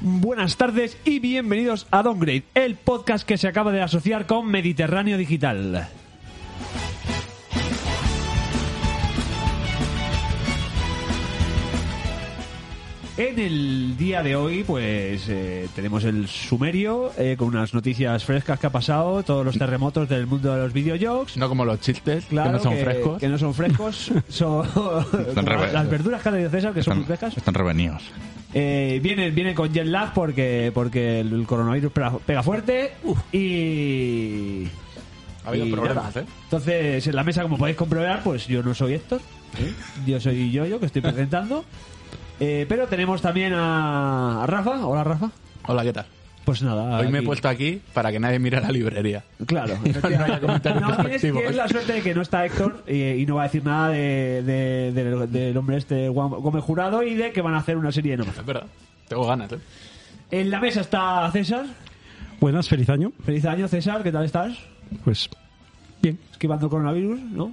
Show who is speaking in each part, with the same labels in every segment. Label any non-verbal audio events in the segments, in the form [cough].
Speaker 1: buenas tardes y bienvenidos a Downgrade, el podcast que se acaba de asociar con Mediterráneo Digital. En el día de hoy, pues eh, tenemos el sumerio eh, con unas noticias frescas que ha pasado, todos los terremotos del mundo de los videojuegos.
Speaker 2: No como los chistes,
Speaker 1: Claro,
Speaker 2: que no son frescos.
Speaker 1: que no son frescos, [laughs] son como
Speaker 3: revés.
Speaker 1: las verduras que ha tenido César, que son muy frescas.
Speaker 3: están revenidos.
Speaker 1: Eh, viene, viene con jet lag porque, porque el coronavirus pega, pega fuerte y...
Speaker 2: Ha habido
Speaker 1: y
Speaker 2: problemas, ¿eh?
Speaker 1: Entonces, en la mesa, como podéis comprobar, pues yo no soy Héctor. ¿eh?
Speaker 2: [laughs]
Speaker 1: Yo soy yo, yo que estoy presentando. Eh, pero tenemos también a, a Rafa. Hola, Rafa.
Speaker 2: Hola, ¿qué tal?
Speaker 1: Pues nada.
Speaker 2: Hoy me he
Speaker 1: aquí-
Speaker 2: puesto aquí para que nadie mire la librería.
Speaker 1: Claro.
Speaker 2: [laughs] no haya comentarios
Speaker 1: No, tienes,
Speaker 2: despectivos.
Speaker 1: tienes la suerte de que no está Héctor y, y no va a decir nada de, de- del- del hombre este Guam- Gómez Jurado y de que van a hacer una serie de nómadas.
Speaker 2: Es verdad. Tengo ganas, ¿eh?
Speaker 1: En la mesa está César.
Speaker 4: Buenas, feliz año.
Speaker 1: Feliz año, César. ¿Qué tal estás?
Speaker 4: Pues bien,
Speaker 1: Esquivando coronavirus, ¿no?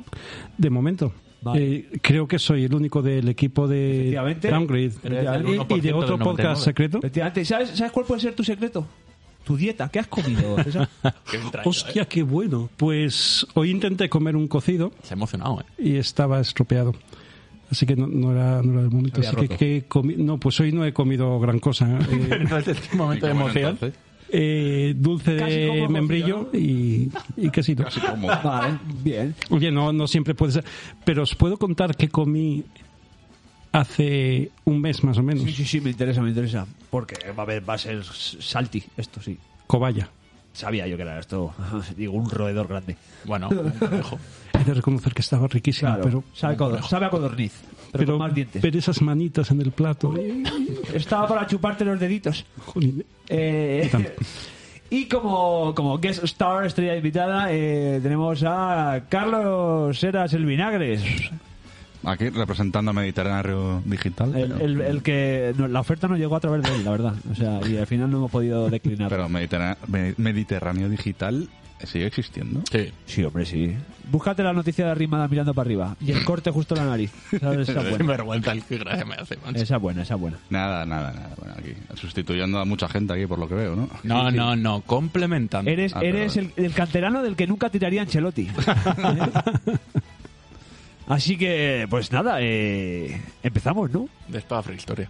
Speaker 4: de momento.
Speaker 1: Vale.
Speaker 4: Eh, creo que soy el único del equipo de
Speaker 1: Efectivamente.
Speaker 4: Downgrade
Speaker 2: Eres el
Speaker 4: Y-
Speaker 2: 1%
Speaker 4: y de
Speaker 2: del
Speaker 4: otro
Speaker 2: 99.
Speaker 4: podcast secreto.
Speaker 1: Efectivamente. ¿Y ¿Sabes, ¿Sabes cuál puede ser tu secreto? Tu dieta. ¿Qué has comido, [laughs] César?
Speaker 2: Qué bien traído, ¿eh?
Speaker 4: Hostia, qué bueno. Pues hoy intenté comer un cocido
Speaker 2: Se ha emocionado, [laughs] ¿eh?
Speaker 4: y estaba estropeado. Así que no, no era, no era el momento.
Speaker 2: Se había
Speaker 4: Así que,
Speaker 2: roto.
Speaker 4: que comi- no, pues hoy no he comido gran cosa. Eh,
Speaker 2: Entonces, este momento
Speaker 3: Y
Speaker 2: de
Speaker 3: qué bueno,
Speaker 2: emoción.
Speaker 3: entonces.
Speaker 4: eh, dulce
Speaker 1: Casi como
Speaker 4: de
Speaker 1: cocido,
Speaker 4: membrillo y, y quesito.
Speaker 3: Casi como.
Speaker 1: vale, bien.
Speaker 4: Oye, no, no siempre puede ser. Pero os puedo contar que comí hace un mes más o menos.
Speaker 1: Sí, sí, sí, me interesa, me interesa. Porque va a, ver, va a ser salty, esto sí.
Speaker 4: Cobaya.
Speaker 1: Sabía yo que era esto. [laughs] Digo, un roedor grande.
Speaker 2: [laughs] Bueno, un conejo.
Speaker 4: He de reconocer que estaba riquísimo,
Speaker 1: Claro,
Speaker 4: pero,
Speaker 1: sabe, a codor- sabe a codorniz, pero,
Speaker 4: pero,
Speaker 1: con más dientes.
Speaker 4: pero esas manitas en el plato. eh,
Speaker 1: Estaba para chuparte los deditos.
Speaker 4: jolín.
Speaker 1: Eh,
Speaker 4: Tam-
Speaker 1: [laughs] y como, como guest star, estrella invitada, eh, tenemos a Carlos Heras el Vinagres,
Speaker 3: Aquí representando a Mediterráneo Digital.
Speaker 1: el,
Speaker 3: pero,
Speaker 1: el- el que no, la oferta no llegó a través de él, la verdad. O sea, y al final no hemos podido declinar.
Speaker 3: pero Mediterrá- Me- Mediterráneo Digital sigue existiendo.
Speaker 2: Sí.
Speaker 1: sí, hombre, sí. Búscate la noticia de arrimada mirando para arriba y el corte justo en la nariz. ¿Sabes? Esa es
Speaker 2: Qué [laughs]
Speaker 1: buena.
Speaker 2: vergüenza el que gracia me hace, macho.
Speaker 1: Esa es buena, esa es buena.
Speaker 3: Nada, nada, nada. Bueno, aquí. Sustituyendo a mucha gente aquí, por lo que veo, ¿no?
Speaker 2: No, no, no. Complementando.
Speaker 1: Eres,
Speaker 3: Ah,
Speaker 1: eres el,
Speaker 3: perdón.
Speaker 1: el canterano del que nunca tiraría Ancelotti. ¿Eh? Así que, pues nada, eh, empezamos, ¿no?
Speaker 2: De espada fría historia.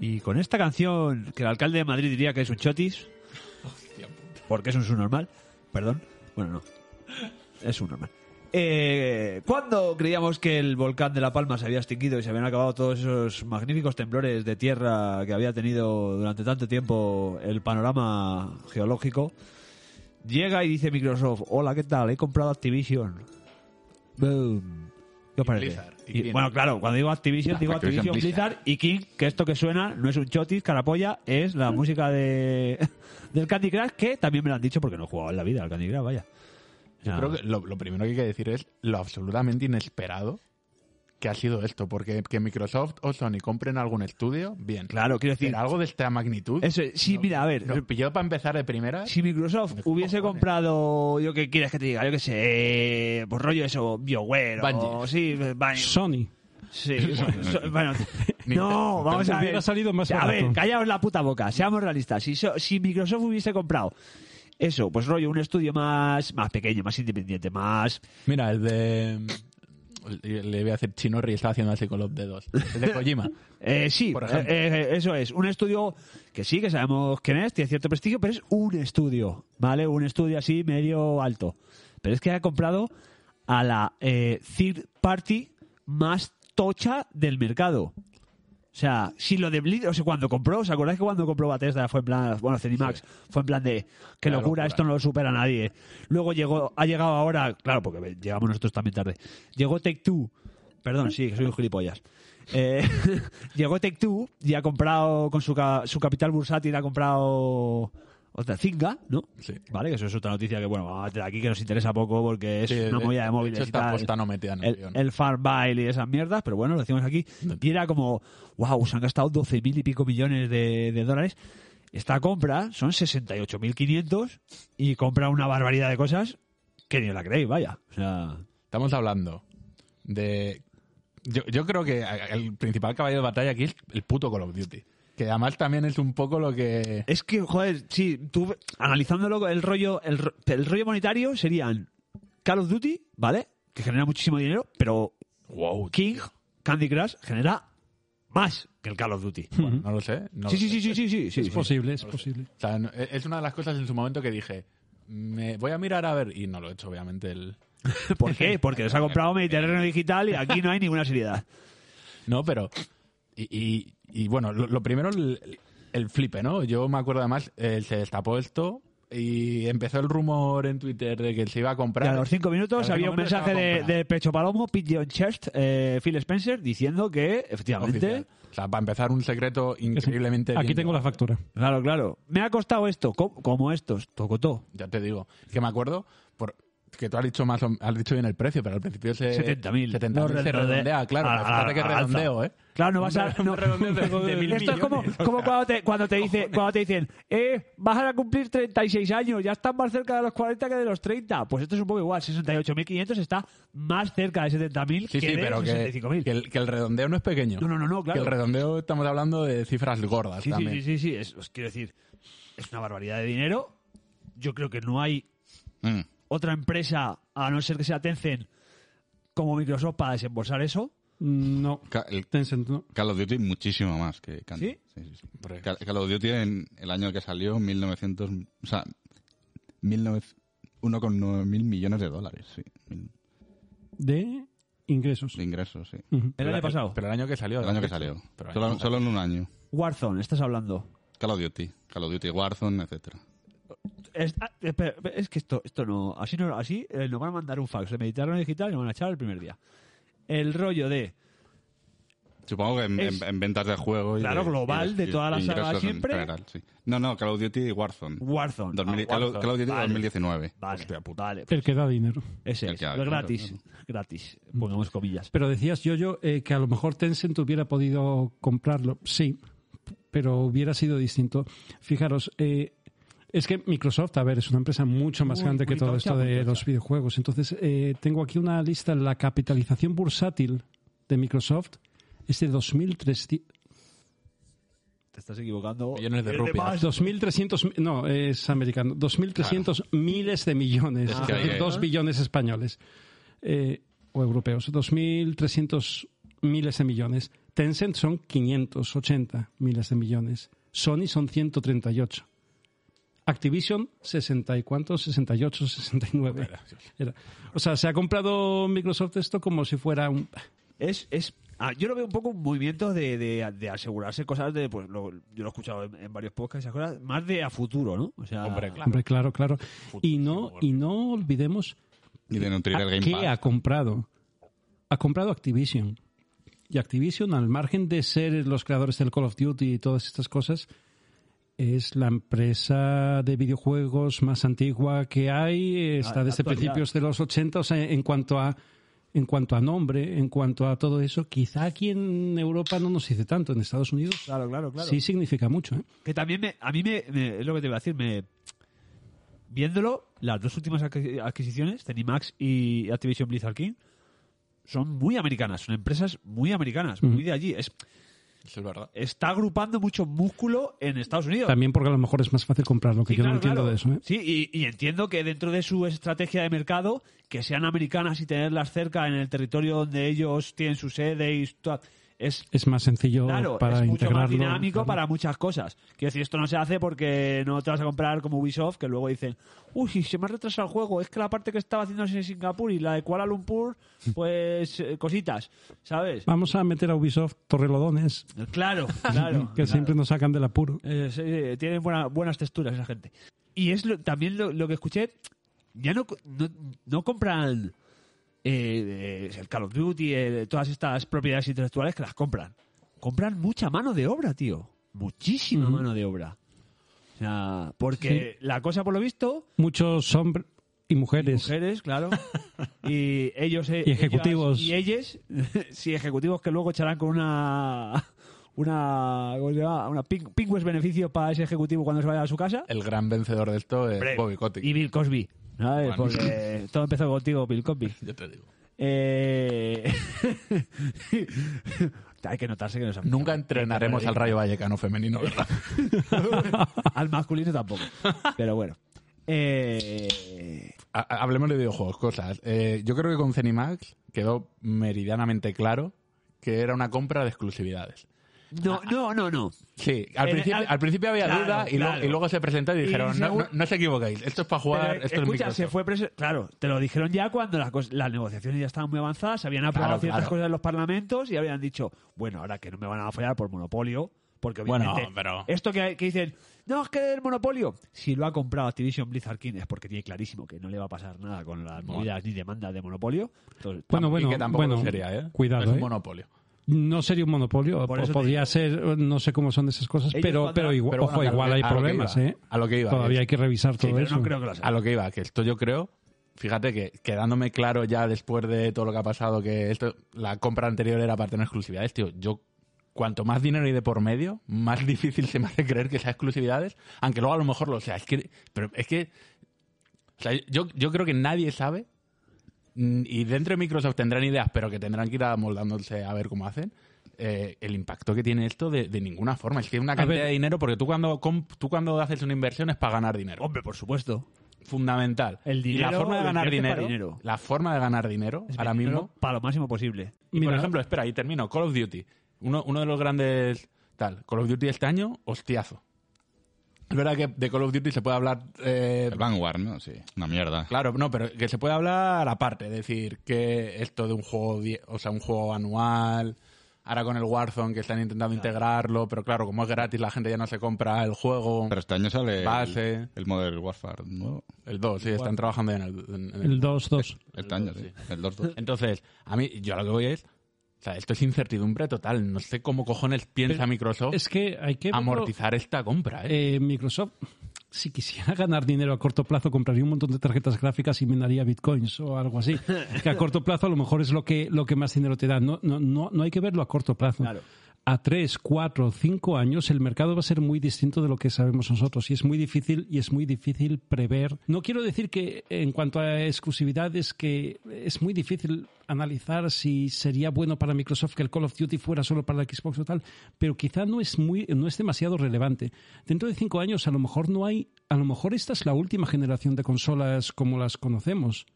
Speaker 1: Y con esta canción, que el alcalde de Madrid diría que es un chotis, porque es un subnormal, perdón, bueno, no, es un normal. Eh, cuando creíamos que el volcán de La Palma se había extinguido y se habían acabado todos esos magníficos temblores de tierra que había tenido durante tanto tiempo el panorama geológico, llega y dice Microsoft, hola, ¿qué tal? He comprado Activision. Boom. ¿Qué os parece?
Speaker 2: Blizzard, y
Speaker 1: Y-
Speaker 2: King.
Speaker 1: bueno, claro, cuando digo Activision, digo
Speaker 3: Activision
Speaker 1: Activision
Speaker 3: Blizzard.
Speaker 1: Blizzard y King, que esto que suena no es un chotis, carapolla, es
Speaker 2: Mm.
Speaker 1: la música de [laughs] del Candy Crush, que también me lo han dicho porque no he jugado en la vida al Candy Crush, vaya. O sea,
Speaker 2: Creo que lo, lo primero que hay que decir es lo absolutamente inesperado que ha sido esto, porque que Microsoft o Sony compren algún estudio, bien.
Speaker 1: Claro, quiero decir-
Speaker 2: Pero algo de esta magnitud.
Speaker 1: Eso es. sí,
Speaker 2: No,
Speaker 1: mira, a ver,
Speaker 2: Nos Eh, pilló para empezar de primera.
Speaker 1: si Microsoft hubiese
Speaker 2: cojones.
Speaker 1: comprado, yo qué quieres que te diga, yo qué sé, pues rollo eso, BioWare o
Speaker 2: Bungie.
Speaker 1: sí, Bungie,
Speaker 5: [laughs]
Speaker 4: Sony.
Speaker 1: sí, bueno, so- bueno, No, vamos a ver.
Speaker 5: Hubiera salido más
Speaker 1: A ver,
Speaker 5: barato.
Speaker 1: callaos la puta boca, seamos realistas. Si, so- si Microsoft hubiese comprado eso, pues rollo, un estudio más, más pequeño, más independiente, más...
Speaker 2: Mira, el de. mm, Le voy a hacer chino y estaba haciendo así con los dedos. El de Kojima.
Speaker 1: Eh, sí,
Speaker 2: Por ejemplo.
Speaker 1: eh, eh, eso es. Un estudio que sí, que sabemos quién es, tiene cierto prestigio, pero es un estudio, ¿vale? Un estudio así medio alto. Pero es que ha comprado a la eh, third party más tocha del mercado. O sea, si lo de Blizzard, o sea, cuando compró, ¿os acordáis que cuando compró Bethesda fue en plan, bueno, Cinemax, fue en plan de, qué
Speaker 2: La
Speaker 1: locura,
Speaker 2: locura.
Speaker 1: esto no lo supera a nadie. Luego llegó, ha llegado ahora, claro, porque llegamos nosotros también tarde, llegó Take Two, perdón, sí, que soy un gilipollas. Eh, [laughs] llegó Take Two y ha comprado con su, ca- su capital bursátil, ha comprado otra Zinga, ¿no?
Speaker 2: Sí.
Speaker 1: Vale, que eso es otra noticia que, bueno, vamos a meter aquí que nos interesa poco porque es
Speaker 2: Sí,
Speaker 1: una
Speaker 2: de-
Speaker 1: movida de
Speaker 2: de
Speaker 1: móviles
Speaker 2: hecho,
Speaker 1: y
Speaker 2: esta
Speaker 1: tal.
Speaker 2: apuesta no metida en el
Speaker 1: el,
Speaker 2: guión.
Speaker 1: el Farm Bail y esas mierdas, pero bueno, lo decimos aquí. Y era como, wow, se han gastado 12 mil y pico millones de, de dólares. Esta compra son 68.500 y compra una barbaridad de cosas que ni os la creéis, vaya. O sea,
Speaker 2: Estamos hablando de. Yo, yo creo que el principal caballo de batalla aquí es el puto Call of Duty. Que además también es un poco lo que.
Speaker 1: Es que, joder, sí, tú analizándolo, el rollo, el, ro- el rollo monetario serían Call of Duty, ¿vale? Que genera muchísimo dinero, pero
Speaker 2: Wow.
Speaker 1: King, Candy Crush, genera más que el Call of
Speaker 2: [laughs]
Speaker 1: Duty.
Speaker 5: Ujú.
Speaker 2: No lo sé. no
Speaker 1: sí, sí,
Speaker 2: lo sé.
Speaker 1: sí, sí, sí, sí, sí.
Speaker 5: Es posible, es posible.
Speaker 2: O sea, no- e, es una de las cosas en su momento que dije. Me voy a mirar a ver. Y no lo he hecho, obviamente. El...
Speaker 1: ¿Por qué? Porque los ha comprado Mediterráneo Digital y aquí no hay ninguna
Speaker 2: [laughs]
Speaker 1: seriedad.
Speaker 2: No, pero. Y, y- y, bueno, lo, lo primero, el, el flipe, ¿no? Yo me acuerdo además, eh, se destapó esto y empezó el rumor en Twitter de que se iba a
Speaker 1: Y a
Speaker 2: comprar.
Speaker 1: los cinco
Speaker 2: A
Speaker 1: minutos
Speaker 2: los
Speaker 1: había
Speaker 2: cinco
Speaker 1: un
Speaker 2: minutos
Speaker 1: mensaje
Speaker 2: estaba
Speaker 1: de,
Speaker 2: comprado.
Speaker 1: de Pecho Palomo, Pete John Chest, eh, Phil Spencer, diciendo que, efectivamente,
Speaker 2: Oficial. O sea, para empezar, un secreto
Speaker 5: Es-
Speaker 2: increíblemente.
Speaker 5: Aquí
Speaker 2: bien
Speaker 5: tengo la factura.
Speaker 1: claro, claro, me ha costado esto, co- como estos, tocotó.
Speaker 2: Ya te digo, que me acuerdo por que tú has dicho más o- has dicho bien el precio, pero al principio se
Speaker 1: 70.000.
Speaker 2: 70.000
Speaker 1: No,
Speaker 2: se
Speaker 1: redondea.
Speaker 2: redondea, claro,
Speaker 1: Al-
Speaker 2: fíjate que
Speaker 1: al- alza.
Speaker 2: redondeo, ¿eh?
Speaker 1: Claro, no vas
Speaker 2: [laughs]
Speaker 1: a.
Speaker 2: Un
Speaker 1: no. [laughs]
Speaker 2: redondeo de 20.000
Speaker 1: Esto es como,
Speaker 2: millones,
Speaker 1: como
Speaker 2: o sea.
Speaker 1: cuando, te, cuando te dice, cuando te dicen, eh, vas a cumplir 36 años, ya estás más cerca de los 40 que de los 30. Pues esto es un poco igual, 68.500 está más cerca de 70.000
Speaker 2: Sí,
Speaker 1: que
Speaker 2: sí,
Speaker 1: de
Speaker 2: pero que,
Speaker 1: 65.000.
Speaker 2: que el, que el redondeo no es pequeño.
Speaker 1: No, no, no, no, claro.
Speaker 2: Que el redondeo estamos hablando de cifras gordas
Speaker 1: sí, sí,
Speaker 2: también.
Speaker 1: sí, sí, sí, es- os quiero decir, es una barbaridad de dinero. Yo creo que no hay
Speaker 3: Mm.
Speaker 1: otra empresa, a no ser que sea Tencent, como Microsoft para desembolsar eso.
Speaker 5: No.
Speaker 3: Ca- el
Speaker 5: Tencent no.
Speaker 3: Call of Duty muchísimo más que Candy.
Speaker 1: ¿Sí?
Speaker 3: sí, sí. Ca- Call of Duty en el año que salió, 1900... O sea, 19 1,9 mil millones de dólares, sí. mil-
Speaker 5: De ingresos.
Speaker 3: De ingresos, sí.
Speaker 5: Ujú.
Speaker 1: El año
Speaker 2: Pero-
Speaker 1: pasado.
Speaker 2: Pero el año que salió.
Speaker 3: El año que
Speaker 2: ¿no?
Speaker 3: salió.
Speaker 2: Pero el año
Speaker 3: Solo,
Speaker 2: que
Speaker 3: solo en un año.
Speaker 1: Warzone, estás hablando.
Speaker 3: Call of Duty, Call of Duty Warzone, etcétera.
Speaker 1: Es, ah, espera, espera, es que esto, esto no. Así, no, así eh, nos van a mandar un fax de Mediterráneo Digital y nos van a echar el primer día. El rollo de.
Speaker 3: Supongo que en,
Speaker 1: Es-
Speaker 3: en- en ventas de juego y
Speaker 1: Claro,
Speaker 3: de-
Speaker 1: global,
Speaker 3: y
Speaker 1: de toda la
Speaker 3: y ingresos
Speaker 1: saga
Speaker 3: en
Speaker 1: siempre.
Speaker 3: general, sí. No, no, Call of Duty Warzone.
Speaker 1: Warzone.
Speaker 3: 2000
Speaker 1: Ah,
Speaker 3: Call, of-
Speaker 1: Warzone.
Speaker 3: Call of Duty
Speaker 1: Vale.
Speaker 3: 2019.
Speaker 1: Vale, vale. pues
Speaker 5: El que da dinero.
Speaker 1: Ese
Speaker 3: El
Speaker 1: es.
Speaker 3: que haga,
Speaker 1: lo
Speaker 3: claro,
Speaker 1: gratis. Gratis. Pongamos comillas.
Speaker 5: Pero decías, yo, yo, que a lo mejor Tencent hubiera podido comprarlo. Sí, pero hubiera sido distinto. Fijaros, eh, es que Microsoft, a ver, es una empresa mucho más
Speaker 1: Muy-
Speaker 5: grande que
Speaker 1: muy
Speaker 5: todo
Speaker 1: tocha,
Speaker 5: esto
Speaker 1: muy
Speaker 5: de
Speaker 1: tocha.
Speaker 5: los videojuegos. Entonces, eh, tengo aquí una lista. La capitalización bursátil de Microsoft es de 2.300
Speaker 1: Te estás equivocando.
Speaker 2: Millones de
Speaker 1: Es
Speaker 2: rupias.
Speaker 1: más.
Speaker 5: 2.300, no, es americano, 2.300 miles de millones,
Speaker 3: Es que hay que-
Speaker 5: dos billones españoles eh, o europeos, 2.300 miles de millones. Tencent son 580 miles de millones. Sony son 138. Activision, 60 y cuántos, 68, 69. Era. O sea, se ha comprado Microsoft esto como si fuera un...
Speaker 1: Es, es, ah, yo lo veo un poco un movimiento de, de- de asegurarse cosas de, pues lo- yo lo he escuchado en, en varios podcasts, esas cosas, más de a futuro, ¿¿no? O sea,
Speaker 2: Hombre, claro.
Speaker 5: Hombre, claro, claro. Y no, y no olvidemos
Speaker 3: Y de nutrir el
Speaker 5: ¿A
Speaker 3: Game
Speaker 5: ¿Qué
Speaker 3: Pass.
Speaker 5: ha comprado? Ha comprado Activision. Y Activision, al margen de ser los creadores del Call of Duty y todas estas cosas, es la empresa de videojuegos más antigua que hay. Está
Speaker 1: Ah,
Speaker 5: desde
Speaker 1: actualidad.
Speaker 5: principios de los 80. O sea, en cuanto a en cuanto a nombre, en cuanto a todo eso, quizá aquí en Europa no nos dice tanto. En Estados Unidos
Speaker 1: claro, claro, claro.
Speaker 5: sí significa mucho. ¿eh?
Speaker 1: Que también me- a mí me, me- es lo que te iba a decir, me viéndolo, las dos últimas adqui- adquisiciones, Zenimax y Activision Blizzard King, son muy americanas, son empresas muy americanas, muy de allí. Es,
Speaker 2: Eso es verdad.
Speaker 1: está agrupando mucho músculo en Estados Unidos.
Speaker 5: También porque a lo mejor es más fácil comprarlo, que
Speaker 1: Sí,
Speaker 5: yo
Speaker 1: claro,
Speaker 5: no entiendo
Speaker 1: claro.
Speaker 5: de eso. ¿eh?
Speaker 1: Sí, y, y entiendo que dentro de su estrategia de mercado, que sean americanas y tenerlas cerca en el territorio donde ellos tienen su sede y toda- es
Speaker 5: Es más sencillo
Speaker 1: claro,
Speaker 5: para
Speaker 1: es mucho
Speaker 5: integrarlo.
Speaker 1: más dinámico
Speaker 5: claro.
Speaker 1: para muchas cosas. Quiero decir, esto no se hace porque no te vas a comprar como Ubisoft, que luego dicen, uy, si se me ha retrasado el juego, es que la parte que estaba haciendo en Singapur y la de Kuala Lumpur, pues eh, cositas, ¿sabes?
Speaker 5: Vamos a meter a Ubisoft Torrelodones,
Speaker 1: Claro, claro.
Speaker 5: [laughs] que
Speaker 1: claro.
Speaker 5: siempre nos sacan del apuro.
Speaker 1: Eh, sí, sí, tienen buena- buenas texturas esa gente. Y es lo- también lo, lo que escuché, ya no, co- no, no compran eh, eh, el Call of Duty, eh, todas estas propiedades intelectuales que las compran. Compran mucha mano de obra, tío. Muchísima
Speaker 5: Ujú.
Speaker 1: mano de obra. O sea, porque la cosa, por lo visto,
Speaker 5: Muchos hombres y mujeres.
Speaker 1: mujeres, claro, y ellos... eh,
Speaker 5: Y ejecutivos.
Speaker 1: ellas, [laughs] y ellas, sí, ejecutivos que luego echarán con una... Una, ¿cómo se llama? Una ping- pingües beneficios para ese ejecutivo cuando se vaya a su casa.
Speaker 2: El gran vencedor de esto es
Speaker 1: Hombre,
Speaker 2: Bobby Kotick.
Speaker 1: Y Bill Cosby. ¿sabes?
Speaker 2: Bueno.
Speaker 1: Porque todo empezó contigo, Bill Cosby.
Speaker 2: Yo te digo.
Speaker 1: Eh, [laughs] Hay que notarse que nos han-
Speaker 2: Nunca entrenaremos al Rayo Vallecano femenino, ¿verdad?
Speaker 1: [laughs] Al masculino tampoco. Pero bueno. Eh,
Speaker 2: [laughs] Ha- ha- Hablemos de videojuegos, cosas. Eh, yo creo que con Cenimax quedó meridianamente claro que era una compra de exclusividades.
Speaker 1: No, no, no, no.
Speaker 2: Sí, al,
Speaker 1: Eh,
Speaker 2: principio,
Speaker 1: al-
Speaker 2: al principio había
Speaker 1: Claro,
Speaker 2: duda y, lo-
Speaker 1: claro.
Speaker 2: y luego se presentó y dijeron, no,
Speaker 1: según-
Speaker 2: no- no os equivoquéis, esto es para jugar,
Speaker 1: Pero,
Speaker 2: esto es
Speaker 1: escucha,
Speaker 2: Microsoft.
Speaker 1: se fue preso- Claro, te lo dijeron ya cuando las, cos- las negociaciones ya estaban muy avanzadas, se habían aprobado
Speaker 2: Claro,
Speaker 1: ciertas
Speaker 2: claro.
Speaker 1: cosas en los parlamentos y habían dicho, bueno, ahora que no me van a fallar por monopolio, porque obviamente
Speaker 2: Bueno, pero-
Speaker 1: esto que, que dicen, no, es que el monopolio, si lo ha comprado Activision Blizzard King es porque tiene clarísimo que no le va a pasar nada con las movidas ni demanda de monopolio. Entonces,
Speaker 5: Bueno,
Speaker 2: Y
Speaker 5: bueno,
Speaker 2: que tampoco
Speaker 5: bueno,
Speaker 2: lo sería, ¿eh?
Speaker 5: cuidado,
Speaker 2: Es un
Speaker 5: ¿eh?
Speaker 2: monopolio.
Speaker 5: No sería un monopolio,
Speaker 1: Por
Speaker 5: o
Speaker 1: eso te
Speaker 5: podría ser, no sé cómo son esas cosas,
Speaker 1: Ellos
Speaker 5: pero,
Speaker 1: cuando-
Speaker 5: pero igual,
Speaker 2: pero
Speaker 5: ojo,
Speaker 2: bueno, a lo
Speaker 5: igual
Speaker 2: que-
Speaker 5: hay
Speaker 2: a lo que
Speaker 5: problemas,
Speaker 2: iba,
Speaker 5: ¿eh?
Speaker 2: a lo que iba,
Speaker 5: Todavía
Speaker 2: es-
Speaker 5: hay que revisar
Speaker 1: sí,
Speaker 5: todo
Speaker 1: pero
Speaker 5: eso.
Speaker 1: no creo que lo sea.
Speaker 2: A lo que iba, que esto yo creo, fíjate que quedándome claro ya después de todo lo que ha pasado, que esto, la compra anterior era para tener exclusividades, tío, yo cuanto más dinero hay de por medio, más [laughs] difícil se me hace creer que sea exclusividades, aunque luego a lo mejor lo sea, es que, pero es que, o sea, yo, yo creo que nadie sabe, mm, y dentro de Microsoft tendrán ideas, pero que tendrán que ir amoldándose a ver cómo hacen. eh, el impacto que tiene esto de, de ninguna forma es que una cantidad
Speaker 5: ver.
Speaker 2: de dinero porque tú cuando comp- tú cuando haces una inversión es para ganar dinero
Speaker 1: Hombre, por supuesto.
Speaker 2: fundamental.
Speaker 1: El dinero
Speaker 2: y la forma de
Speaker 1: lo
Speaker 2: ganar
Speaker 1: invierte
Speaker 2: dinero,
Speaker 1: para dinero.
Speaker 2: La forma de ganar dinero
Speaker 1: Es
Speaker 2: ahora
Speaker 1: dinero
Speaker 2: mismo.
Speaker 1: Para lo máximo posible.
Speaker 2: Y
Speaker 5: Mira,
Speaker 2: por ejemplo, espera, ahí termino. Call of Duty. Uno, uno de los grandes. Tal, Call of Duty este año, hostiazo. Es verdad que de Call of Duty se puede hablar. eh,
Speaker 3: El Vanguard, ¿no? Sí, una mierda.
Speaker 2: Claro, no, pero que se puede hablar aparte, es decir, que esto de un juego, die- o sea, un juego anual, ahora con el Warzone que están intentando integrarlo, pero claro, como es gratis la gente ya no se compra el juego,
Speaker 3: Pero este año sale
Speaker 2: Base.
Speaker 3: el, el Modern Warfare nuevo.
Speaker 2: el 2, sí, están trabajando ya en el, en- en el
Speaker 5: el 2-2.
Speaker 3: Este año, sí. El 2-2.
Speaker 2: Entonces, a mí, yo lo que voy es. O sea, esto es incertidumbre total. No sé cómo cojones piensa
Speaker 5: Pero
Speaker 2: Microsoft
Speaker 5: Es que hay que... verlo.
Speaker 2: amortizar esta compra, ¿eh?
Speaker 5: Eh, Microsoft, si quisiera ganar dinero a corto plazo, compraría un montón de tarjetas gráficas y minaría bitcoins o algo así. Que a corto plazo a lo mejor es lo que, lo que más dinero te da. No, no, no, no hay que verlo a corto plazo.
Speaker 1: Claro.
Speaker 5: A tres, cuatro, cinco años el mercado va a ser muy distinto de lo que sabemos nosotros y es muy difícil y es muy difícil prever. No quiero decir que en cuanto a exclusividades que es muy difícil analizar si sería bueno para Microsoft que el Call of Duty fuera solo para la Xbox o tal, pero quizá no es muy no es demasiado relevante. Dentro de cinco años a lo mejor no hay, a lo mejor esta es la última generación de consolas como las conocemos.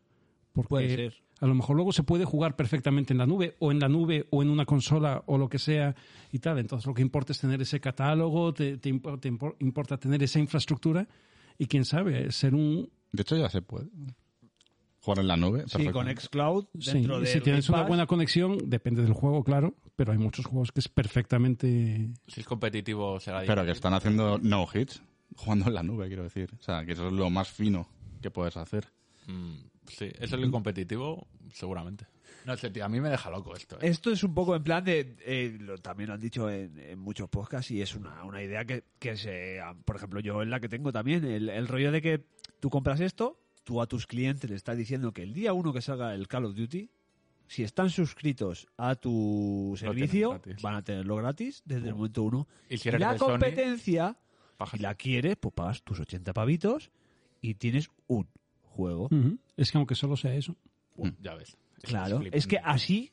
Speaker 5: Porque
Speaker 1: Puede ser.
Speaker 5: a lo mejor luego se puede jugar perfectamente en la nube, o en la nube, o en una consola, o lo que sea, y tal. Entonces lo que importa es tener ese catálogo, te, te impo- te impor- importa tener esa infraestructura, y quién sabe, eh, ser un...
Speaker 3: De hecho, ya se puede. Jugar en la nube.
Speaker 1: Sí,
Speaker 3: perfecto.
Speaker 1: con xCloud,
Speaker 5: sí,
Speaker 1: dentro de
Speaker 5: si tienes una buena conexión, depende del juego, claro, pero hay muchos juegos que es perfectamente...
Speaker 2: Si es competitivo, será
Speaker 3: Pero que están haciendo no hits jugando en la nube, quiero decir. O sea, que eso es lo más fino que puedes hacer.
Speaker 2: Mm, sí, eso es lo competitivo, seguramente. No sé, tío, a mí me deja loco esto. ¿eh?
Speaker 1: Esto es un poco en plan de. eh, lo- también lo han dicho en, en muchos podcasts y es una, una idea que, que se. ah, Por ejemplo, yo es la que tengo también. El, el rollo de que tú compras esto, tú a tus clientes le estás diciendo que el día uno que salga el Call of Duty, si están suscritos a tu
Speaker 2: tienen
Speaker 1: servicio,
Speaker 2: gratis.
Speaker 1: van a tenerlo gratis desde el momento uno.
Speaker 2: Y si eres
Speaker 1: la
Speaker 2: de Sony,
Speaker 1: competencia,
Speaker 2: paja.
Speaker 1: si la quieres, pues pagas tus 80 pavitos y tienes un juego.
Speaker 5: Ujú. Es que aunque solo sea eso.
Speaker 2: Buah, Mm. ya ves.
Speaker 1: Claro,
Speaker 2: flipante.
Speaker 1: es que así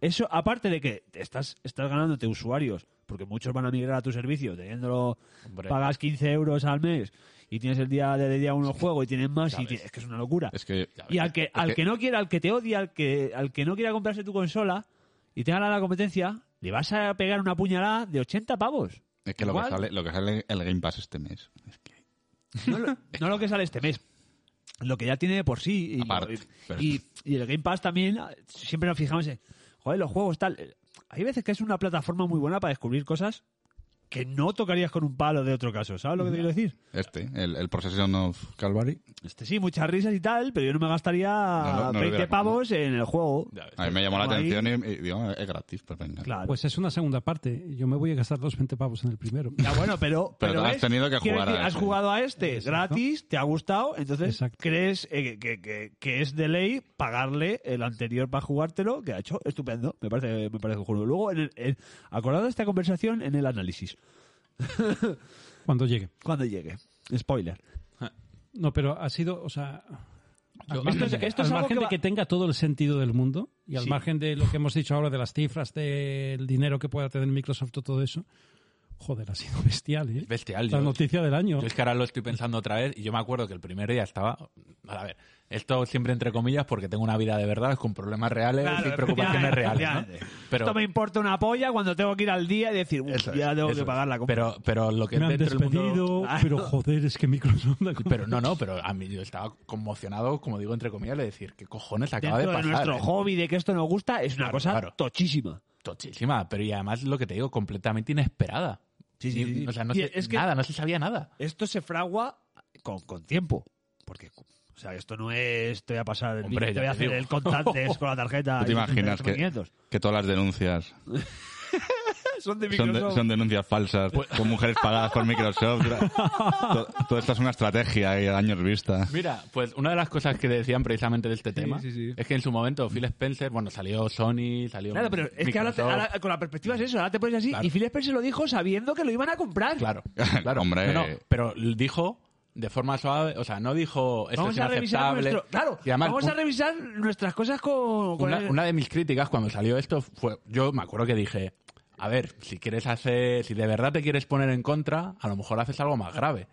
Speaker 1: Eso, aparte de que te estás, estás ganándote usuarios, porque muchos van a migrar a tu servicio, teniéndolo,
Speaker 2: Hombre.
Speaker 1: pagas 15 euros al mes y tienes el día de, de día uno juego y tienes más,
Speaker 2: Ya
Speaker 1: y
Speaker 2: ves.
Speaker 1: tienes- es que es una locura.
Speaker 3: Es que.
Speaker 1: Y al que,
Speaker 3: es
Speaker 1: al que no quiera, al que te odia, al que, al que no quiera comprarse tu consola y tenga la competencia, le vas a pegar una puñalada de 80 pavos.
Speaker 3: es que lo, que
Speaker 1: igual.
Speaker 3: sale, lo que sale el Game Pass este mes. Es que-
Speaker 1: No lo, no lo que sale este mes. Lo que ya tiene de por sí. Y,
Speaker 3: Aparte,
Speaker 1: y-
Speaker 3: pero-
Speaker 1: y, y el Game Pass también, ah, siempre nos fijamos en, joder, los juegos tal. Hay veces que es una plataforma muy buena para descubrir cosas que no tocarías con un palo de otro caso. ¿Sabes lo que te quiero decir?
Speaker 3: Este, el, el Procession of Calvary.
Speaker 1: Este sí, muchas risas y tal, pero yo no me gastaría
Speaker 3: no lo
Speaker 1: 20
Speaker 3: hubiera
Speaker 1: pavos en el juego.
Speaker 2: Ya ves.
Speaker 3: A mí me llamó la
Speaker 1: Ahí-
Speaker 3: atención y, y digo, es gratis, pues venga.
Speaker 1: Claro.
Speaker 4: Pues es una segunda parte. Yo me voy a gastar los 20 pavos en el
Speaker 1: [laughs]
Speaker 4: primero.
Speaker 1: Ya bueno, pero,
Speaker 3: Pero has
Speaker 1: ves,
Speaker 3: tenido que
Speaker 1: quiero
Speaker 3: jugar a
Speaker 1: decir, has
Speaker 3: ese.
Speaker 1: jugado a este
Speaker 4: Exacto.
Speaker 1: gratis, te ha gustado, entonces
Speaker 4: Exacto.
Speaker 1: crees eh, que, que- que es de ley pagarle el anterior para jugártelo, que ha hecho estupendo, me parece, me parece un juego. Luego, en el, en- acordad de esta conversación en el análisis,
Speaker 4: Cuando llegue.
Speaker 1: cuando llegue. Spoiler.
Speaker 2: Eh,
Speaker 4: No, pero ha sido, o sea,
Speaker 1: Yo-
Speaker 4: al margen,
Speaker 1: esto es-
Speaker 4: de-
Speaker 1: esto es
Speaker 4: al
Speaker 1: algo
Speaker 4: margen
Speaker 1: que
Speaker 4: de
Speaker 1: va-
Speaker 4: que tenga todo el sentido del mundo y al
Speaker 1: Sí.
Speaker 4: margen de lo que hemos dicho ahora de las cifras, del dinero que pueda tener Microsoft o todo eso, joder, ha sido bestial, ¿eh?
Speaker 2: Bestial,
Speaker 4: La
Speaker 2: yo-
Speaker 4: noticia del año.
Speaker 2: Yo es que ahora lo estoy pensando otra vez y yo me acuerdo que el primer día estaba... A ver, esto siempre entre comillas porque tengo una vida de verdad con problemas reales
Speaker 1: Claro,
Speaker 2: y preocupaciones reales, ¿no?
Speaker 1: efectivamente.
Speaker 2: Pero,
Speaker 1: Esto me importa una polla cuando tengo que ir al día y decir, "Uf,
Speaker 2: eso es,
Speaker 1: ya tengo
Speaker 2: eso
Speaker 1: que
Speaker 2: es.
Speaker 1: pagar la compra.
Speaker 2: Pero, pero lo que
Speaker 4: me
Speaker 2: es
Speaker 4: han
Speaker 2: dentro del mundo- Ah,
Speaker 4: despedido,
Speaker 1: Claro.
Speaker 4: pero joder, es que Microsoft... ha-
Speaker 2: [laughs] Pero no, no, pero a mí yo estaba conmocionado, como digo, entre comillas, de decir, ¿qué cojones acaba
Speaker 1: Dentro
Speaker 2: de
Speaker 1: de,
Speaker 2: pasar?
Speaker 1: nuestro
Speaker 2: eh?
Speaker 1: hobby de que esto nos gusta es una
Speaker 2: Claro,
Speaker 1: cosa
Speaker 2: claro.
Speaker 1: tochísima.
Speaker 2: Tochísima, pero y además lo que te digo, completamente inesperada.
Speaker 1: Sí, sí,
Speaker 2: Y-
Speaker 1: sí, sí.
Speaker 2: O sea, no
Speaker 1: Y
Speaker 2: se,
Speaker 1: es que-
Speaker 2: nada, no se sabía nada.
Speaker 1: esto se fragua con, con tiempo. Porque, o sea, esto no es te voy a pasar el
Speaker 2: Hombre,
Speaker 1: billete, te
Speaker 2: ya
Speaker 1: voy a
Speaker 2: te
Speaker 1: hacer
Speaker 2: digo.
Speaker 1: el
Speaker 2: [laughs]
Speaker 1: contantes con la tarjeta.
Speaker 3: ¿Tú te
Speaker 1: y-
Speaker 3: imaginas que-
Speaker 1: 500?
Speaker 3: Que todas las
Speaker 2: [laughs]
Speaker 3: denuncias
Speaker 1: Son de
Speaker 3: son, de-
Speaker 1: Microsoft.
Speaker 3: son denuncias falsas
Speaker 2: Pues-
Speaker 3: con mujeres pagadas por Microsoft.
Speaker 2: [laughs]
Speaker 3: To- todo esto es una estrategia y a años vista.
Speaker 2: Mira, pues una de las cosas que decían precisamente de este tema
Speaker 1: sí, sí.
Speaker 2: es que en su momento Phil Spencer, bueno, salió Sony, salió.
Speaker 1: Claro, pero es que ahora, te-
Speaker 2: Microsoft.
Speaker 1: ahora con la perspectiva es eso. Ahora te pones así.
Speaker 2: Claro.
Speaker 1: Y Phil Spencer lo dijo sabiendo que lo iban a comprar.
Speaker 2: Claro, claro.
Speaker 3: Hombre.
Speaker 2: No, no, pero dijo de forma suave, o sea, no dijo esto
Speaker 1: Vamos
Speaker 2: es
Speaker 1: a revisar
Speaker 2: inaceptable.
Speaker 1: nuestro- claro,
Speaker 2: Y además,
Speaker 1: vamos
Speaker 2: un-
Speaker 1: a revisar nuestras cosas con, con
Speaker 2: una,
Speaker 1: el-
Speaker 2: una de mis críticas cuando salió esto fue, yo me acuerdo que dije, a ver, si quieres hacer, si de verdad te quieres poner en contra, a lo mejor haces algo más grave.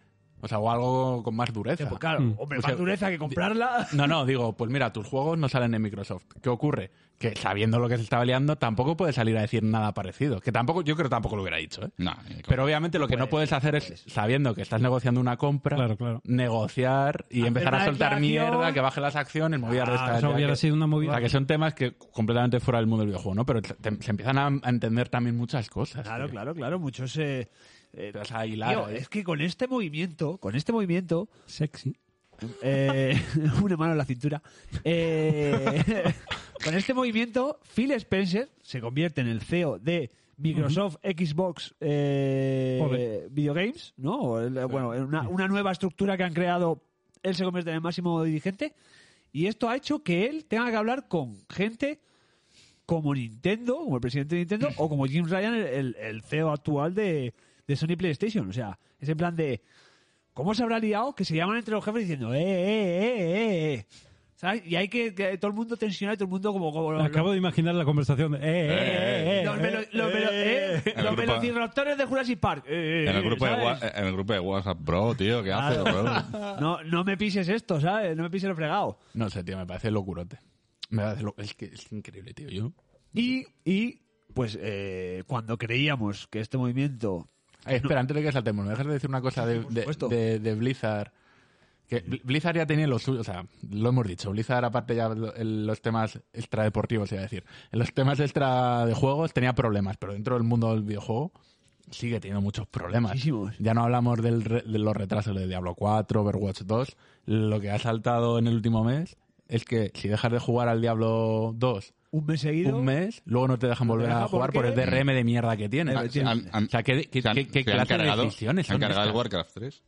Speaker 2: O sea, o algo con más dureza.
Speaker 1: Eh, pues claro, hombre,
Speaker 2: Mm. O sea,
Speaker 1: más dureza que
Speaker 2: [laughs]
Speaker 1: comprarla.
Speaker 2: No, no, digo, pues mira, tus juegos no salen en Microsoft. ¿Qué ocurre? Que sabiendo lo que se estaba liando, tampoco puedes salir a decir nada parecido. Que tampoco, yo creo que tampoco lo hubiera dicho, ¿eh?
Speaker 3: No, eh,
Speaker 2: Pero obviamente lo que no puedes hacer es, sabiendo que estás negociando una compra,
Speaker 4: Claro, claro.
Speaker 2: negociar y
Speaker 1: Hacer
Speaker 2: empezar
Speaker 1: una
Speaker 2: a soltar
Speaker 1: declaración.
Speaker 2: mierda, que baje las acciones, movidas
Speaker 1: Ah,
Speaker 2: de esta.
Speaker 4: eso
Speaker 2: ya
Speaker 4: hubiera
Speaker 2: que-
Speaker 4: sido una movida.
Speaker 2: O sea, que son temas que completamente fuera del mundo del videojuego, ¿no? Pero te- te- se empiezan a, a entender también muchas cosas.
Speaker 1: Claro,
Speaker 2: tío.
Speaker 1: claro, claro. Muchos. Eh, eh,
Speaker 2: Te vas a hilar,
Speaker 1: tío,
Speaker 2: ¿eh?
Speaker 1: es que con este movimiento, con este movimiento,
Speaker 4: Sexy.
Speaker 1: Eh, [laughs] una mano en la cintura. Eh, [laughs] con este movimiento, Phil Spencer se convierte en el CEO de Microsoft Xbox eh,
Speaker 4: Ole.
Speaker 1: Video Games, ¿no? O el- Bueno, en una, una nueva estructura que han creado, él se convierte en el máximo dirigente. Y esto ha hecho que él tenga que hablar con gente como Nintendo, como el presidente de Nintendo, o como Jim Ryan, el- el, el CEO actual de, de Sony PlayStation. O sea, es en plan de... ¿Cómo se habrá liado que se llaman entre los jefes diciendo, eh, eh, eh, eh, eh? ¿Sabes? Y hay que, que todo el mundo tensionado y todo el mundo como... como los-
Speaker 4: Acabo de imaginar la conversación de... "Eh,
Speaker 2: [laughs]
Speaker 4: eh, eh, eh,
Speaker 1: los
Speaker 4: eh".
Speaker 1: velo- los velo- eh,
Speaker 3: El
Speaker 1: los
Speaker 3: grupo-
Speaker 1: velociraptores de Jurassic Park. eh, eh,
Speaker 3: en, el grupo de,
Speaker 1: ¿sabes?
Speaker 3: Wha- en el grupo de WhatsApp, bro, tío, ¿qué
Speaker 2: [laughs]
Speaker 3: haces, bro?
Speaker 1: No, no me pises esto, ¿sabes? No me pises lo fregado.
Speaker 2: No sé, tío, me parece locurote. Me parece lo- Es que es increíble, tío. Yo...
Speaker 1: Y, y pues, eh, cuando creíamos que este movimiento...
Speaker 2: Eh, espera, antes de que saltemos, me dejas de decir una cosa de, de-
Speaker 1: supuesto.
Speaker 2: de- de Blizzard. Que Bl- Blizzard ya tenía los suyos, o sea, lo hemos dicho. Blizzard, aparte ya lo- en los temas extradeportivos, iba a decir. En los temas extra de juegos tenía problemas, pero dentro del mundo del videojuego sigue teniendo muchos problemas.
Speaker 1: Muchísimos.
Speaker 2: Ya no hablamos del re- de los retrasos de Diablo 4, Overwatch 2. Lo que ha saltado en el último mes es que si dejas de jugar al Diablo 2
Speaker 1: Un mes seguido...
Speaker 2: un mes, luego no te dejan
Speaker 1: No te
Speaker 2: volver
Speaker 1: deja
Speaker 2: a jugar por el
Speaker 1: porque-
Speaker 2: DRM de mierda que tienes.
Speaker 1: Ah, sí,
Speaker 3: Eh, Han- han-
Speaker 2: O sea, ¿qué, qué-
Speaker 3: se han-
Speaker 2: qué- qué
Speaker 3: se han
Speaker 2: clase
Speaker 3: cargado-
Speaker 2: de decisiones
Speaker 3: Se han
Speaker 2: son
Speaker 3: cargado el
Speaker 2: estas?
Speaker 3: Warcraft 3.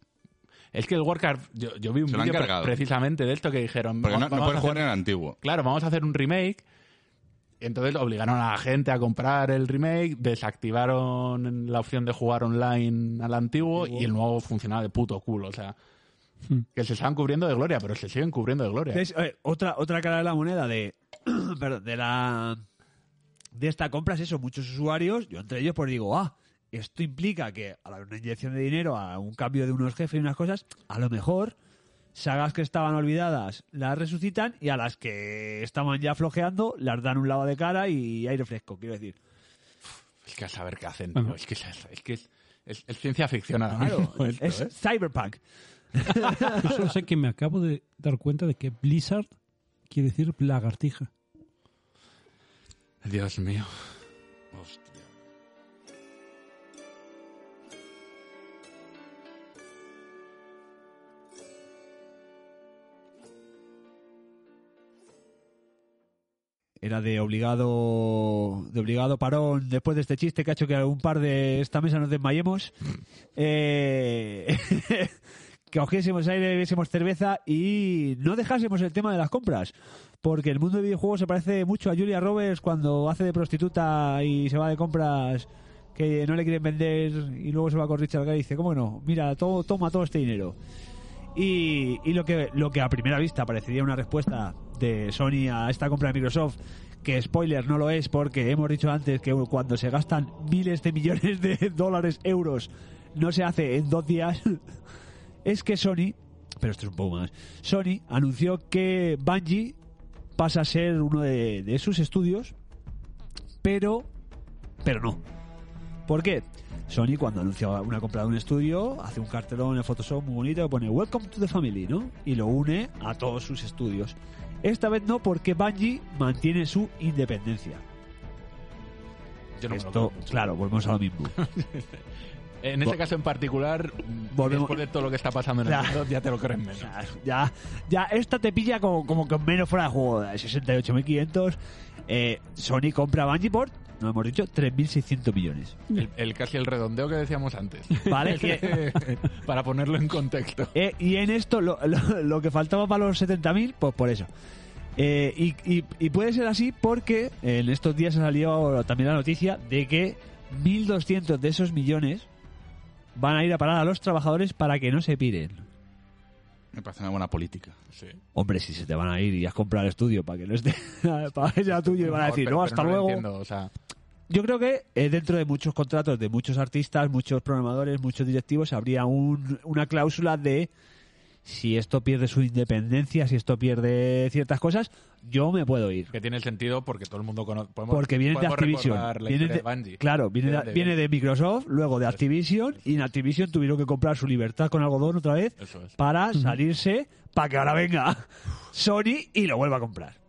Speaker 2: Es que el Warcraft, yo, yo vi un
Speaker 3: Se lo han
Speaker 2: vídeo pre-
Speaker 3: cargado.
Speaker 2: precisamente de esto que dijeron,
Speaker 3: Porque
Speaker 2: "Va-
Speaker 3: no, no
Speaker 2: vamos a
Speaker 3: puedes
Speaker 2: hacer-
Speaker 3: jugar en el antiguo.
Speaker 2: claro, vamos a hacer un remake. Entonces obligaron a la gente a comprar el remake, desactivaron la opción de jugar online al antiguo y el nuevo funcionaba de puto culo. O sea,
Speaker 1: Hmm.
Speaker 2: que se estaban cubriendo de gloria, pero se siguen cubriendo de gloria.
Speaker 1: [clears throat] ¿Ves? Eh, otra, otra cara de la moneda de, perdón, de la de esta compra es eso, muchos usuarios, yo entre ellos pues digo, ah, esto implica que a la- una inyección de dinero, a un cambio de unos jefes y unas cosas, a lo mejor sagas que estaban olvidadas las resucitan y a las que estaban ya flojeando las dan un lava de cara y aire fresco, quiero decir.
Speaker 2: Es que a saber qué hacen,
Speaker 4: Bueno.
Speaker 2: tío, es que es, es que es, es- es ciencia ficción ahora
Speaker 1: Claro,
Speaker 2: mismo [laughs] esto,
Speaker 1: [laughs] es
Speaker 2: ¿eh?
Speaker 1: cyberpunk.
Speaker 5: Yo solo sé que me acabo de dar cuenta de que Blizzard quiere decir lagartija.
Speaker 2: Dios mío.
Speaker 1: Era de obligado de obligado parón después de este chiste que ha hecho que algún par de esta mesa nos desmayemos. Eh, [laughs] que cogiésemos aire, bebiésemos cerveza y no dejásemos el tema de las compras. Porque el mundo de videojuegos se parece mucho a Julia Roberts cuando hace de prostituta y se va de compras que no le quieren vender y luego se va con Richard Gere y dice, ¿cómo que no? Mira, to- toma todo este dinero. Y, y lo, que, lo que a primera vista parecería una respuesta de Sony a esta compra de Microsoft, que spoiler no lo es porque hemos dicho antes que cuando se gastan miles de millones de [laughs] dólares, euros, no se hace en dos días, [laughs] es que Sony, pero esto es un poco más, Sony anunció que Bungie pasa a ser uno de, de sus estudios, pero, pero no. ¿Por qué? Sony cuando anuncia una compra de un estudio hace un cartelón en Photoshop muy bonito que pone Welcome to the Family, ¿no? Y lo une a todos sus estudios. Esta vez no porque Bungie mantiene su independencia.
Speaker 2: Yo no me lo
Speaker 1: Esto,
Speaker 2: creo mucho.
Speaker 1: claro, volvemos a lo
Speaker 2: [laughs]
Speaker 1: mismo.
Speaker 2: En este caso en particular,
Speaker 1: Volvemos-
Speaker 2: después de todo lo que está pasando en el
Speaker 1: Claro.
Speaker 2: mundo, ya te lo crees menos.
Speaker 1: Ya, ya, ya, esta te pilla como, como con menos fuera de juego. 68.500. Eh, Sony compra Bungie por, no hemos dicho, 3.600 millones.
Speaker 2: El, el- casi el redondeo que decíamos
Speaker 1: [laughs]
Speaker 2: antes. [laughs]
Speaker 1: Vale, que-
Speaker 2: Para ponerlo en contexto.
Speaker 1: Eh, y en esto, lo, lo- lo que faltaba para los 70.000, pues por eso. Eh, y, y- y puede ser así porque en estos días ha salido también la noticia de que 1.200 de esos millones van a ir a parar a los trabajadores para que no se piren.
Speaker 3: Me parece una buena política.
Speaker 2: Sí.
Speaker 1: Hombre, si se te van a ir y has comprado el estudio para que no esté [laughs] para que sea tuyo y van a decir,
Speaker 2: Pero-
Speaker 1: no,
Speaker 2: pero
Speaker 1: hasta
Speaker 2: lo
Speaker 1: luego.
Speaker 2: entiendo, o sea,
Speaker 1: Yo creo que eh, dentro de muchos contratos de muchos artistas, muchos programadores, muchos directivos, habría un- una cláusula de si esto pierde su independencia, si esto pierde ciertas cosas, yo me puedo ir.
Speaker 2: que tiene el sentido porque todo el mundo conoce. podemos-
Speaker 1: Porque viene de
Speaker 2: podemos
Speaker 1: Activision.
Speaker 2: recordar la
Speaker 1: Viene
Speaker 2: historia
Speaker 1: de,
Speaker 2: de Bungie.
Speaker 1: claro, viene
Speaker 2: ¿De
Speaker 1: de,
Speaker 2: dónde
Speaker 1: viene de Microsoft, luego de Activision, y en Activision tuvieron que comprar su libertad con algodón otra vez
Speaker 2: Eso es.
Speaker 1: para salirse, para que ahora venga Sony y lo vuelva a comprar.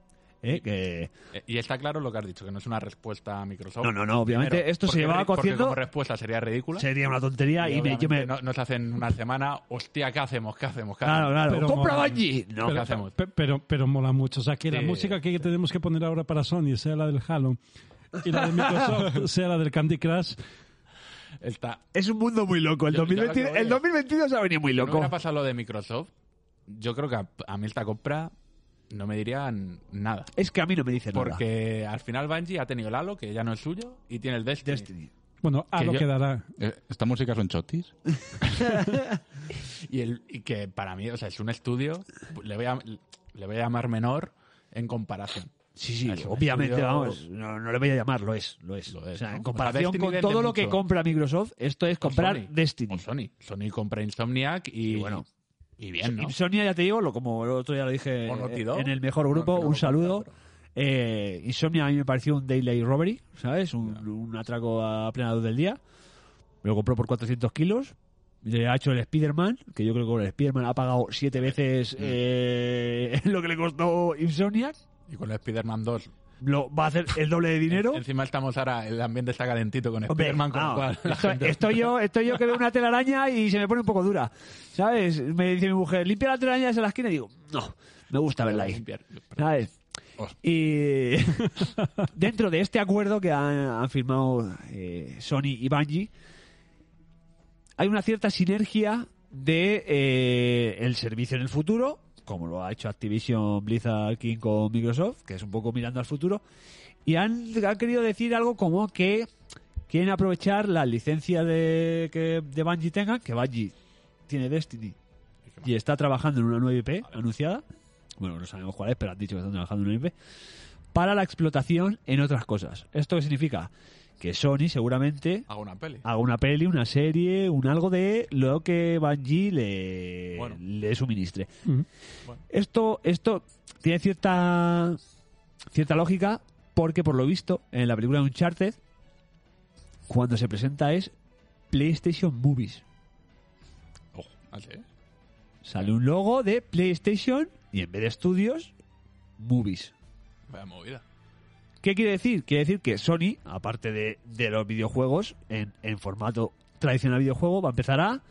Speaker 1: Eh, que-
Speaker 2: Eh, Y está claro lo que has dicho, que no es una respuesta a Microsoft.
Speaker 1: No, no, no, obviamente
Speaker 2: Oh, Primero,
Speaker 1: esto se
Speaker 2: porque-
Speaker 1: llevaba
Speaker 2: porque
Speaker 1: cociendo.
Speaker 2: como respuesta sería ridícula.
Speaker 1: Sería una tontería y, me- yo
Speaker 2: obviamente
Speaker 1: me...
Speaker 2: no- nos hacen una semana, hostia, ¿qué hacemos? ¿Qué hacemos? ¿Qué
Speaker 1: Claro,
Speaker 2: hacemos?
Speaker 1: claro.
Speaker 5: Pero
Speaker 1: ¡Compra
Speaker 5: mola.
Speaker 1: Bungie! No,
Speaker 2: ¿qué
Speaker 5: pero,
Speaker 2: hacemos?
Speaker 5: pe- pero, pero mola mucho. O sea, que la
Speaker 2: Sí.
Speaker 5: música que tenemos que poner ahora para Sony sea la del Halo
Speaker 2: [laughs]
Speaker 5: y la de Microsoft sea la del Candy Crush.
Speaker 2: Está,
Speaker 1: Es un mundo muy loco. El,
Speaker 2: Yo- yo
Speaker 1: 2020
Speaker 2: creo que
Speaker 1: el 2022 ha venido muy
Speaker 2: Si No
Speaker 1: loco.
Speaker 2: hubiera pasado lo de Microsoft. Yo creo que a, a mí esta compra no me dirían nada.
Speaker 1: Es que a mí no me dice nada.
Speaker 2: Porque al final Bungie ha tenido el Halo, que ya no es suyo, y tiene el Destiny.
Speaker 1: Destiny.
Speaker 5: Bueno, a
Speaker 2: Que
Speaker 5: lo
Speaker 2: yo-
Speaker 5: que dará.
Speaker 3: Eh, ¿Esta música son chotis?
Speaker 2: Y, el, y que para mí, o sea, es un estudio, pues, le voy a, le voy a llamar menor en comparación.
Speaker 1: Sí, sí,
Speaker 2: Es un
Speaker 1: obviamente,
Speaker 2: estudio-
Speaker 1: vamos. No, no le voy a llamar, lo es, lo es.
Speaker 2: Lo es,
Speaker 1: o sea,
Speaker 2: ¿no?
Speaker 1: en
Speaker 2: O sea,
Speaker 1: comparación
Speaker 2: Destiny
Speaker 1: con
Speaker 2: vende
Speaker 1: todo lo que
Speaker 2: mucho.
Speaker 1: compra Microsoft, esto es comprar
Speaker 2: Sony.
Speaker 1: Destiny.
Speaker 2: O Sony. Sony compra Insomniac y,
Speaker 1: Y bueno.
Speaker 2: y bien, ¿no?
Speaker 1: Insomnia, ya te digo, lo, como el otro día lo dije eh,
Speaker 2: O Naughty Dog.
Speaker 1: en el mejor grupo,
Speaker 2: No, no
Speaker 1: un
Speaker 2: lo
Speaker 1: saludo.
Speaker 2: compra, pero-
Speaker 1: Eh, Insomnia a mí me pareció un Daylight Robbery, ¿sabes? Un, un atraco a plena luz del día. Me lo compró por 400 kilos. Le ha hecho el Spider-Man, que yo creo que con el Spider-Man ha pagado siete
Speaker 2: Mm.
Speaker 1: veces eh, [laughs] lo que le costó Insomniac.
Speaker 2: Y con el Spider-Man 2.
Speaker 1: Lo, va a hacer el doble de dinero.
Speaker 2: Encima estamos ahora, el ambiente está calentito con
Speaker 1: [laughs] Hombre, ah,
Speaker 2: Spider-Man, con lo
Speaker 1: vamos,
Speaker 2: cual la
Speaker 1: estoy,
Speaker 2: gente-
Speaker 1: estoy yo, estoy yo que veo una telaraña y se me pone un poco dura. ¿Sabes? Me dice mi mujer, limpia la telaraña desde la esquina y digo, no, me gusta verla ahí. ¿Sabes? Y [laughs] dentro de este acuerdo que han, han firmado eh, Sony y Bungie, hay una cierta sinergia de eh, el servicio en el futuro, como lo ha hecho Activision Blizzard King con Microsoft, que es un poco mirando al futuro, y han, han querido decir algo como que quieren aprovechar la licencia de, que, de Bungie tengan, que Bungie tiene Destiny y está trabajando en una nueva IP anunciada. Bueno, no sabemos cuál es, pero han dicho que están trabajando en una IP. para la explotación en otras cosas. ¿Esto qué significa? Que Sony seguramente
Speaker 2: Hago una peli.
Speaker 1: haga una peli, una serie, un algo de lo que Bungie le,
Speaker 2: Bueno.
Speaker 1: le suministre.
Speaker 5: Ujú.
Speaker 2: Bueno.
Speaker 1: Esto, esto tiene cierta cierta lógica porque por lo visto en la película de Uncharted cuando se presenta es PlayStation Movies.
Speaker 2: Ojo, ¿eh?
Speaker 1: Sale un logo de PlayStation y en vez de estudios, movies.
Speaker 2: Vaya movida.
Speaker 1: ¿Qué quiere decir? Quiere decir que Sony, aparte de, de los videojuegos, en, en formato tradicional videojuego, va a empezar a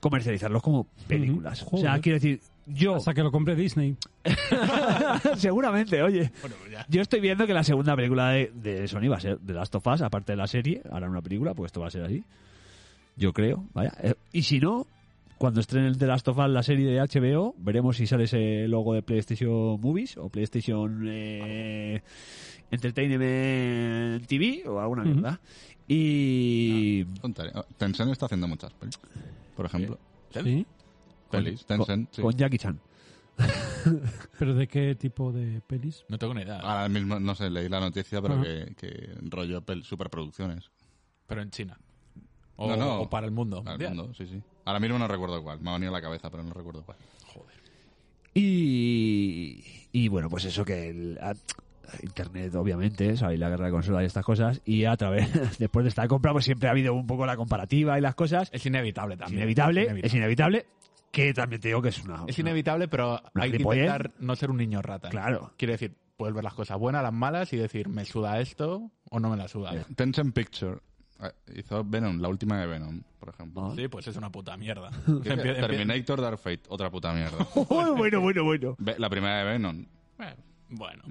Speaker 1: comercializarlos como películas.
Speaker 5: Ujú,
Speaker 1: o sea,
Speaker 5: joder.
Speaker 1: quiero decir, yo
Speaker 2: Oh.
Speaker 5: Hasta que lo compre Disney.
Speaker 1: [laughs] seguramente, oye,
Speaker 2: Bueno, pues ya.
Speaker 1: yo estoy viendo que la segunda película de, de Sony va a ser The Last of Us, aparte de la serie, harán una película, pues esto va a ser así. Yo creo, vaya. Eh, Y si no, cuando estrenen el The Last of Us, la serie de HBO, veremos si sale ese logo de PlayStation Movies o PlayStation eh, Entertainment TV o alguna
Speaker 5: Ujú.
Speaker 1: mierda. Y...
Speaker 3: Contaré. Oh, Tencent está haciendo muchas pelis. Por ejemplo,
Speaker 5: Sí.
Speaker 3: pelis.
Speaker 1: con-
Speaker 3: Tencent, sí.
Speaker 1: Con Jackie Chan.
Speaker 5: ¿Pero de qué tipo de pelis? [laughs]
Speaker 2: No tengo ni idea.
Speaker 3: Ahora mismo, no sé, leí la noticia, pero
Speaker 5: Ajá.
Speaker 3: que, que rollo pel- superproducciones.
Speaker 2: Pero en China. O,
Speaker 3: No, no.
Speaker 2: o para el mundo.
Speaker 3: Al
Speaker 2: mundial.
Speaker 3: mundo, sí, sí. Ahora mismo no recuerdo cuál. Me ha venido a la cabeza, pero no recuerdo cuál.
Speaker 2: Joder.
Speaker 1: Y, y bueno, pues eso que el, a- Internet, obviamente, ¿sabéis? La guerra de consolas y estas cosas. Y a través, [laughs] después de esta compra, pues siempre ha habido un poco la comparativa y las cosas. Es
Speaker 2: Es inevitable también.
Speaker 1: inevitable,
Speaker 2: Es
Speaker 1: es
Speaker 2: inevitable,
Speaker 1: inevitable. Que también te digo que es una.
Speaker 2: Es inevitable, pero hay que
Speaker 1: gilipollez.
Speaker 2: intentar no ser un niño rata.
Speaker 1: Claro.
Speaker 2: [laughs] Quiere decir, puedes ver las cosas buenas, las malas y decir, me suda esto o no me la suda.
Speaker 3: Tencent Picture eh, hizo Venom, la última de Venom, por ejemplo.
Speaker 1: ¿no?
Speaker 2: Sí, pues es una
Speaker 1: [laughs]
Speaker 2: puta mierda.
Speaker 3: ¿Qué- qué? Terminator Dark Fate, otra puta mierda.
Speaker 1: [laughs] Oh, bueno, bueno, bueno.
Speaker 3: Ve- la primera de Venom.
Speaker 2: Eh, Bueno,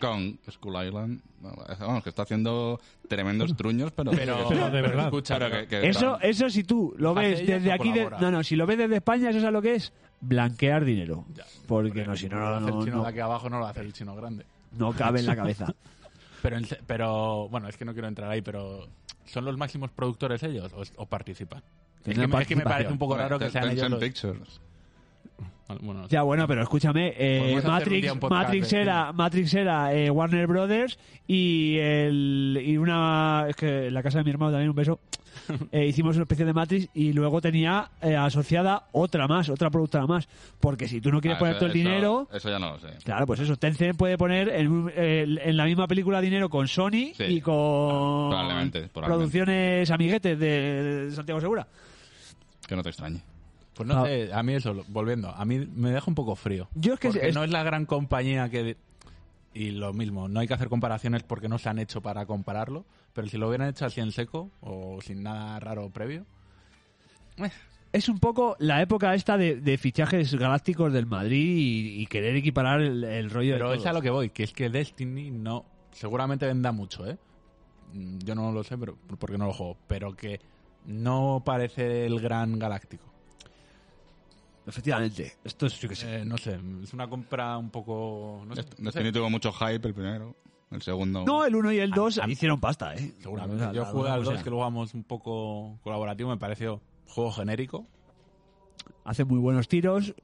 Speaker 3: Con Skull Island. Bueno, Vamos, que está haciendo tremendos truños, [laughs] pero.
Speaker 2: pero,
Speaker 5: Pero de verdad.
Speaker 2: escucha,
Speaker 3: Pero
Speaker 2: pero-
Speaker 3: que- que-
Speaker 1: Eso, eso si tú lo
Speaker 2: Hace
Speaker 1: ves
Speaker 2: ellos
Speaker 1: desde
Speaker 2: no
Speaker 1: aquí. de-
Speaker 2: colabora.
Speaker 1: no, no, si lo ves desde España, eso es lo que es blanquear dinero.
Speaker 2: Ya,
Speaker 1: Porque no, si no,
Speaker 2: lo
Speaker 1: no,
Speaker 2: hace el
Speaker 1: no,
Speaker 2: chino
Speaker 1: no-
Speaker 2: de aquí abajo, no lo hace el chino grande.
Speaker 1: no cabe
Speaker 2: [laughs]
Speaker 1: en la cabeza.
Speaker 2: Pero, en se- pero bueno, es que no quiero entrar ahí, pero ¿son los máximos productores ellos o, o participan?
Speaker 1: Que
Speaker 2: Es
Speaker 1: no
Speaker 2: que, me- es que me
Speaker 1: participación.
Speaker 2: parece un poco raro que
Speaker 3: Ten-
Speaker 2: sean ellos
Speaker 3: Tencent
Speaker 2: los...
Speaker 3: Pictures.
Speaker 2: Bueno, no sé.
Speaker 1: Ya, bueno, pero escúchame, eh,
Speaker 2: Podemos hacer un día
Speaker 1: Matrix,
Speaker 2: un podcast
Speaker 1: Matrix
Speaker 2: de
Speaker 1: era,
Speaker 2: cine.
Speaker 1: Matrix era eh, Warner Brothers y, el, y una... Es que en la casa de mi hermano también un
Speaker 2: [laughs]
Speaker 1: beso. eh, hicimos una especie de Matrix y luego tenía eh, asociada otra más, otra productora más. Porque si tú no quieres
Speaker 3: Ah,
Speaker 1: poner
Speaker 3: eso-
Speaker 1: todo el
Speaker 3: eso-
Speaker 1: dinero...
Speaker 3: Eso ya no lo sé.
Speaker 1: Claro, pues eso, Tencent puede poner en, un- el- en la misma película dinero con Sony
Speaker 3: Sí.
Speaker 1: y con
Speaker 3: Probablemente, probablemente.
Speaker 1: producciones amiguetes de, de Santiago Segura.
Speaker 3: Que no te extrañe.
Speaker 2: Pues no
Speaker 1: Ah.
Speaker 2: sé, a mí eso, lo- volviendo, a mí me deja un poco frío.
Speaker 1: Yo es que
Speaker 2: porque
Speaker 1: es-
Speaker 2: no es la gran compañía que... de- Y lo mismo, no hay que hacer comparaciones porque no se han hecho para compararlo, pero si lo hubieran hecho así en seco o sin nada raro previo... eh,
Speaker 1: es un poco la época esta de, de fichajes galácticos del Madrid y, y querer equiparar el, el rollo
Speaker 2: Pero
Speaker 1: de
Speaker 2: es
Speaker 1: todos.
Speaker 2: a lo que voy, que es que Destiny no... Seguramente venda mucho, ¿eh? Mm, Yo no lo sé, pero porque no lo juego. Pero que no parece el gran galáctico.
Speaker 1: Efectivamente. Esto es, yo qué sé.
Speaker 2: Eh, no sé, es una compra un poco... No sé, no sé.
Speaker 3: Destiny tuvo mucho hype el primero. El segundo.
Speaker 1: No, el 1 y el
Speaker 2: A-
Speaker 1: 2
Speaker 2: a-
Speaker 1: hicieron pasta, ¿eh?
Speaker 2: Seguramente.
Speaker 1: La-
Speaker 2: Yo
Speaker 1: la-
Speaker 2: jugué
Speaker 1: la-
Speaker 2: al
Speaker 1: o sea,
Speaker 2: 2, que lo jugamos un poco colaborativo, me pareció juego genérico.
Speaker 1: Hace muy buenos tiros.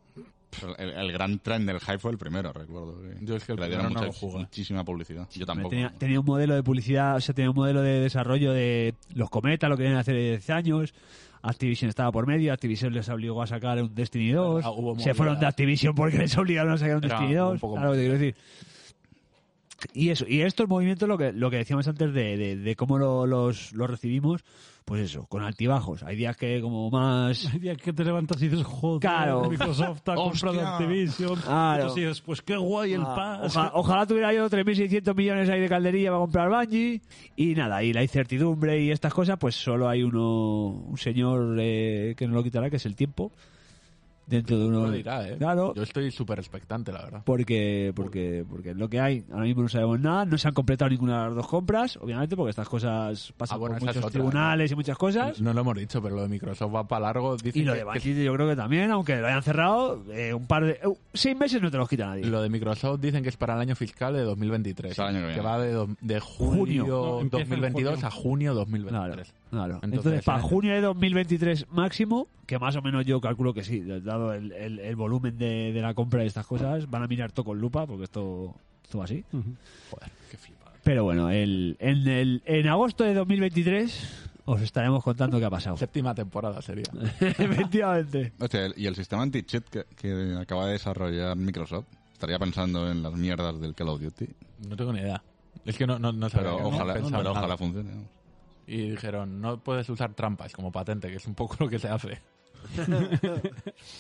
Speaker 3: Pero El, el gran tren del hype fue el primero, recuerdo. que-
Speaker 2: Yo es que el
Speaker 3: le dieron
Speaker 2: primero no
Speaker 3: mucha-
Speaker 2: lo jugué.
Speaker 3: muchísima publicidad. Yo tampoco.
Speaker 1: Tenía, tenía un modelo de publicidad, o sea, tenía un modelo de desarrollo de los cometas, lo que querían hacer de 10 años. Activision estaba por medio, Activision les obligó a sacar un Destiny 2.
Speaker 2: Ah, hubo
Speaker 1: se fueron de
Speaker 2: movidas.
Speaker 1: Activision porque les obligaron a sacar un
Speaker 2: Era
Speaker 1: Destiny
Speaker 2: un
Speaker 1: 2.
Speaker 2: poco
Speaker 1: Claro, te quiero decir. Y eso, y estos movimientos, lo que, lo que decíamos antes de, de- de cómo lo- los, los recibimos, pues eso, con altibajos. Hay días que como más...
Speaker 5: El día que te levantas y dices, joder,
Speaker 1: Claro.
Speaker 5: Microsoft ha comprado
Speaker 3: Hostia.
Speaker 5: Activision.
Speaker 1: Claro.
Speaker 5: Entonces dices, pues qué guay el
Speaker 1: Ah,
Speaker 5: PAS.
Speaker 1: oja- ojalá tuviera yo 3.600 millones ahí de calderilla para comprar Bungie. Y nada, y la incertidumbre y estas cosas, pues solo hay uno, un señor eh, que no lo quitará, que es el tiempo. Dentro de uno.
Speaker 2: No lo dirá, ¿eh?
Speaker 1: Claro,
Speaker 2: Yo estoy súper expectante, la verdad.
Speaker 1: porque, porque, porque es lo que hay. Ahora mismo no sabemos nada, no se han completado ninguna de las dos compras, obviamente, porque estas cosas pasan
Speaker 2: Ah, bueno,
Speaker 1: por
Speaker 2: esa es
Speaker 1: muchos
Speaker 2: otra,
Speaker 1: tribunales y muchas cosas.
Speaker 2: No lo hemos dicho, pero lo de Microsoft va para largo. Dicen
Speaker 1: Y lo
Speaker 2: que-
Speaker 1: de
Speaker 2: que
Speaker 1: Bungie yo creo que también, aunque lo hayan cerrado, eh, un par de. eh, seis meses no te los quita nadie.
Speaker 2: Lo de Microsoft dicen que es para el año fiscal de 2023.
Speaker 3: Es el año que viene.
Speaker 2: va de, do- de julio,
Speaker 5: No, empieza en
Speaker 2: 2022
Speaker 5: junio.
Speaker 2: a junio
Speaker 1: Claro,
Speaker 2: 2023.
Speaker 1: claro. Entonces,
Speaker 2: Entonces,
Speaker 1: para
Speaker 2: en-
Speaker 1: junio de 2023 máximo, que más o menos yo calculo que sí, dado el, el- el volumen de, de la compra de estas cosas, van a mirar todo con lupa, porque esto estuvo así.
Speaker 2: Joder, qué flipa.
Speaker 1: Pero bueno, el, en, el, en agosto de 2023 os estaremos contando qué ha
Speaker 2: [laughs]
Speaker 1: pasado.
Speaker 2: Séptima temporada sería.
Speaker 1: [laughs] Efectivamente.
Speaker 3: Hostia, el- y el sistema anti-cheat que, que acaba de desarrollar Microsoft. Estaría pensando en las mierdas del Call of Duty.
Speaker 2: No tengo ni idea. Es que no, no, no sabía
Speaker 3: Pero
Speaker 2: que no
Speaker 3: ojalá,
Speaker 2: pensaba
Speaker 3: pero
Speaker 2: nada.
Speaker 3: ojalá funcione. vamos.
Speaker 2: Y dijeron, no puedes usar trampas como patente, que es un poco lo que se hace. [laughs]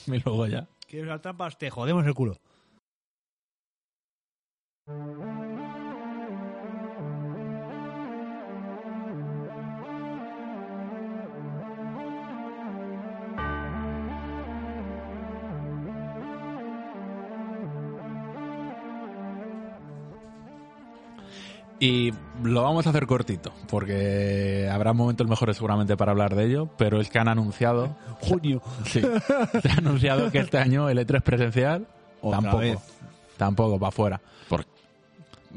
Speaker 2: y luego ya.
Speaker 1: ¿Quieres usar trampas? Te jodemos el culo.
Speaker 2: Y lo vamos a hacer cortito, porque habrá momentos mejores seguramente para hablar de ello, pero es que han anunciado,
Speaker 1: [laughs] Junio.
Speaker 2: sí, se ha anunciado que este año el E3 presencial
Speaker 1: Otra
Speaker 2: tampoco,
Speaker 1: vez.
Speaker 2: tampoco, para afuera.
Speaker 3: ¿Por qué?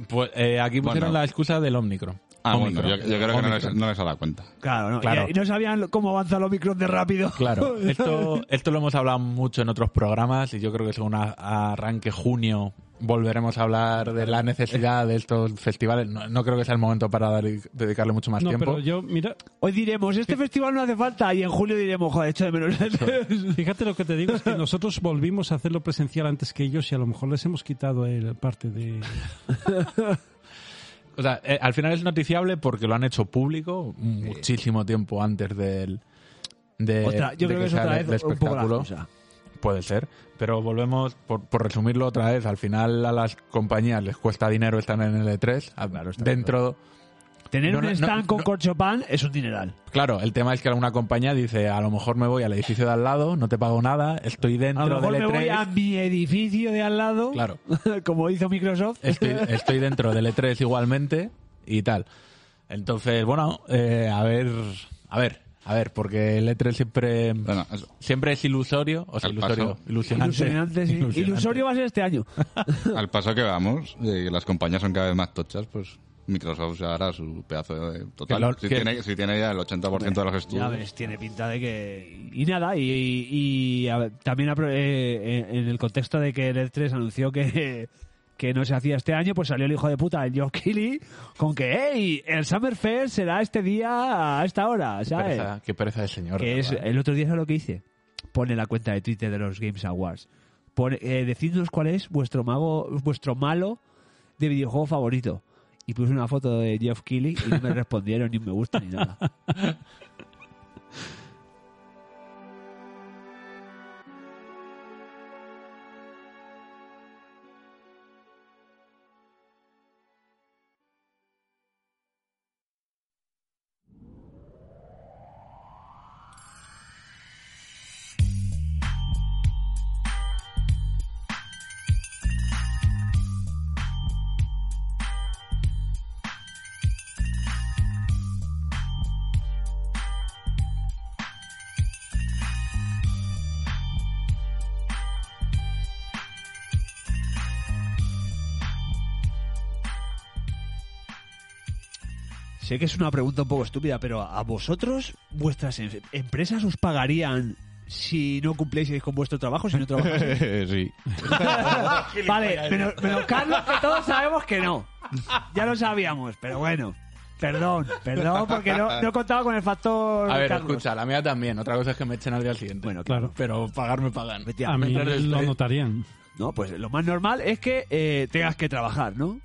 Speaker 2: Pues eh, aquí pusieron
Speaker 3: Bueno.
Speaker 2: la excusa del Omnicron.
Speaker 3: Ah,
Speaker 2: Omicron.
Speaker 3: bueno, yo, yo creo que no les,
Speaker 2: Omicron.
Speaker 3: no les ha dado cuenta.
Speaker 1: Claro, no,
Speaker 2: Claro.
Speaker 1: Y, y no sabían lo- cómo avanza el Omicron de rápido.
Speaker 2: [laughs] Claro, esto, esto lo hemos hablado mucho en otros programas y yo creo que según a- arranque junio volveremos a hablar de la necesidad de estos festivales. No, no creo que sea el momento para dar- dedicarle mucho más
Speaker 4: No,
Speaker 2: tiempo.
Speaker 4: pero yo, mira,
Speaker 1: Hoy diremos, este festival no hace falta. Y en julio diremos, joder, echo de menos el [laughs] E3.
Speaker 4: fíjate lo que te digo es que nosotros volvimos a hacerlo presencial antes que ellos y a lo mejor les hemos quitado el parte de...
Speaker 2: O sea, eh, al final es noticiable porque lo han hecho público muchísimo tiempo antes del... De,
Speaker 1: Otra- yo
Speaker 2: de
Speaker 1: creo que es
Speaker 2: sea
Speaker 1: otra
Speaker 2: de-
Speaker 1: vez
Speaker 2: de
Speaker 1: un poco la
Speaker 2: espectáculo.
Speaker 1: excusa.
Speaker 2: Puede ser, pero volvemos, por, por resumirlo otra vez, al final a las compañías les cuesta dinero estar en el E3, a-
Speaker 1: Ah, Claro, está
Speaker 2: dentro...
Speaker 1: Tener
Speaker 2: No,
Speaker 1: un
Speaker 2: no, no,
Speaker 1: stand con
Speaker 2: no.
Speaker 1: corcho pan es un dineral.
Speaker 2: Claro, el tema es que alguna compañía dice, a lo mejor me voy al edificio de al lado, no te pago nada, estoy
Speaker 1: A lo
Speaker 2: dentro
Speaker 1: mejor
Speaker 2: del E
Speaker 1: me voy a
Speaker 2: E3.
Speaker 1: mi edificio de al [laughs] lado,
Speaker 2: Claro.
Speaker 1: como hizo Microsoft.
Speaker 2: Estoy, estoy dentro del E3 igualmente y tal. Entonces, bueno, eh, a ver, a ver, a ver, porque el E3 siempre,
Speaker 3: Bueno, es-
Speaker 2: siempre es ilusorio, o sea,
Speaker 3: Al
Speaker 2: ilusorio,
Speaker 3: paso.
Speaker 2: ilusionante.
Speaker 1: [laughs] Ilusionante, sí.
Speaker 2: ilusionante.
Speaker 1: Ilusorio va a ser este año.
Speaker 3: al paso que vamos, eh, las compañías son cada vez más tochas, pues Microsoft se hará su pedazo de total.
Speaker 2: Que lo-
Speaker 3: si,
Speaker 2: que-
Speaker 3: tiene, si tiene ya el 80% de los estudios.
Speaker 1: [laughs] Ya ves, tiene pinta de que... Y nada, y, y- y, a ver, también apro- eh, eh, en el contexto de que el E3 anunció que, [laughs] que no se hacía este año, pues salió el hijo de puta, el Geoff Keighley, con que, hey, el Summer Fest será este día a esta hora,
Speaker 2: Qué
Speaker 1: ¿sabes?
Speaker 2: pereza, qué pereza de señor. de
Speaker 1: que es, eh,
Speaker 2: verdad.
Speaker 1: el otro día es lo que hice. Pone la cuenta de Twitter de los Games Awards. Pone, eh, decidnos cuál es vuestro mago, vuestro malo de videojuego favorito. Y puse una foto de Geoff Keighley y no me [laughs] respondieron ni un me gusta ni nada. Sé que es una pregunta un poco estúpida, pero ¿a vosotros vuestras em- empresas os pagarían si no cumplieseis con vuestro trabajo, si no trabajáis?
Speaker 3: [laughs] sí.
Speaker 1: vale, menos, menos Carlos, que todos sabemos que no. Ya lo sabíamos, pero bueno. Perdón, perdón, porque no, no he contado con el factor
Speaker 2: A ver,
Speaker 1: Carlos.
Speaker 2: escucha, la mía también. Otra cosa es que me echen al día siguiente.
Speaker 1: Bueno,
Speaker 4: Claro.
Speaker 2: Pero pagar me pagan.
Speaker 4: A mí
Speaker 2: Mientras
Speaker 4: lo
Speaker 2: estoy-
Speaker 4: notarían.
Speaker 1: No, pues lo más normal es que eh, tengas que trabajar, ¿no?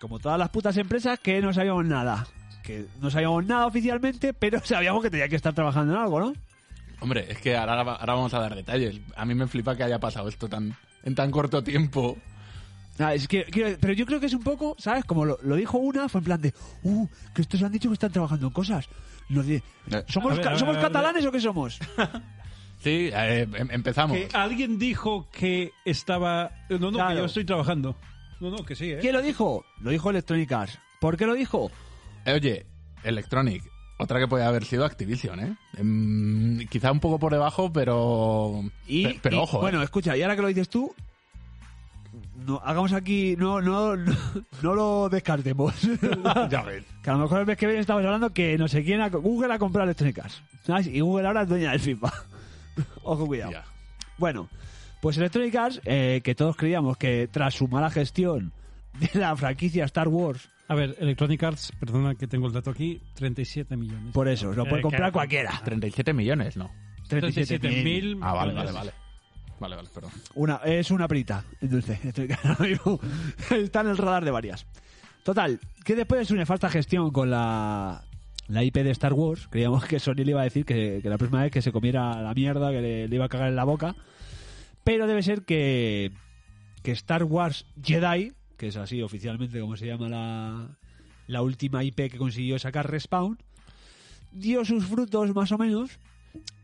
Speaker 1: Como todas las putas empresas que no sabíamos nada. Que no sabíamos nada oficialmente, pero [laughs] sabíamos que tenía que estar trabajando en algo, ¿no?
Speaker 2: Hombre, es que ahora, ahora vamos a dar detalles. A mí me flipa que haya pasado esto tan en tan corto tiempo.
Speaker 1: Ah, es que, quiero- pero yo creo que es un poco, ¿sabes? Como lo, lo dijo una, fue en plan de, uh, que estos han dicho que están trabajando en cosas. Lo
Speaker 2: Eh.
Speaker 1: de- ¿Somos,
Speaker 4: a ver,
Speaker 1: ca-
Speaker 4: a ver,
Speaker 1: ¿somos
Speaker 4: a ver,
Speaker 1: catalanes o qué somos?
Speaker 2: Sí, eh, em- empezamos.
Speaker 4: Que alguien dijo que estaba... eh, No, no,
Speaker 1: Claro.
Speaker 4: que yo estoy trabajando. No, no, que sí, ¿eh?
Speaker 1: ¿Quién lo dijo? Lo dijo Electronic Arts. ¿Por qué lo dijo?
Speaker 2: Eh, oye, Electronic. Otra que podía haber sido Activision, ¿eh? Em, quizá un poco por debajo, pero.
Speaker 1: Y,
Speaker 2: pe- pero
Speaker 1: y-
Speaker 2: ojo. ¿eh?
Speaker 1: Bueno, escucha, y ahora que lo dices tú, no, hagamos aquí, no, no, no, no lo descartemos.
Speaker 2: [laughs] [laughs] ya ves.
Speaker 1: que a lo mejor el mes que viene estamos hablando que no sé quién, ha- Google ha comprado Electronic Arts. ¿sabes? Y Google ahora es dueña del FIFA. [laughs] Ojo, cuidado.
Speaker 2: Ya.
Speaker 1: Bueno, pues Electronic Arts, eh, que todos creíamos que tras su mala gestión de la franquicia Star Wars.
Speaker 5: A ver, Electronic Arts, perdona que tengo el dato aquí, 37 millones.
Speaker 1: Por eso, lo puede comprar cualquiera.
Speaker 2: 37 millones, ¿no?
Speaker 1: 37.000.
Speaker 5: mil.
Speaker 2: Ah, vale, vale, vale. Vale, vale, perdón.
Speaker 1: Una, es una perita dulce. [laughs] Estoy- ahora mismo Está en el radar de varias. Total, que después de su nefasta gestión con la, la IP de Star Wars, creíamos que Sony le iba a decir que, que la próxima vez que se comiera la mierda, que le, le iba a cagar en la boca. Pero debe ser que, que Star Wars Jedi, que es así oficialmente como se llama la, la última IP que consiguió sacar Respawn, dio sus frutos más o menos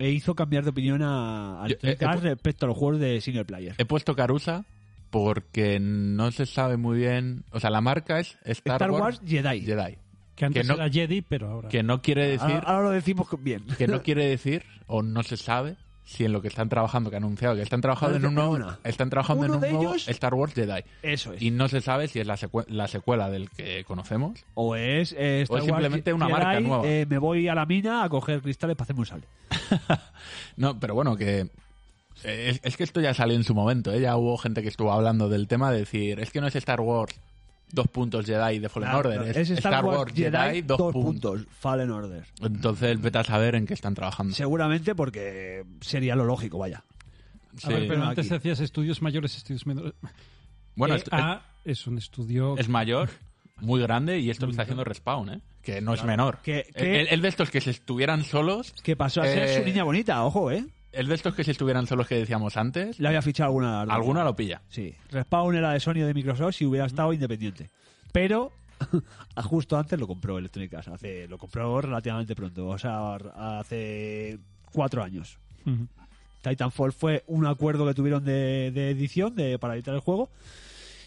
Speaker 1: e hizo cambiar de opinión a, a
Speaker 2: Yo- eh,
Speaker 1: Electronic Arts
Speaker 2: eh,
Speaker 1: respecto a los juegos de single player.
Speaker 2: He puesto Carusa porque no se sabe muy bien. O sea, la marca es Star,
Speaker 1: Star Wars, Jedi. Ah,
Speaker 2: Jedi.
Speaker 5: Que antes
Speaker 2: Que no-
Speaker 5: era Jedi, pero ahora.
Speaker 2: Que no quiere
Speaker 1: Ahora,
Speaker 2: decir.
Speaker 1: ahora lo decimos con- bien.
Speaker 2: Que no quiere decir, o no se sabe, si en lo que están trabajando, que han anunciado que están trabajando
Speaker 1: Ahora
Speaker 2: en un
Speaker 1: te
Speaker 2: nuevo.
Speaker 1: perdona.
Speaker 2: Están trabajando en
Speaker 1: Uno
Speaker 2: un
Speaker 1: de
Speaker 2: nuevo
Speaker 1: ellos-
Speaker 2: Star Wars Jedi.
Speaker 1: Eso es.
Speaker 2: Y no se sabe si es la, secue- la secuela del que conocemos.
Speaker 1: o es, eh, Star
Speaker 2: o es simplemente
Speaker 1: Wars
Speaker 2: una marca
Speaker 1: Jedi,
Speaker 2: nueva.
Speaker 1: eh, me voy a la mina a coger cristales para hacerme un sable.
Speaker 2: No, pero bueno, que. eh, Es, es que esto ya salió en su momento, ¿eh? ya hubo gente que estuvo hablando del tema de decir, es que no es Star Wars dos puntos Jedi de Fallen
Speaker 1: Claro,
Speaker 2: Order,
Speaker 1: no,
Speaker 2: Ah, es, Star, Wars, Jedi, dos, puntos.
Speaker 1: Fallen Order.
Speaker 2: Entonces, vete a saber en qué están trabajando.
Speaker 1: Seguramente porque sería lo lógico, vaya.
Speaker 5: A
Speaker 2: Sí.
Speaker 5: ver, pero
Speaker 1: No,
Speaker 5: antes
Speaker 1: aquí.
Speaker 5: hacías estudios mayores, estudios menores.
Speaker 2: bueno,
Speaker 5: Eh,
Speaker 2: es,
Speaker 5: A es un estudio.
Speaker 2: es mayor, muy grande, y esto lo está haciendo Respawn, ¿eh? que no es menor.
Speaker 1: Que-
Speaker 2: El-
Speaker 1: que-
Speaker 2: El, el de estos que se estuvieran solos,
Speaker 1: Que pasó a ser
Speaker 2: Eh,
Speaker 1: su niña bonita, ojo, ¿eh?
Speaker 2: el de estos que se estuvieran solos que decíamos antes,
Speaker 1: Le había fichado alguna. de las dos.
Speaker 2: alguna lo pilla.
Speaker 1: Sí. Respawn era de Sony o de Microsoft y hubiera estado independiente. [laughs] Pero Ah, justo antes lo compró Electronic Arts. Hace, lo compró relativamente pronto. O sea, hace cuatro años.
Speaker 5: Ujú.
Speaker 1: Titanfall fue un acuerdo que tuvieron de, de edición de, para editar el juego.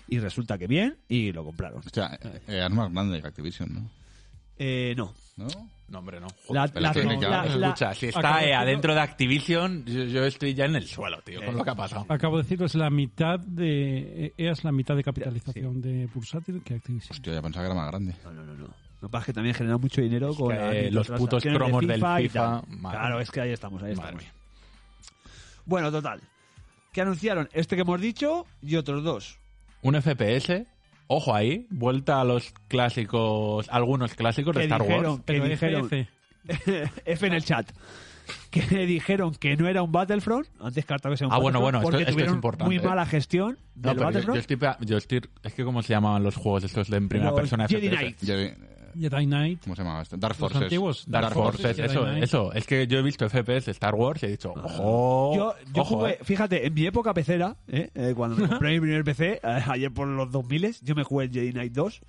Speaker 1: Y resulta que bien, y lo compraron.
Speaker 3: Hostia, eh, eh, es más grande que Activision, ¿no?
Speaker 1: Eh, no.
Speaker 3: ¿No?
Speaker 2: No, hombre, no.
Speaker 1: La-
Speaker 3: pero
Speaker 1: la-
Speaker 3: tiene que
Speaker 1: la-
Speaker 3: haber.
Speaker 1: la-
Speaker 2: Escucha, si
Speaker 5: acabo
Speaker 2: está
Speaker 5: de
Speaker 2: eh,
Speaker 5: decirlo-
Speaker 2: adentro de Activision, yo, yo estoy ya en el suelo, tío, con lo que ha pasado.
Speaker 5: Acabo de decirlo, es la mitad de. eh, EA es la mitad de capitalización de Bursátil que Activision.
Speaker 3: Hostia, ya pensaba que era más grande.
Speaker 1: No, no, no, no. Lo que pasa es que también genera mucho dinero con
Speaker 2: que
Speaker 1: las
Speaker 2: los
Speaker 1: microtransacciones
Speaker 2: putos cromos
Speaker 1: de
Speaker 2: del
Speaker 1: y
Speaker 2: FIFA,
Speaker 1: tal.
Speaker 2: madre
Speaker 1: Claro,
Speaker 2: mía.
Speaker 1: es que ahí estamos, ahí
Speaker 2: Madre
Speaker 1: estamos.
Speaker 2: mía.
Speaker 1: Bueno, total. Que anunciaron este que hemos dicho y otros dos. [laughs]
Speaker 2: Un FPS, ojo ahí, vuelta a los clásicos, algunos clásicos de
Speaker 1: Que
Speaker 2: Star
Speaker 1: dijeron, que
Speaker 2: Wars.
Speaker 5: Pero
Speaker 1: dijeron,
Speaker 5: FF,
Speaker 1: F en el chat. [laughs] Que dijeron que no era un Battlefront. Antes carta que sea un
Speaker 2: Ah, bueno,
Speaker 1: Battlefront,
Speaker 2: bueno, esto-
Speaker 1: porque
Speaker 2: esto es
Speaker 1: tuvieron
Speaker 2: importante,
Speaker 1: muy
Speaker 2: eh.
Speaker 1: mala gestión del
Speaker 2: No, pero yo- yo,
Speaker 1: Battlefront.
Speaker 2: estoy, pe- yo estoy- es que cómo se llamaban los juegos estos de en primera
Speaker 1: Los
Speaker 2: persona
Speaker 1: Jedi
Speaker 2: FPS?
Speaker 1: Knight.
Speaker 3: Yo- eh,
Speaker 5: Jedi Knight.
Speaker 3: ¿Cómo se llamaba esto? Dark
Speaker 5: Los
Speaker 3: Forces.
Speaker 5: antiguos.
Speaker 2: Dark, Forces, Ah.
Speaker 5: Jedi
Speaker 2: eso,
Speaker 5: Knight.
Speaker 2: eso. Es que yo he visto FPS Star Wars y he dicho, ojo,
Speaker 1: Yo, yo
Speaker 2: ojo,
Speaker 1: jugué,
Speaker 2: eh.
Speaker 1: fíjate, en mi época pecera, ¿eh? Eh, cuando me compré mi primer PC, eh, ayer por los 2000, yo me jugué el Jedi Knight 2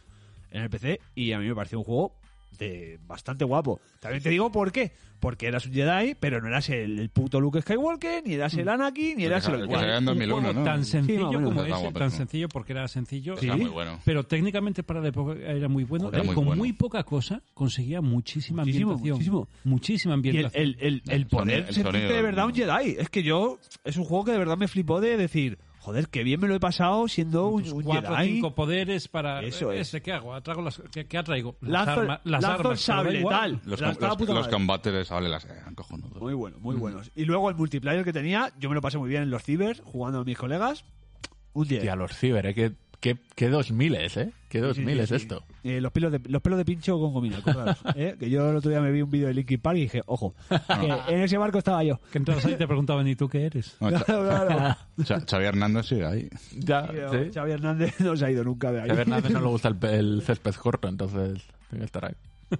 Speaker 1: en el PC y a mí me pareció un juego de bastante guapo. También te digo por qué. Porque eras un Jedi, pero no eras el, el puto Luke Skywalker, ni eras el Anakin, ni
Speaker 3: El
Speaker 1: eras
Speaker 3: que-
Speaker 1: el...
Speaker 3: el que
Speaker 1: Obi-Wan.
Speaker 3: salió en
Speaker 5: Un
Speaker 3: 2001,
Speaker 5: juego
Speaker 3: ¿no?
Speaker 5: Tan sencillo
Speaker 1: Sí, más o
Speaker 5: como
Speaker 1: menos.
Speaker 5: ese,
Speaker 3: Estaba
Speaker 5: tan
Speaker 3: guapo.
Speaker 5: sencillo porque era sencillo.
Speaker 3: Era muy bueno.
Speaker 5: Pero técnicamente para la época era muy bueno.
Speaker 3: Era
Speaker 5: Él
Speaker 3: muy
Speaker 5: con
Speaker 3: bueno.
Speaker 5: muy poca cosa conseguía muchísima
Speaker 1: Muchísimo,
Speaker 5: ambientación.
Speaker 1: muchísimo.
Speaker 5: Muchísima
Speaker 1: Y el,
Speaker 5: ambientación.
Speaker 1: el, el, el
Speaker 3: El
Speaker 1: poder
Speaker 3: sonido- el
Speaker 1: sentirte
Speaker 3: sonido.
Speaker 1: de verdad un Jedi. Es que yo, es un juego que de verdad me flipó de decir, joder, qué bien me lo he pasado siendo un,
Speaker 5: Pues Tus
Speaker 1: un
Speaker 5: cuatro o
Speaker 1: Jedi.
Speaker 5: cinco poderes para
Speaker 1: Eso es.
Speaker 5: ese, ¿qué hago? ¿Atrago las, qué, qué atraigo? Las
Speaker 1: Lanzo,
Speaker 5: armas, las
Speaker 1: lanzo el
Speaker 5: armas, pero da
Speaker 1: sable,
Speaker 5: igual.
Speaker 1: tal.
Speaker 3: Los,
Speaker 1: La-
Speaker 3: com-
Speaker 1: estaba
Speaker 3: los,
Speaker 1: puta
Speaker 3: los
Speaker 1: madre.
Speaker 3: combates de sable las eran cojonudos.
Speaker 1: Muy bueno,
Speaker 2: Mm.
Speaker 1: muy buenos. Y luego el multiplayer que tenía, yo me lo pasé muy bien en los ciber, jugando con mis colegas. Un 10.
Speaker 2: Y a los ciber, ¿eh? Que, que, que 2000 es, ¿eh? Que 2000 es
Speaker 1: Sí, sí, sí.
Speaker 2: esto.
Speaker 1: Eh, los, pelos de, los pelos de pincho con gomina,
Speaker 2: [laughs]
Speaker 1: acordaros, ¿eh? Que yo el otro día me vi un vídeo de Linkin Park y dije, ojo, que en ese barco estaba
Speaker 2: [laughs]
Speaker 1: yo.
Speaker 5: Que entrabas ahí y te preguntaban, ¿y tú qué eres?
Speaker 3: No, Cha-
Speaker 1: Claro, claro.
Speaker 3: Cha- Xavi Hernández sigue ahí.
Speaker 2: Ya,
Speaker 1: Pero
Speaker 2: sí.
Speaker 1: Xavi Hernández [laughs] no se ha ido nunca de ahí.
Speaker 2: A Hernández no le gusta el, pe- el césped corto, entonces tiene que estar ahí.
Speaker 1: [laughs]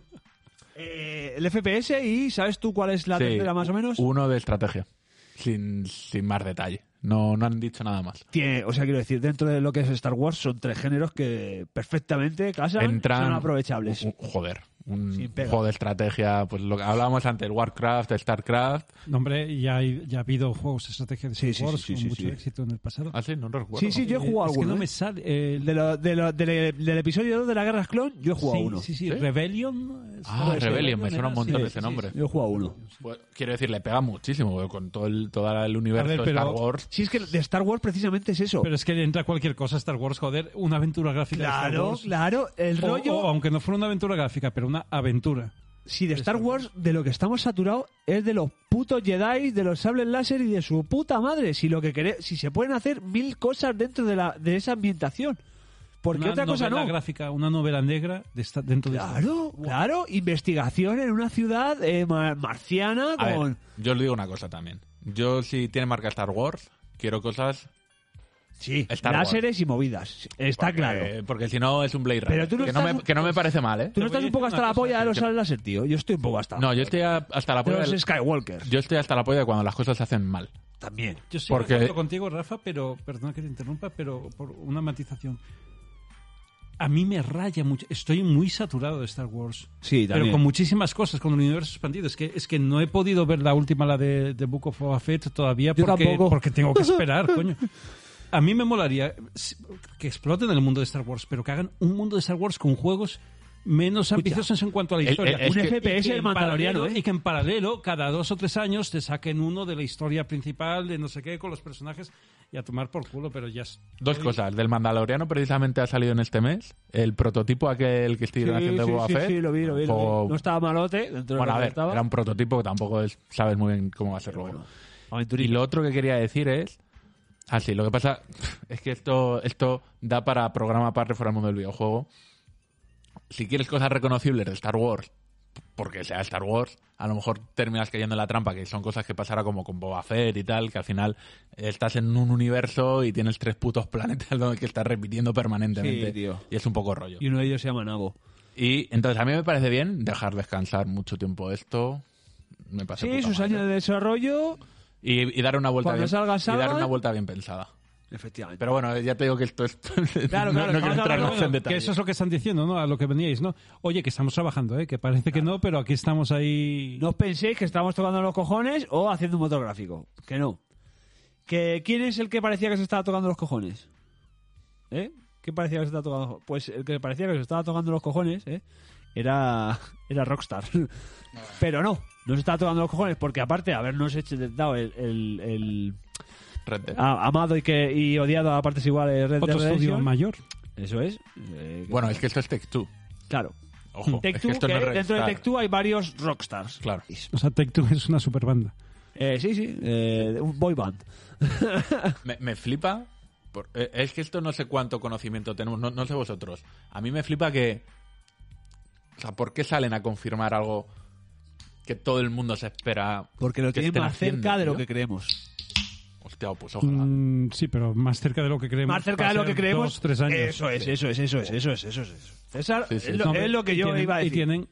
Speaker 1: Eh, el FPS y ¿sabes tú cuál es la
Speaker 2: Sí, Uh.
Speaker 1: tercera más o menos?
Speaker 2: Uno de estrategia, sin, sin más detalle. No, no han dicho nada más.
Speaker 1: Tiene, o sea, quiero decir, dentro de lo que es Star Wars son tres géneros que perfectamente casan,
Speaker 2: Entran,
Speaker 1: son aprovechables.
Speaker 2: un- un- joder, un
Speaker 1: Sin pega.
Speaker 2: juego de estrategia, pues lo que hablábamos antes, Warcraft, StarCraft.
Speaker 5: No, hombre, ya, hay- ya ha habido juegos de estrategia de
Speaker 1: Sí,
Speaker 5: Star
Speaker 1: sí,
Speaker 5: Wars
Speaker 1: sí,
Speaker 5: con
Speaker 1: sí,
Speaker 5: mucho
Speaker 1: sí.
Speaker 5: éxito en el pasado.
Speaker 2: Ah, sí, no recuerdo.
Speaker 1: Sí, sí, yo he
Speaker 5: Eh,
Speaker 1: jugado
Speaker 5: es que
Speaker 1: alguno.
Speaker 5: no me
Speaker 1: ¿eh?
Speaker 5: sale. eh,
Speaker 1: De lo- de lo- del- del episodio 2 de la Guerra Clon, yo he jugado
Speaker 5: sí,
Speaker 1: uno.
Speaker 5: Sí, sí, Rebellion.
Speaker 2: Ah,
Speaker 5: Sí,
Speaker 2: Rebellion, me suena un
Speaker 5: era,
Speaker 2: montón
Speaker 5: sí,
Speaker 2: ese
Speaker 5: sí,
Speaker 2: nombre.
Speaker 1: Yo he jugado uno.
Speaker 2: Pues, quiero decir, le pega muchísimo porque con todo el, todo el universo
Speaker 5: A ver,
Speaker 2: de Star
Speaker 5: pero-
Speaker 2: Wars.
Speaker 1: Si es que de Star Wars precisamente es eso.
Speaker 5: Pero es que entra cualquier cosa a Star Wars, joder, una aventura gráfica de Star
Speaker 1: claro,
Speaker 5: Wars.
Speaker 1: claro. El
Speaker 5: O-
Speaker 1: rollo,
Speaker 5: o aunque no fuera una aventura gráfica, pero una aventura.
Speaker 1: si de Star Wars, de lo que estamos saturados es de los putos Jedi, de los sables láser y de su puta madre. Si lo que quere- si se pueden hacer mil cosas dentro de, la, de esa ambientación. Porque
Speaker 5: una
Speaker 1: otra cosa
Speaker 5: novela
Speaker 1: no.
Speaker 5: gráfica, una novela negra de esta- dentro de esta-
Speaker 1: Claro, claro, investigación en una ciudad eh, mar- marciana
Speaker 2: A ver,
Speaker 1: con...
Speaker 2: yo os digo una cosa también. Yo, si tiene marca Star Wars, quiero cosas.
Speaker 1: Sí,
Speaker 2: Star Wars.
Speaker 1: láseres y movidas, está
Speaker 2: porque-
Speaker 1: claro.
Speaker 2: eh, Porque si no, es un Blade Runner.
Speaker 1: Pero tú no
Speaker 2: que, no
Speaker 1: estás-
Speaker 2: me, que no me parece mal, ¿eh?
Speaker 1: ¿Tú no
Speaker 5: Te voy
Speaker 1: estás
Speaker 5: a
Speaker 1: un poco
Speaker 5: decir
Speaker 1: hasta
Speaker 5: una
Speaker 1: la
Speaker 5: cosa,
Speaker 1: polla de los
Speaker 5: yo-
Speaker 1: láser, tío? Yo estoy un poco hasta la
Speaker 2: No, yo estoy a- hasta la
Speaker 1: de
Speaker 2: polla
Speaker 1: los
Speaker 2: del-
Speaker 1: Skywalkers,
Speaker 2: Yo estoy hasta la polla de cuando las cosas se hacen mal.
Speaker 1: también.
Speaker 5: Yo estoy
Speaker 2: Porque-
Speaker 5: de acuerdo contigo, Rafa, pero perdona que te interrumpa, pero por una matización. A mí me raya mucho. Estoy muy saturado de Star Wars.
Speaker 1: Sí,
Speaker 5: Pero con muchísimas cosas, con el universo expandido. Es que, es que no he podido ver la última, la de, de Book of Boba Fett, todavía
Speaker 1: Yo
Speaker 5: porque,
Speaker 1: tampoco.
Speaker 5: porque tengo
Speaker 2: [laughs]
Speaker 5: que esperar, coño. A mí me molaría s- que exploten el mundo de Star Wars, pero que hagan un mundo de Star Wars con juegos menos ambiciosos en cuanto a la
Speaker 2: el-
Speaker 5: historia.
Speaker 2: el- eh, es
Speaker 1: un
Speaker 2: que-
Speaker 1: FPS
Speaker 5: Y que
Speaker 1: el
Speaker 5: en
Speaker 1: mandaloriano,
Speaker 5: paralelo-
Speaker 1: ¿eh?
Speaker 5: Y que en paralelo, cada dos o tres años, te saquen uno de la historia principal, de no sé qué, con los personajes, y a tomar por culo, pero ya es...
Speaker 2: Dos
Speaker 5: Oye,
Speaker 2: cosas. Del Mandaloriano precisamente ha salido en este mes. El prototipo aquel que estuvieron haciendo de Boba Fett.
Speaker 1: sí, lo vi, lo vi. lo vi.
Speaker 2: Juego-
Speaker 1: No estaba malote. Dentro de
Speaker 2: Bueno,
Speaker 1: lo
Speaker 2: a
Speaker 1: que
Speaker 2: ver,
Speaker 1: estaba.
Speaker 2: era un prototipo que tampoco es- sabes muy bien cómo va a ser luego. Y
Speaker 1: Aventurilla.
Speaker 2: lo otro que quería decir es... Ah, sí, lo que pasa [laughs] es que esto, esto da para programa aparte fuera del mundo del videojuego. Si quieres cosas reconocibles de Star Wars, porque sea Star Wars, a lo mejor terminas cayendo en la trampa, que son cosas que pasará como con Boba Fett y tal, que al final estás en un universo y tienes tres putos planetas [laughs] donde que estás repitiendo permanentemente.
Speaker 1: Sí, tío.
Speaker 2: Y es un poco rollo.
Speaker 1: Y uno de ellos se llama Nabo.
Speaker 2: Y entonces a mí me parece bien dejar descansar mucho tiempo esto. Me parece
Speaker 1: Sí,
Speaker 2: puta
Speaker 1: sus
Speaker 2: madre.
Speaker 1: años de desarrollo.
Speaker 2: y, y dar una vuelta
Speaker 1: Cuando
Speaker 2: bien,
Speaker 1: salga
Speaker 2: y dar
Speaker 1: Saban-
Speaker 2: una vuelta bien pensada.
Speaker 1: Efectivamente.
Speaker 2: Pero bueno, ya te digo que esto es [laughs]
Speaker 1: Claro, claro,
Speaker 2: no, no quiero
Speaker 1: vamos a
Speaker 2: entrar
Speaker 1: hablar,
Speaker 2: más en
Speaker 1: bueno,
Speaker 2: detalle.
Speaker 5: Que eso es lo que están diciendo, ¿no? A lo que veníais, ¿no? Oye, que estamos trabajando, ¿eh? Que parece que no, pero aquí estamos ahí...
Speaker 1: No os penséis que estamos tocando los cojones o haciendo un motor gráfico. Que no. Que, ¿Quién es el que parecía que se estaba tocando los cojones? ¿Eh? ¿Quién parecía que se estaba tocando? Pues el que parecía que se estaba tocando los cojones, ¿eh? Era, era Rockstar. [laughs] Pero no, no se estaba tocando los cojones porque aparte de habernos hecho dado el, el- el-
Speaker 2: Red Dead.
Speaker 1: a- amado y que y odiado a partes iguales Red Dead
Speaker 5: Otro estudio
Speaker 1: Redemption,
Speaker 5: mayor.
Speaker 1: Eso es. eh,
Speaker 2: Bueno, es que esto es Tech Two.
Speaker 1: claro.
Speaker 2: Ojo,
Speaker 1: Take
Speaker 2: es que
Speaker 1: Two,
Speaker 2: esto
Speaker 1: que
Speaker 2: no es
Speaker 1: dentro de
Speaker 2: Rockstar.
Speaker 1: Tech Two hay varios Rockstars.
Speaker 2: Claro.
Speaker 5: O sea, Tech Two [laughs] es una superbanda.
Speaker 1: Eh, sí, sí, eh, un boy band.
Speaker 2: Me, me flipa. por- eh, es que esto no sé cuánto conocimiento tenemos, no, no sé vosotros. A mí me flipa que. O sea, ¿por qué salen a confirmar algo que todo el mundo se espera?
Speaker 1: Porque lo
Speaker 2: que
Speaker 1: tienen
Speaker 2: estén
Speaker 1: más
Speaker 2: haciendo,
Speaker 1: cerca de lo
Speaker 2: tío?
Speaker 1: que creemos.
Speaker 2: Hostia, pues ojalá.
Speaker 5: Mm, sí, pero más cerca de lo que creemos.
Speaker 1: Más cerca de lo que
Speaker 5: Pasan
Speaker 1: creemos.
Speaker 5: Dos, tres años.
Speaker 1: Eso es, eso es, eso es, eso es, eso es. eso. César,
Speaker 2: Sí, sí.
Speaker 1: es, lo,
Speaker 5: No,
Speaker 1: es lo que
Speaker 5: y
Speaker 1: yo
Speaker 5: tienen-
Speaker 1: iba a decir.
Speaker 5: Y tienen,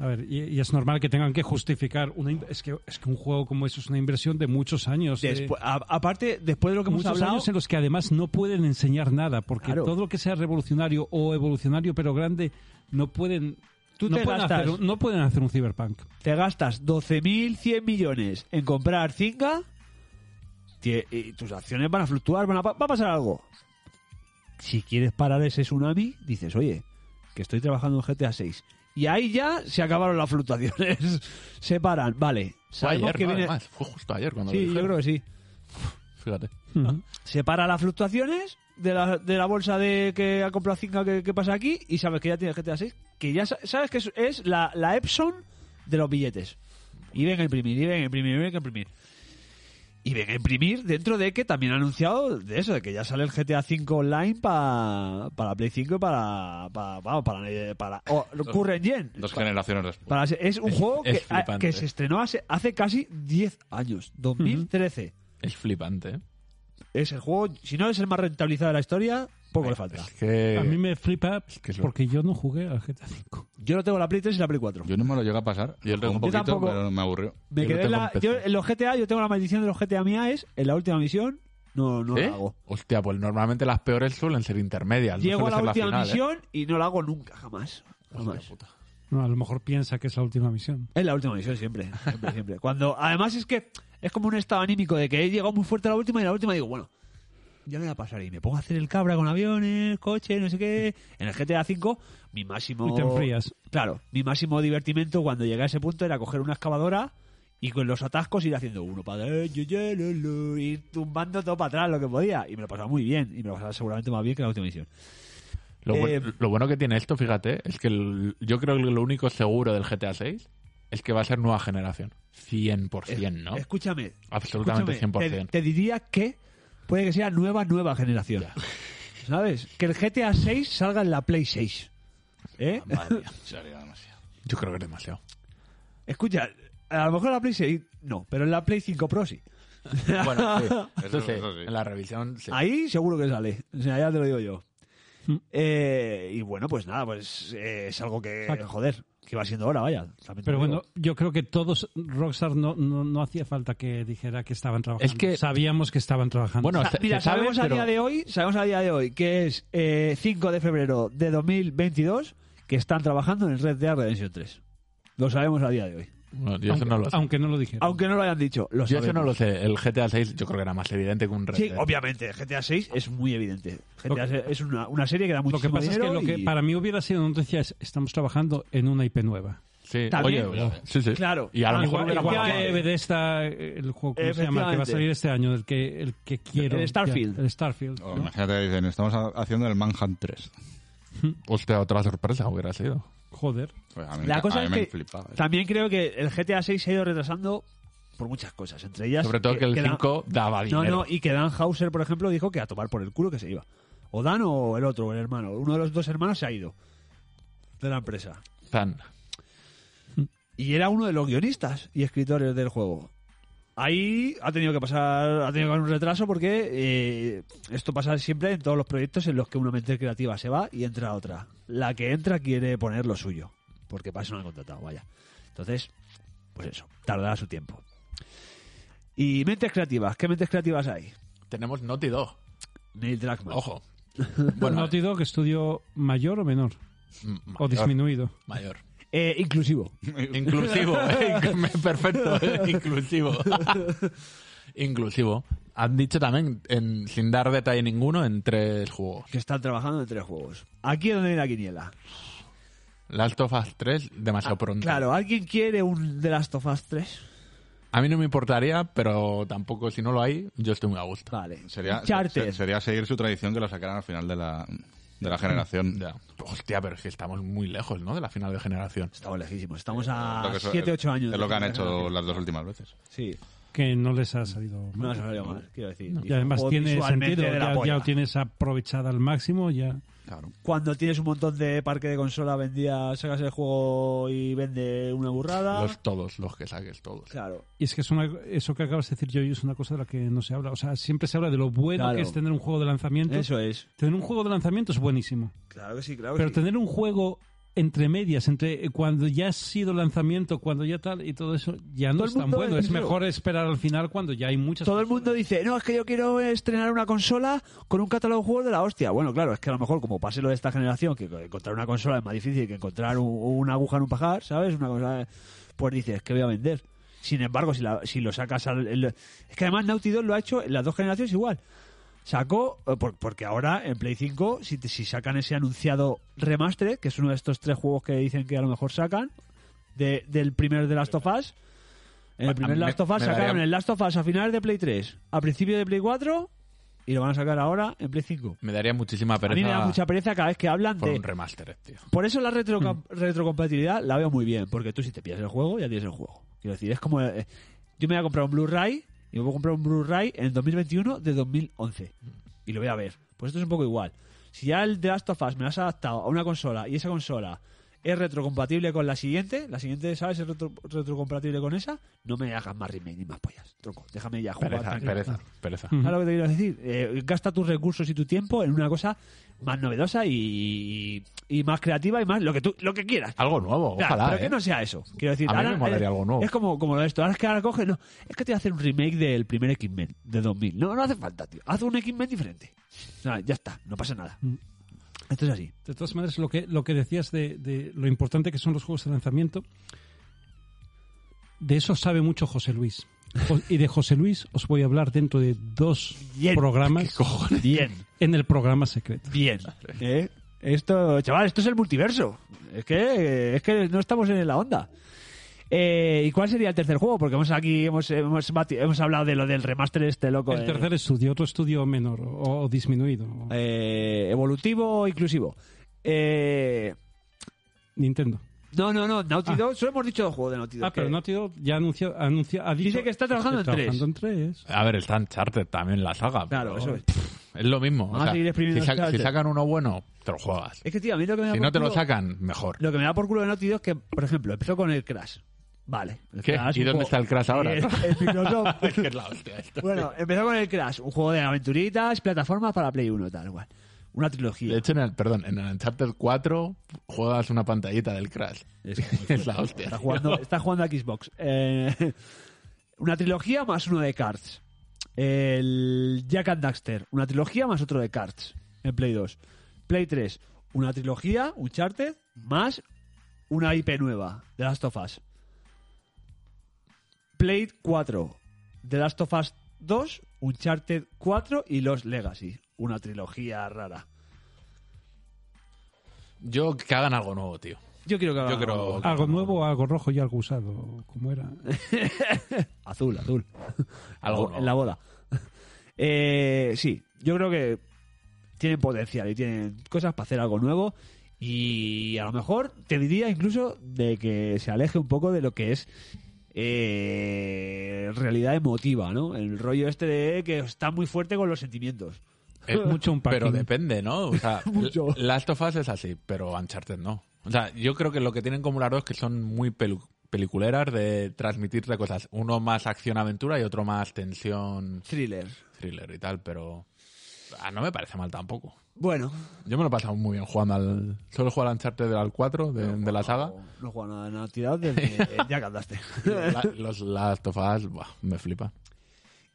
Speaker 5: a ver, y, y es normal que tengan que justificar. Una, in- es, que, es que un juego como eso es una inversión de muchos años. de-
Speaker 1: Despu- a- aparte, después de lo que hemos
Speaker 5: muchos
Speaker 1: hablado,
Speaker 5: años en los que además no pueden enseñar nada, porque
Speaker 1: Claro.
Speaker 5: todo lo que sea revolucionario o evolucionario pero grande no pueden.
Speaker 1: Tú
Speaker 5: no,
Speaker 1: te
Speaker 5: pueden
Speaker 1: gastas-
Speaker 5: hacer, un- no pueden hacer un cyberpunk.
Speaker 1: te gastas 12.100 millones en comprar Zynga tie- y tus acciones van a fluctuar, van a pa- va a pasar algo. Si quieres parar ese tsunami, dices, oye, que estoy trabajando en GTA 6. Y ahí ya se acabaron las fluctuaciones. [laughs] se paran, vale.
Speaker 2: Fue
Speaker 1: Sabemos
Speaker 2: ayer,
Speaker 1: que
Speaker 2: ¿no?
Speaker 1: viene-
Speaker 2: Además, fue justo ayer cuando lo
Speaker 1: Sí, yo
Speaker 2: dijeron.
Speaker 1: creo que sí.
Speaker 2: Fíjate.
Speaker 1: separa las fluctuaciones de la, de la bolsa de que ha comprado Zynga que, que pasa aquí y sabes que ya tienes GTA 6 que ya sa- sabes que es, es la, la Epson de los billetes y venga a imprimir y venga a imprimir y venga a imprimir y venga a imprimir dentro de que también ha anunciado de eso de que ya sale el GTA 5 online pa- para Play 5 y para para vamos, para, para o- current gen
Speaker 3: Dos
Speaker 1: Pa-
Speaker 3: generaciones después.
Speaker 1: para ser- es un
Speaker 2: Es-
Speaker 1: juego
Speaker 2: es
Speaker 1: que, a-
Speaker 2: flipante.
Speaker 1: que se estrenó hace, hace casi 10 años 2013
Speaker 2: Es flipante, ¿eh?
Speaker 1: es el juego, si no es el más rentabilizado de la historia, poco le falta.
Speaker 2: Es que...
Speaker 5: A mí me flipa
Speaker 2: que Eh, es lo-
Speaker 5: porque yo no jugué al GTA V.
Speaker 1: Yo no tengo la Play 3 y la Play 4.
Speaker 3: Yo no me lo llegué a pasar.
Speaker 2: Yo
Speaker 3: Yo
Speaker 2: tengo-
Speaker 3: un poquito,
Speaker 1: Yo tampoco.
Speaker 3: pero me aburrió.
Speaker 1: Me
Speaker 2: yo lo
Speaker 1: quedé en
Speaker 2: tengo
Speaker 1: la-
Speaker 2: en
Speaker 1: yo
Speaker 2: PC.
Speaker 1: en los GTA, yo tengo la maldición de los GTA mía es, en la última misión, no, no
Speaker 2: ¿Sí?
Speaker 1: la hago.
Speaker 2: Hostia, pues normalmente las peores suelen ser intermedias. no
Speaker 1: Llego a
Speaker 2: suele
Speaker 1: la
Speaker 2: ser
Speaker 1: última
Speaker 2: final, ¿eh?
Speaker 1: misión y no la hago nunca, jamás.
Speaker 2: Hostia,
Speaker 1: Jamás.
Speaker 2: puta.
Speaker 5: No, a lo mejor piensa que es la última misión.
Speaker 1: Es la última misión siempre, siempre, siempre. Cuando, además es que es como un estado anímico de que he llegado muy fuerte a la última y en la última digo, bueno, ya me voy a pasar y me pongo a hacer el cabra con aviones, coche, no sé qué. En el GTA V, mi máximo...
Speaker 5: Y te enfrías.
Speaker 1: Claro, mi máximo divertimento cuando llegué a ese punto era coger una excavadora y con los atascos ir haciendo uno para adelante, ye, ye, lo, lo, ir tumbando todo para atrás lo que podía. Y me lo pasaba muy bien. Y me lo pasaba seguramente más bien que la última misión.
Speaker 2: Lo, bu-
Speaker 1: Eh,
Speaker 2: lo bueno que tiene esto, fíjate, es que el- yo creo que lo único seguro del GTA 6 es que va a ser nueva generación. 100%,
Speaker 1: Eh,
Speaker 2: ¿no?
Speaker 1: Escúchame.
Speaker 2: Absolutamente
Speaker 1: escúchame,
Speaker 2: 100%.
Speaker 1: Te, te diría que puede que sea nueva, nueva generación. ¿sabes? Que el GTA 6 salga en la Play 6. ¿Eh?
Speaker 2: Ah,
Speaker 3: Madre mía, sería demasiado.
Speaker 2: Yo creo que es demasiado.
Speaker 1: [laughs] Escucha, a lo mejor la Play 6 no, pero en la Play 5 Pro sí. [laughs]
Speaker 2: Bueno, sí. Entonces,
Speaker 3: eso sí.
Speaker 2: en la revisión, sí.
Speaker 1: Ahí seguro que sale. O sea, ya te lo digo yo.
Speaker 5: Mm.
Speaker 1: Eh, y bueno, pues nada, pues eh, es algo que,
Speaker 5: Exacto.
Speaker 1: joder, que va siendo hora, vaya. también te
Speaker 5: Pero
Speaker 1: lo digo.
Speaker 5: bueno, yo creo que todos, Rockstar no, no, no hacía falta que dijera que estaban trabajando.
Speaker 2: Es que-
Speaker 5: Sabíamos que estaban trabajando.
Speaker 2: Bueno,
Speaker 1: Ah,
Speaker 2: se-
Speaker 1: Mira,
Speaker 2: se sabe,
Speaker 1: sabemos a
Speaker 2: pero-
Speaker 1: día de hoy, sabemos a día de hoy que es eh, 5 de febrero de 2022 que están trabajando en Red Dead Redemption 3. Lo sabemos a día de hoy.
Speaker 2: Bueno, yo eso no lo sé.
Speaker 5: aunque no lo dijeron.
Speaker 1: Aunque no lo hayan dicho, lo
Speaker 2: Yo
Speaker 1: sabemos.
Speaker 2: eso no lo sé. El GTA 6 yo creo que era más evidente que un Red
Speaker 1: Sí,
Speaker 2: Dead.
Speaker 1: obviamente, GTA 6 es muy evidente.
Speaker 5: Lo
Speaker 1: GTA 6 es una, una serie que da
Speaker 5: lo que
Speaker 1: muchísimo
Speaker 5: pasa es que,
Speaker 1: dinero
Speaker 5: lo que
Speaker 1: y-
Speaker 5: para mí hubiera sido noticia es, estamos trabajando en una IP nueva.
Speaker 2: Sí,
Speaker 1: También.
Speaker 2: oye, oye, sí, sí.
Speaker 1: Claro.
Speaker 2: Y a lo
Speaker 1: Ah,
Speaker 2: mejor
Speaker 5: Igual,
Speaker 2: hubiera
Speaker 5: igual
Speaker 2: molado
Speaker 5: que
Speaker 2: más.
Speaker 5: Bethesda, eh, el juego ¿cómo se llama, el que va a
Speaker 1: Efectivamente.
Speaker 5: salir este año, el que, el que quiero.
Speaker 1: El Starfield.
Speaker 5: Ya, el Starfield.
Speaker 3: O
Speaker 5: ¿no?
Speaker 3: Oh, Imagínate, dicen, estamos ha- haciendo el Manhunt 3.
Speaker 2: Hostia, otra sorpresa hubiera sido.
Speaker 5: Joder.
Speaker 3: Pues a mí
Speaker 1: La
Speaker 3: me-
Speaker 1: cosa
Speaker 3: a mí
Speaker 1: es
Speaker 3: me
Speaker 1: que
Speaker 3: flipaba
Speaker 2: eh.
Speaker 3: eso.
Speaker 1: también creo que el GTA 6 se ha ido retrasando por muchas cosas, entre ellas
Speaker 2: Sobre todo que, el
Speaker 1: Dan-
Speaker 2: 5 daba
Speaker 1: No,
Speaker 2: dinero.
Speaker 1: no, y que Dan Hauser, por ejemplo, dijo que a tomar por el culo que se iba. O Dan o el otro, el hermano. Uno de los dos hermanos se ha ido de la empresa.
Speaker 2: Zan.
Speaker 1: Y era uno de los guionistas y escritores del juego. Ahí ha tenido que pasar, ha tenido que haber un retraso porque eh, esto pasa siempre en todos los proyectos en los que una mente creativa se va y entra otra. La que entra quiere poner lo suyo, porque para eso no han contratado, vaya. Entonces, pues eso, tardará su tiempo. ¿Y mentes creativas? ¿Qué mentes creativas hay?
Speaker 2: Tenemos Naughty 2.
Speaker 1: Neil Druckmann.
Speaker 2: Ojo.
Speaker 5: Bueno,
Speaker 2: Bueno,
Speaker 5: Naughty Dog, estudio mayor o menor.
Speaker 2: m-
Speaker 5: O
Speaker 2: mayor.
Speaker 5: disminuido.
Speaker 1: [laughs]
Speaker 2: mayor.
Speaker 1: Eh, inclusivo.
Speaker 2: Inclusivo, eh, inc- perfecto,
Speaker 1: [laughs]
Speaker 2: eh, inclusivo. inclusivo. Han dicho también, en- sin dar detalle ninguno, en tres juegos.
Speaker 1: [laughs] que están trabajando en tres juegos. Aquí es donde viene la quiniela.
Speaker 2: Last of Us 3, demasiado pronto.
Speaker 1: Ah, Claro, ¿alguien quiere un The Last of Us 3?
Speaker 2: A mí no me importaría, pero tampoco, si no lo hay, yo estoy muy a gusto.
Speaker 1: Vale.
Speaker 3: Sería,
Speaker 1: Uncharted.
Speaker 3: se- sería seguir su tradición que lo sacaran al final de la, de la generación.
Speaker 2: Ya. Hostia, pero es que estamos muy lejos, ¿no? De la final de generación.
Speaker 1: Estamos lejísimos. Estamos
Speaker 3: Eh, Lo
Speaker 1: a
Speaker 3: que so-
Speaker 1: 7, 8 Ah, años.
Speaker 3: Es lo que han
Speaker 1: de-
Speaker 3: hecho las dos últimas veces.
Speaker 1: Sí,
Speaker 5: Que no les ha salido mal.
Speaker 1: no nos salió
Speaker 3: Mm.
Speaker 1: mal, quiero decir.
Speaker 5: Y además
Speaker 1: Juego
Speaker 5: tiene
Speaker 1: visualmente
Speaker 5: sentido,
Speaker 1: de la
Speaker 5: ya, ya
Speaker 1: polla.
Speaker 5: lo tienes aprovechada al máximo, ya.
Speaker 3: Claro.
Speaker 1: Cuando tienes un montón de parque de consola, vendía, sacas el juego y vende una burrada.
Speaker 2: Los todos, los que saques, todos.
Speaker 1: Ah. Claro.
Speaker 5: Y es que es una, eso que acabas de decir, yo es una cosa de la que no se habla. O sea, siempre se habla de lo bueno
Speaker 1: Claro.
Speaker 5: que es tener un juego de lanzamiento.
Speaker 1: Eso es.
Speaker 5: Tener un juego de lanzamiento es buenísimo.
Speaker 1: Claro que sí, claro que
Speaker 5: Pero
Speaker 1: sí.
Speaker 5: tener un juego entre medias, entre eh, cuando ya ha sido lanzamiento, cuando ya tal y todo eso, ya no
Speaker 1: Todo el
Speaker 5: es tan
Speaker 1: mundo
Speaker 5: bueno.
Speaker 1: es-
Speaker 5: Es mejor esperar al final cuando ya hay muchas.
Speaker 1: Todo el mundo dice, no, es que yo quiero estrenar una consola con un catálogo de juegos de la hostia. Bueno, claro, es que a lo mejor como pase lo de esta generación, que encontrar una consola es más difícil que encontrar un- una aguja en un pajar, ¿sabes? Una cosa, pues dices, ¿qué voy a vender? Sin embargo, si, la- si lo sacas al... el- es que además Naughty Dog lo ha hecho en las dos generaciones igual. Sacó, eh, por- porque ahora en Play 5, si, te- si sacan ese anunciado remaster, que es uno de estos tres juegos que dicen que a lo mejor sacan, de- del primer de Last of Us, en
Speaker 3: A- a
Speaker 1: el primer
Speaker 3: mí me-
Speaker 1: Last of Us
Speaker 3: me
Speaker 1: sacaron
Speaker 3: daría-
Speaker 1: el Last of Us a finales de Play 3, a principio de Play 4 y lo van a sacar ahora en Play 5.
Speaker 2: Me daría muchísima
Speaker 1: a mí
Speaker 2: pereza
Speaker 1: me da mucha pereza cada vez que hablan
Speaker 2: por un
Speaker 1: de...
Speaker 2: remaster, tío.
Speaker 1: Por eso la retroca- retrocompatibilidad la veo muy bien, porque tú si te pillas el juego, ya tienes el juego. Quiero decir, es como... eh, yo me voy a comprar un Blu-ray y me voy a comprar un Blu-ray en 2021 de 2011 y lo voy a ver. Pues esto es un poco igual. Si ya el The Last of Us me lo has adaptado a una consola y esa consola es retrocompatible con la siguiente, la siguiente, ¿sabes? Es retro- retrocompatible con esa, no me hagas más remake ni más pollas, tronco. Déjame ya jugar.
Speaker 2: Pereza,
Speaker 1: tranquilo.
Speaker 2: pereza, pereza.
Speaker 1: ¿Sabes lo que te quiero decir? Eh, gasta tus recursos y tu tiempo en una cosa más novedosa y, y más creativa y más lo que tú lo que quieras.
Speaker 2: Algo nuevo,
Speaker 1: Claro,
Speaker 2: Ah, ojalá.
Speaker 1: pero
Speaker 2: ¿eh?
Speaker 1: que no sea eso. Quiero decir,
Speaker 2: A mí me
Speaker 1: ahora,
Speaker 2: molaría
Speaker 1: eh,
Speaker 2: algo nuevo.
Speaker 1: Es como, como lo de esto. Ahora es que ahora coge, no. Es que te voy a hacer un remake del primer X-Men de 2000. No, no hace falta, tío. Haz un X-Men diferente. O sea, ya está, no pasa nada.
Speaker 2: Mm.
Speaker 1: Esto es así.
Speaker 5: De todas maneras, lo que, lo que decías de, de lo importante que son los juegos de lanzamiento, de eso sabe mucho José Luis. Jo- Y de José Luis os voy a hablar dentro de dos
Speaker 1: Bien.
Speaker 5: programas
Speaker 1: Bien,
Speaker 5: en el programa secreto.
Speaker 1: bien. ¿Eh? Esto, chaval, esto es el multiverso. Es que, es que no estamos en la onda. Eh, ¿Y cuál sería el tercer juego? Porque hemos aquí hemos, hemos, bati- hemos hablado de lo del remaster este loco.
Speaker 5: El
Speaker 1: eh,
Speaker 5: tercer estudio, otro estudio menor o, o disminuido. o
Speaker 1: eh, evolutivo o inclusivo. Eh,
Speaker 5: Nintendo.
Speaker 1: No, no, no, Naughty
Speaker 5: Ah.
Speaker 1: Dog, solo hemos dicho dos juegos de Naughty Dog.
Speaker 5: Ah, pero
Speaker 1: que-
Speaker 5: Naughty Dog ya anunció, anunció ha dicho
Speaker 1: Dice que está trabajando en tres.
Speaker 5: trabajando en tres.
Speaker 2: A ver, está Uncharted también la saga.
Speaker 1: Claro, eso
Speaker 2: pero-
Speaker 1: es.
Speaker 2: Es lo mismo.
Speaker 1: Vamos
Speaker 2: o sea,
Speaker 1: a seguir exprimiendo
Speaker 2: si, sa-
Speaker 1: el cartel.
Speaker 2: si sacan uno bueno, te lo juegas.
Speaker 1: Es que, tío, a mí lo que me da
Speaker 2: Si
Speaker 1: por
Speaker 2: no te lo
Speaker 1: culo-
Speaker 2: sacan, mejor.
Speaker 1: Lo que me da por culo de Naughty Dog es que, por ejemplo, empezó con el Crash. Vale. el
Speaker 2: ¿Qué?
Speaker 1: Crash,
Speaker 2: ¿Y
Speaker 1: un
Speaker 2: dónde está el Crash ahora?
Speaker 1: El, el
Speaker 2: [laughs]
Speaker 1: Microsoft.
Speaker 2: [laughs] es que es la hostia esto.
Speaker 1: bueno, empezó con el Crash, un juego de aventuritas, plataformas para Play 1, tal cual. Una
Speaker 2: De
Speaker 1: trilogía.
Speaker 2: hecho, en el, perdón, en el Uncharted 4 juegas una pantallita del Crash. [laughs]
Speaker 1: Es
Speaker 2: Es,
Speaker 1: muy fuerte.
Speaker 2: la hostia. [laughs]
Speaker 1: Está
Speaker 2: tío.
Speaker 1: jugando, está jugando a Xbox. Eh, [laughs] una trilogía más uno de cards. El Jack and Daxter. Una trilogía más otro de cards. En Play 2. Play 3. Una trilogía, un charted, más una IP nueva. The Last of Us. Play 4. The Last of Us 2. Uncharted 4 y Los Legacy. Una trilogía rara.
Speaker 2: Yo que hagan algo nuevo, tío.
Speaker 1: Yo quiero que haga
Speaker 2: Yo creo. que
Speaker 5: Algo
Speaker 2: hagan
Speaker 5: nuevo, algo rojo y algo usado, como era.
Speaker 1: Azul, azul.
Speaker 2: Algo
Speaker 1: en la
Speaker 2: nuevo.
Speaker 1: boda. [laughs] Eh, sí, yo creo que tienen potencial y tienen cosas para hacer algo nuevo. Y a lo mejor te diría incluso de que se aleje un poco de lo que es eh, realidad emotiva, ¿no? El rollo este de que está muy fuerte con los sentimientos.
Speaker 2: Es
Speaker 5: Mucho un
Speaker 2: Pero depende, ¿no? O sea,
Speaker 1: [laughs] Mucho.
Speaker 2: Last of Us es así, pero Uncharted no. O sea, yo creo que lo que tienen como las dos es que son muy pelu- peliculeras de transmitirte cosas. Uno más acción-aventura y otro más tensión,
Speaker 1: Thriller.
Speaker 2: thriller y tal, pero ah, no me parece mal tampoco.
Speaker 1: Bueno,
Speaker 2: Yo me lo he pasado muy bien jugando al... Solo juego al Uncharted al 4 de, de la saga.
Speaker 1: no, no juega nada en la actividad
Speaker 2: [laughs]
Speaker 1: desde ya cantaste.
Speaker 2: La- los Last of Us, buah, me flipa.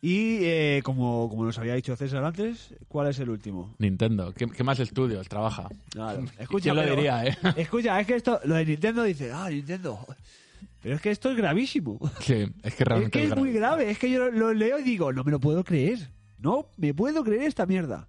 Speaker 1: Y eh, como, como nos había dicho César antes, ¿cuál es el último?
Speaker 2: Nintendo, ¿qué, qué más estudios? Trabaja.
Speaker 1: [laughs] Claro. Escucha,
Speaker 2: Yo Ah, lo
Speaker 1: pero-
Speaker 2: diría, ¿eh? [laughs]
Speaker 1: [laughs] Escucha, es que esto, lo de Nintendo dice, ah, Nintendo. Pero es que esto es gravísimo.
Speaker 2: Sí, es que
Speaker 1: Es
Speaker 2: realmente...
Speaker 1: que es muy grave. Es que yo lo, lo leo y digo, no me lo puedo creer. No me puedo creer esta mierda.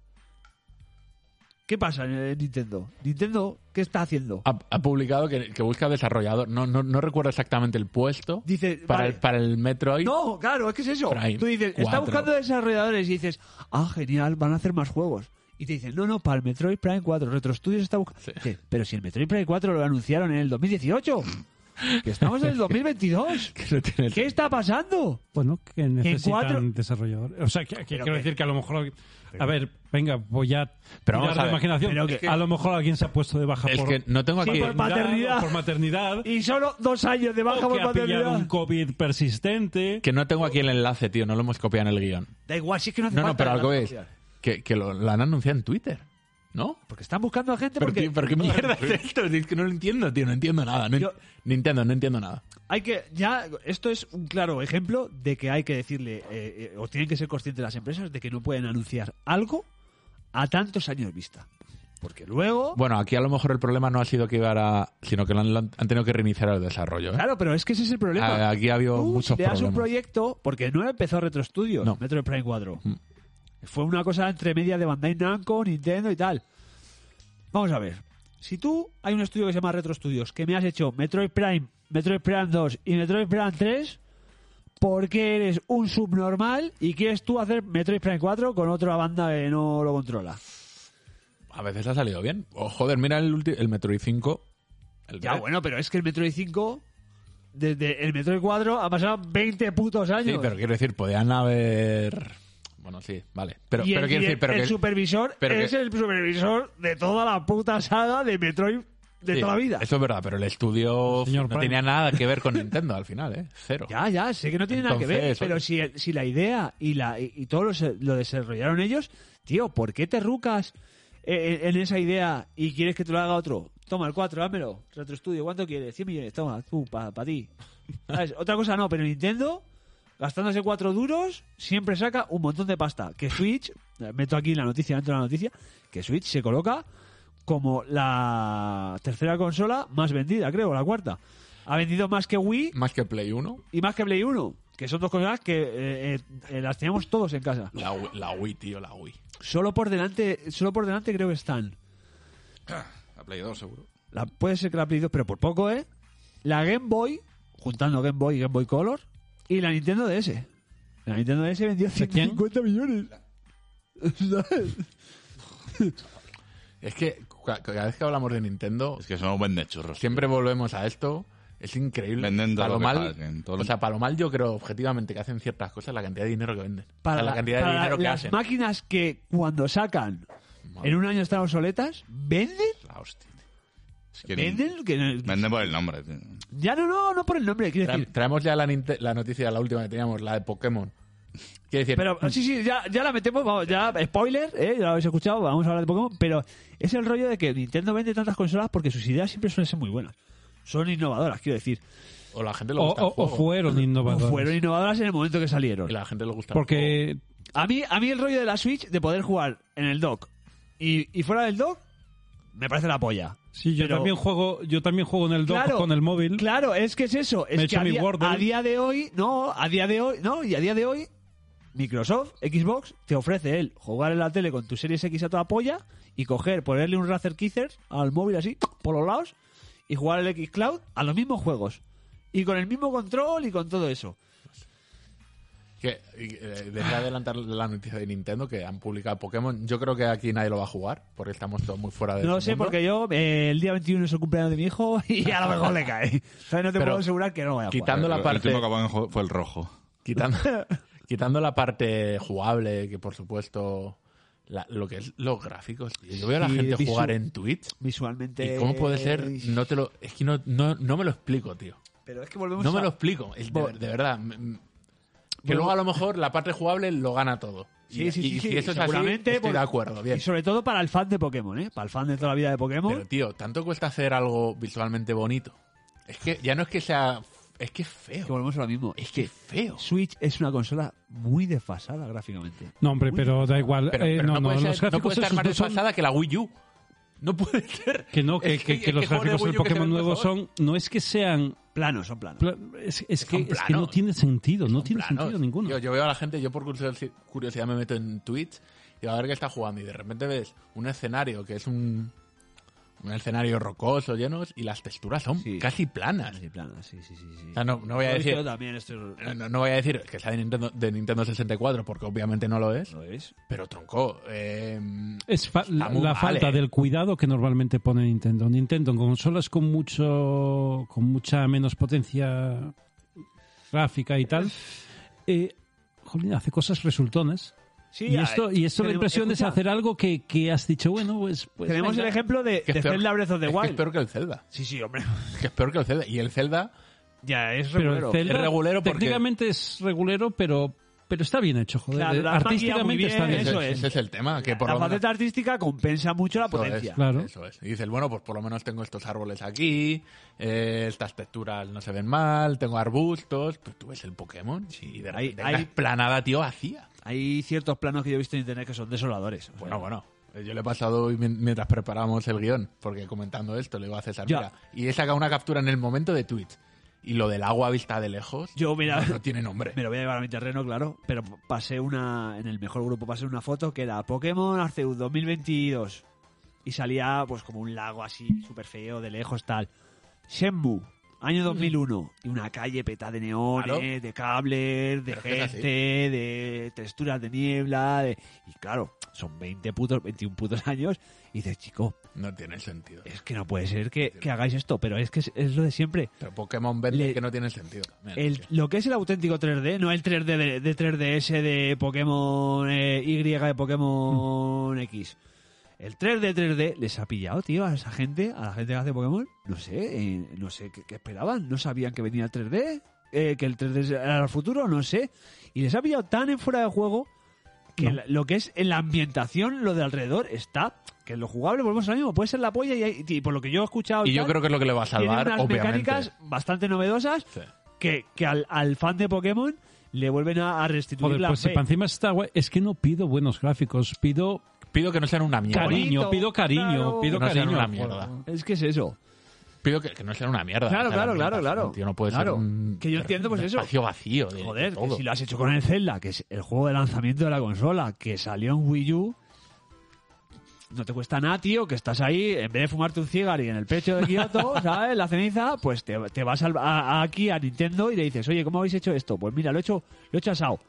Speaker 1: ¿Qué pasa en el Nintendo? ¿Nintendo qué está haciendo?
Speaker 2: Ha, ha publicado que, que busca desarrollador. No, no, no recuerdo exactamente el puesto.
Speaker 1: Dice,
Speaker 2: para,
Speaker 1: vale.
Speaker 2: el, para el Metroid.
Speaker 1: No, claro, es que es eso.
Speaker 2: Prime
Speaker 1: Tú dices, está
Speaker 2: cuatro.
Speaker 1: buscando desarrolladores y dices, ah, genial, van a hacer más juegos. Y te dicen, no, no, para el Metroid Prime 4, Retro Studios está buscando. Pero si el Metroid Prime 4 lo anunciaron en el 2018, que estamos
Speaker 2: [laughs]
Speaker 1: en el 2022.
Speaker 2: [laughs] Que no tiene-
Speaker 1: ¿Qué está pasando?
Speaker 5: Bueno, que necesitan
Speaker 1: cuatro-
Speaker 5: desarrolladores. O sea, que, que
Speaker 1: Pero
Speaker 5: quiero
Speaker 1: que-
Speaker 5: decir que a lo mejor. A ver, venga, voy a.
Speaker 2: Pero
Speaker 5: tirar
Speaker 2: vamos a
Speaker 5: de
Speaker 2: ver,
Speaker 5: imaginación.
Speaker 1: pero que-
Speaker 5: a lo mejor alguien se ha puesto de baja
Speaker 2: Es
Speaker 5: por.
Speaker 2: que no tengo
Speaker 1: Sí,
Speaker 2: aquí...
Speaker 1: por paternidad.
Speaker 5: o Por maternidad.
Speaker 1: Y solo dos años de baja
Speaker 5: o
Speaker 1: por
Speaker 5: Oh, que ha pillado
Speaker 1: paternidad.
Speaker 5: un COVID persistente.
Speaker 2: Que no tengo aquí el enlace, tío. No lo hemos copiado en el guión.
Speaker 1: Da igual, si es que no hace
Speaker 2: No, no,
Speaker 1: falta
Speaker 2: pero
Speaker 1: la
Speaker 2: algo
Speaker 1: red
Speaker 2: es.
Speaker 1: social.
Speaker 2: Que, que lo, lo han anunciado en Twitter. ¿No?
Speaker 1: Porque están buscando a gente
Speaker 2: Pero,
Speaker 1: porque
Speaker 2: tío, pero qué mierda es esto? Es que no lo entiendo, tío. No entiendo nada. No, en-
Speaker 1: Yo-
Speaker 2: Nintendo, no entiendo nada.
Speaker 1: hay que ya esto es un claro ejemplo de que hay que decirle eh, eh, o tienen que ser conscientes las empresas de que no pueden anunciar algo a tantos años vista. Porque luego
Speaker 2: Bueno, aquí a lo mejor el problema no ha sido que iba a... Sino que lo han, lo han han tenido que reiniciar el desarrollo. ¿eh?
Speaker 1: Claro, pero es que ese es el problema.
Speaker 2: Ah, aquí ha habido
Speaker 1: Tú,
Speaker 2: muchos
Speaker 1: si te das un
Speaker 2: problemas.
Speaker 1: proyecto, porque no empezó Retro Studios,
Speaker 2: No. Mm.
Speaker 1: Metro Prime 4. Fue una cosa entre media de Bandai Namco, Nintendo y tal. Vamos a ver. Si tú hay un estudio que se llama Retro Studios, que me has hecho Metroid Prime, Metroid Prime 2 y Metroid Prime 3, ¿por qué eres un subnormal y quieres tú hacer Metroid Prime 4 con otra banda que no lo controla?
Speaker 2: A veces ha salido bien. O, joder, mira el, ulti- el Metroid 5. El
Speaker 1: Ya,
Speaker 2: Bre-
Speaker 1: bueno, pero es que el Metroid 5, desde el Metroid 4, ha pasado 20 putos años.
Speaker 2: Sí, pero quiero decir, podían haber... Bueno, sí, vale. Pero,
Speaker 1: Y
Speaker 2: pero
Speaker 1: el,
Speaker 2: quiero
Speaker 1: y
Speaker 2: decir,
Speaker 1: el-
Speaker 2: pero
Speaker 1: el
Speaker 2: que...
Speaker 1: supervisor
Speaker 2: pero
Speaker 1: es
Speaker 2: que-
Speaker 1: el supervisor de toda la puta saga de Metroid de
Speaker 2: sí,
Speaker 1: toda la vida.
Speaker 2: Eso es verdad, pero el estudio
Speaker 5: Señor
Speaker 2: no
Speaker 5: Prime.
Speaker 2: tenía nada que ver con Nintendo al final, ¿eh? Cero.
Speaker 1: Ya, ya, sé que no tiene nada que ver,
Speaker 2: Entonces,
Speaker 1: pero
Speaker 2: oye.
Speaker 1: si, el- si la idea y, la, y, y todo lo, se- lo desarrollaron ellos, tío, ¿por qué te rucas eh, en, en esa idea y quieres que te lo haga otro? Toma, el 4, házmelo. Retro Studio, ¿cuánto quieres? 100 millones, toma, tú, para
Speaker 2: [laughs]
Speaker 1: ti. ¿Sabes? Otra cosa no, pero Nintendo, gastándose cuatro duros, siempre saca un montón de pasta. Que Switch, meto aquí la noticia, dentro de la noticia, que Switch se coloca como la tercera consola más vendida, creo, la cuarta. Ha vendido más que Wii
Speaker 2: Más que Play 1,
Speaker 1: y más que Play 1, que son dos cosas que eh, eh, eh, las teníamos todos en casa.
Speaker 2: la, Wii- la Wii, tío, la Wii.
Speaker 1: Solo por delante, solo por delante creo que están.
Speaker 3: A Play 2, seguro.
Speaker 1: La, puede ser que la Play 2, pero por poco, ¿eh? La Game Boy, juntando Game Boy y Game Boy Color, y la Nintendo DS. La Nintendo DS vendió
Speaker 5: quién?
Speaker 1: 150 millones. ¿Sabes?
Speaker 2: Es que cua- cada vez que hablamos de Nintendo,
Speaker 3: Es que somos buen de churros.
Speaker 2: siempre volvemos a esto. Es increíble.
Speaker 3: Venden todo lo que paguen, todo lo-
Speaker 2: o sea, Palomal yo creo objetivamente que hacen ciertas cosas la cantidad de dinero que venden.
Speaker 1: Para,
Speaker 2: O sea, la cantidad
Speaker 1: para
Speaker 2: de dinero que
Speaker 1: las
Speaker 2: hacen.
Speaker 1: máquinas que cuando sacan en un año están obsoletas, ¿venden?
Speaker 2: La hostia. tío.
Speaker 3: Quieren-
Speaker 1: ¿Venden? Que-
Speaker 3: Venden por el nombre. tío.
Speaker 1: Ya no, no, no por el nombre, quiero
Speaker 2: Tra-
Speaker 1: decir.
Speaker 2: traemos ya la, ninte- la noticia, la última que teníamos, la de Pokémon. Quiero decir,
Speaker 1: Pero sí, sí, ya, ya la metemos, vamos, ya, spoiler, ¿eh? ya lo habéis escuchado, vamos a hablar de Pokémon, pero es el rollo de que Nintendo vende tantas consolas porque sus ideas siempre suelen ser muy buenas. Son innovadoras, quiero decir.
Speaker 2: o la gente le
Speaker 5: O,
Speaker 2: gusta el
Speaker 5: o- o
Speaker 2: juego.
Speaker 5: fueron innovadores.
Speaker 1: Fueron innovadoras en el momento que salieron.
Speaker 2: Y la gente le gusta el juego.
Speaker 5: Porque
Speaker 1: A mí, a mí el rollo de la Switch de poder jugar en el dock y, y fuera del dock me parece la polla.
Speaker 5: sí, yo
Speaker 1: Pero-
Speaker 5: también juego, yo también juego en el dock
Speaker 1: Claro,
Speaker 5: con el móvil.
Speaker 1: Claro, es que es eso. Es
Speaker 5: Me he
Speaker 1: que
Speaker 5: hecho
Speaker 1: a,
Speaker 5: mi
Speaker 1: día,
Speaker 5: Wordle.
Speaker 1: a día de hoy, no, a día de hoy, no, y a día de hoy, Microsoft, Xbox, te ofrece el jugar en la tele con tu Series X a toda polla y coger, ponerle un Razer Kisser al móvil así, por los lados, y jugar el X Cloud a los mismos juegos. Y con el mismo control y con todo eso.
Speaker 2: Que, y, eh, dejé adelantar la noticia de Nintendo que han publicado Pokémon. Yo creo que aquí nadie lo va a jugar porque estamos todos muy fuera de este
Speaker 1: No lo sé, porque yo eh, el día 21 es el cumpleaños de mi hijo [laughs] y a lo mejor le cae. O sea, no te
Speaker 2: Pero
Speaker 1: puedo asegurar que no lo vaya a jugar.
Speaker 2: quitando la
Speaker 3: el,
Speaker 2: parte-
Speaker 3: último que apagó en juego fue el rojo.
Speaker 1: [laughs]
Speaker 2: Quitando, quitando la parte jugable, que por supuesto. la- lo que es los gráficos. tío. Yo veo a la
Speaker 1: Sí,
Speaker 2: gente
Speaker 1: visu-
Speaker 2: jugar en Twitch.
Speaker 1: Visualmente.
Speaker 2: ¿Y cómo puede ser? No te lo. Es que no, no, no me lo explico, tío.
Speaker 1: Pero es que volvemos
Speaker 2: No
Speaker 1: a-
Speaker 2: me lo explico. Es de, de verdad. m- m- Que
Speaker 1: Bueno.
Speaker 2: luego a lo mejor la parte jugable lo gana todo.
Speaker 1: Sí,
Speaker 2: Y-
Speaker 1: sí,
Speaker 2: y,
Speaker 1: sí,
Speaker 2: si
Speaker 1: sí,
Speaker 2: eso es así,
Speaker 1: seguramente,
Speaker 2: estoy
Speaker 1: por-
Speaker 2: de acuerdo. Bien.
Speaker 1: Y sobre todo para el fan de Pokémon, ¿eh? Para el fan de toda la vida de Pokémon.
Speaker 2: Pero tío, tanto cuesta hacer algo visualmente bonito. Es que ya no es que sea. Es que es
Speaker 1: que
Speaker 2: feo.
Speaker 1: volvemos a lo mismo.
Speaker 2: Es que es feo.
Speaker 1: Switch es una consola muy desfasada gráficamente.
Speaker 5: No, hombre,
Speaker 1: Muy
Speaker 5: pero da igual.
Speaker 2: Pero,
Speaker 5: Eh,
Speaker 2: pero
Speaker 5: no,
Speaker 2: no, puede
Speaker 5: no,
Speaker 2: ser-
Speaker 5: los
Speaker 2: no
Speaker 5: gráficos
Speaker 2: puede estar
Speaker 5: esos
Speaker 2: más
Speaker 5: no son-
Speaker 2: desfasada que la Wii U. No puede ser. [laughs]
Speaker 5: Que no, que,
Speaker 2: Es
Speaker 5: que- que
Speaker 2: es
Speaker 5: los
Speaker 2: juegos de
Speaker 5: gráficos del
Speaker 2: Wii U que se
Speaker 5: Pokémon
Speaker 2: ven
Speaker 5: nuevo
Speaker 2: mejor.
Speaker 5: son. No es que sean.
Speaker 1: Planos, son planos.
Speaker 5: pla- Es, es que,
Speaker 2: Son
Speaker 5: es que no
Speaker 2: planos.
Speaker 5: tiene sentido, no tiene
Speaker 2: Planos.
Speaker 5: sentido ninguno.
Speaker 2: Yo, yo veo a la gente, yo por curiosi- curiosidad me meto en Twitch y va a ver qué está jugando. Y de repente ves un escenario que es un, un escenario rocoso, llenos, y las texturas son
Speaker 1: Sí.
Speaker 2: casi planas.
Speaker 1: Ah, Sí, planos, sí, sí, sí. sí.
Speaker 2: O sea, no, no voy a
Speaker 1: Lo he visto
Speaker 2: decir.
Speaker 1: Yo también estoy...
Speaker 2: No, no- no voy a decir que sea de Nintendo, de Nintendo 64, porque obviamente no lo es,
Speaker 1: ¿Lo es?
Speaker 2: pero tronco. eh,
Speaker 5: Es fa- la,
Speaker 2: muy
Speaker 5: la
Speaker 2: mal,
Speaker 5: falta
Speaker 2: eh.
Speaker 5: del cuidado que normalmente pone Nintendo. Nintendo en consolas con mucho, con mucha menos potencia gráfica y tal, eh, jolín, hace cosas resultones.
Speaker 1: Sí,
Speaker 5: y esto,
Speaker 1: ay,
Speaker 5: y esto la
Speaker 1: tenemos-
Speaker 5: impresión
Speaker 1: escucha,
Speaker 5: es hacer algo que, que has dicho, bueno, pues, pues
Speaker 1: tenemos
Speaker 5: venga.
Speaker 1: el ejemplo de,
Speaker 2: que es
Speaker 1: de
Speaker 2: peor-
Speaker 1: Zelda Breath of the
Speaker 2: es que
Speaker 1: Wild.
Speaker 2: es peor que el Zelda.
Speaker 1: Sí, sí, hombre. [laughs]
Speaker 2: Que es peor que el Zelda. Y el Zelda,
Speaker 1: Ya, es
Speaker 5: pero el
Speaker 1: regulero.
Speaker 5: Zelda
Speaker 2: Es regulero porque-
Speaker 5: técnicamente es regulero, pero pero está bien hecho, joder.
Speaker 1: Claro, la maquilla muy
Speaker 5: Artísticamente
Speaker 1: bien,
Speaker 5: está bien.
Speaker 2: ese-
Speaker 1: eso
Speaker 5: hecho.
Speaker 2: ese,
Speaker 1: es.
Speaker 2: es el tema. Que por
Speaker 1: la
Speaker 2: lo menos-
Speaker 1: faceta artística compensa mucho la
Speaker 2: Eso es,
Speaker 1: potencia.
Speaker 5: Claro.
Speaker 2: Eso es. Y dices, bueno, pues por lo menos tengo estos árboles aquí, eh, estas texturas no se ven mal, tengo arbustos. Pero tú ves el Pokémon y de
Speaker 1: Hay-
Speaker 2: repente
Speaker 1: hay-
Speaker 2: una explanada, tío, vacía.
Speaker 1: Hay ciertos planos que yo he visto en internet que son desoladores. O sea,
Speaker 2: Bueno, bueno. eh, Yo le he pasado hoy mien- mientras preparábamos el guión, porque comentando esto le digo a César,
Speaker 1: Ya.
Speaker 2: mira, y he sacado una captura en el momento de Twitch. Y lo del agua vista de lejos
Speaker 1: Yo, mira-
Speaker 2: no, no tiene nombre.
Speaker 1: Me lo voy a llevar a mi terreno, claro. Pero pasé una. En el mejor grupo pasé una foto que era Pokémon Arceus 2022. Y salía, pues, como un lago así, súper feo, de lejos, tal. Shenmue, año 2001. Y una calle petada de neones,
Speaker 2: Claro.
Speaker 1: de cables, de
Speaker 2: Pero es que es
Speaker 1: gente, de texturas de niebla. de- Y claro, son 20 putos, 21 putos años. Y dices, chico,
Speaker 2: No tiene sentido.
Speaker 1: es que no puede ser que, que hagáis esto. Pero es que es- es lo de siempre.
Speaker 2: Pero Pokémon vende
Speaker 1: Le-
Speaker 2: que no tiene sentido. Mira,
Speaker 1: El-
Speaker 2: tío.
Speaker 1: lo que es el auténtico 3D, no el 3D de, de 3DS de Pokémon eh, Y de
Speaker 2: Mm.
Speaker 1: Pokémon X. El 3D 3D les ha pillado, tío, a esa gente, a la gente que hace Pokémon. No sé, eh, no sé qué, qué esperaban. No sabían que venía el 3D, eh, que el 3D era el futuro, no sé. Y les ha pillado tan en fuera de juego que la- lo que es en la ambientación, lo de alrededor, está. Que en lo jugable, volvemos a lo mismo, puede ser la polla y, hay- y por lo que yo he escuchado.
Speaker 2: y yo
Speaker 1: tal,
Speaker 2: creo que es lo que le va a salvar,
Speaker 1: tiene unas
Speaker 2: obviamente.
Speaker 1: mecánicas bastante novedosas
Speaker 2: Sí.
Speaker 1: que, que al, al fan de Pokémon le vuelven a, a restituir
Speaker 5: Joder,
Speaker 1: la
Speaker 5: pues si
Speaker 1: fe.
Speaker 5: pa' encima está guay, es que no pido buenos gráficos, pido
Speaker 2: Pido que no sean una mierda.
Speaker 5: cariño, pido cariño,
Speaker 1: claro.
Speaker 5: pido
Speaker 2: Que no sean
Speaker 5: cariño.
Speaker 2: una
Speaker 5: al
Speaker 2: mierda.
Speaker 5: juego.
Speaker 1: Es que es eso.
Speaker 2: Pido que, que no sea una mierda.
Speaker 1: Claro,
Speaker 2: O sea,
Speaker 1: claro,
Speaker 2: la
Speaker 1: claro,
Speaker 2: ambientación,
Speaker 1: claro.
Speaker 2: tío, no puede
Speaker 1: Claro.
Speaker 2: ser un,
Speaker 1: Que yo entiendo, pues,
Speaker 2: un
Speaker 1: eso.
Speaker 2: espacio vacío. Eh, De,
Speaker 1: Joder,
Speaker 2: de
Speaker 1: que
Speaker 2: todo.
Speaker 1: si lo has hecho con el Zelda, que es el juego de lanzamiento de la consola, que salió en Wii U, no te cuesta nada, tío, que estás ahí, en vez de fumarte un cigarro y en el pecho de
Speaker 2: [laughs]
Speaker 1: Kioto, ¿sabes? La ceniza, pues te, te vas al- a- a aquí a Nintendo y le dices, oye, ¿cómo habéis hecho esto? Pues mira, lo he hecho, lo he hecho asado.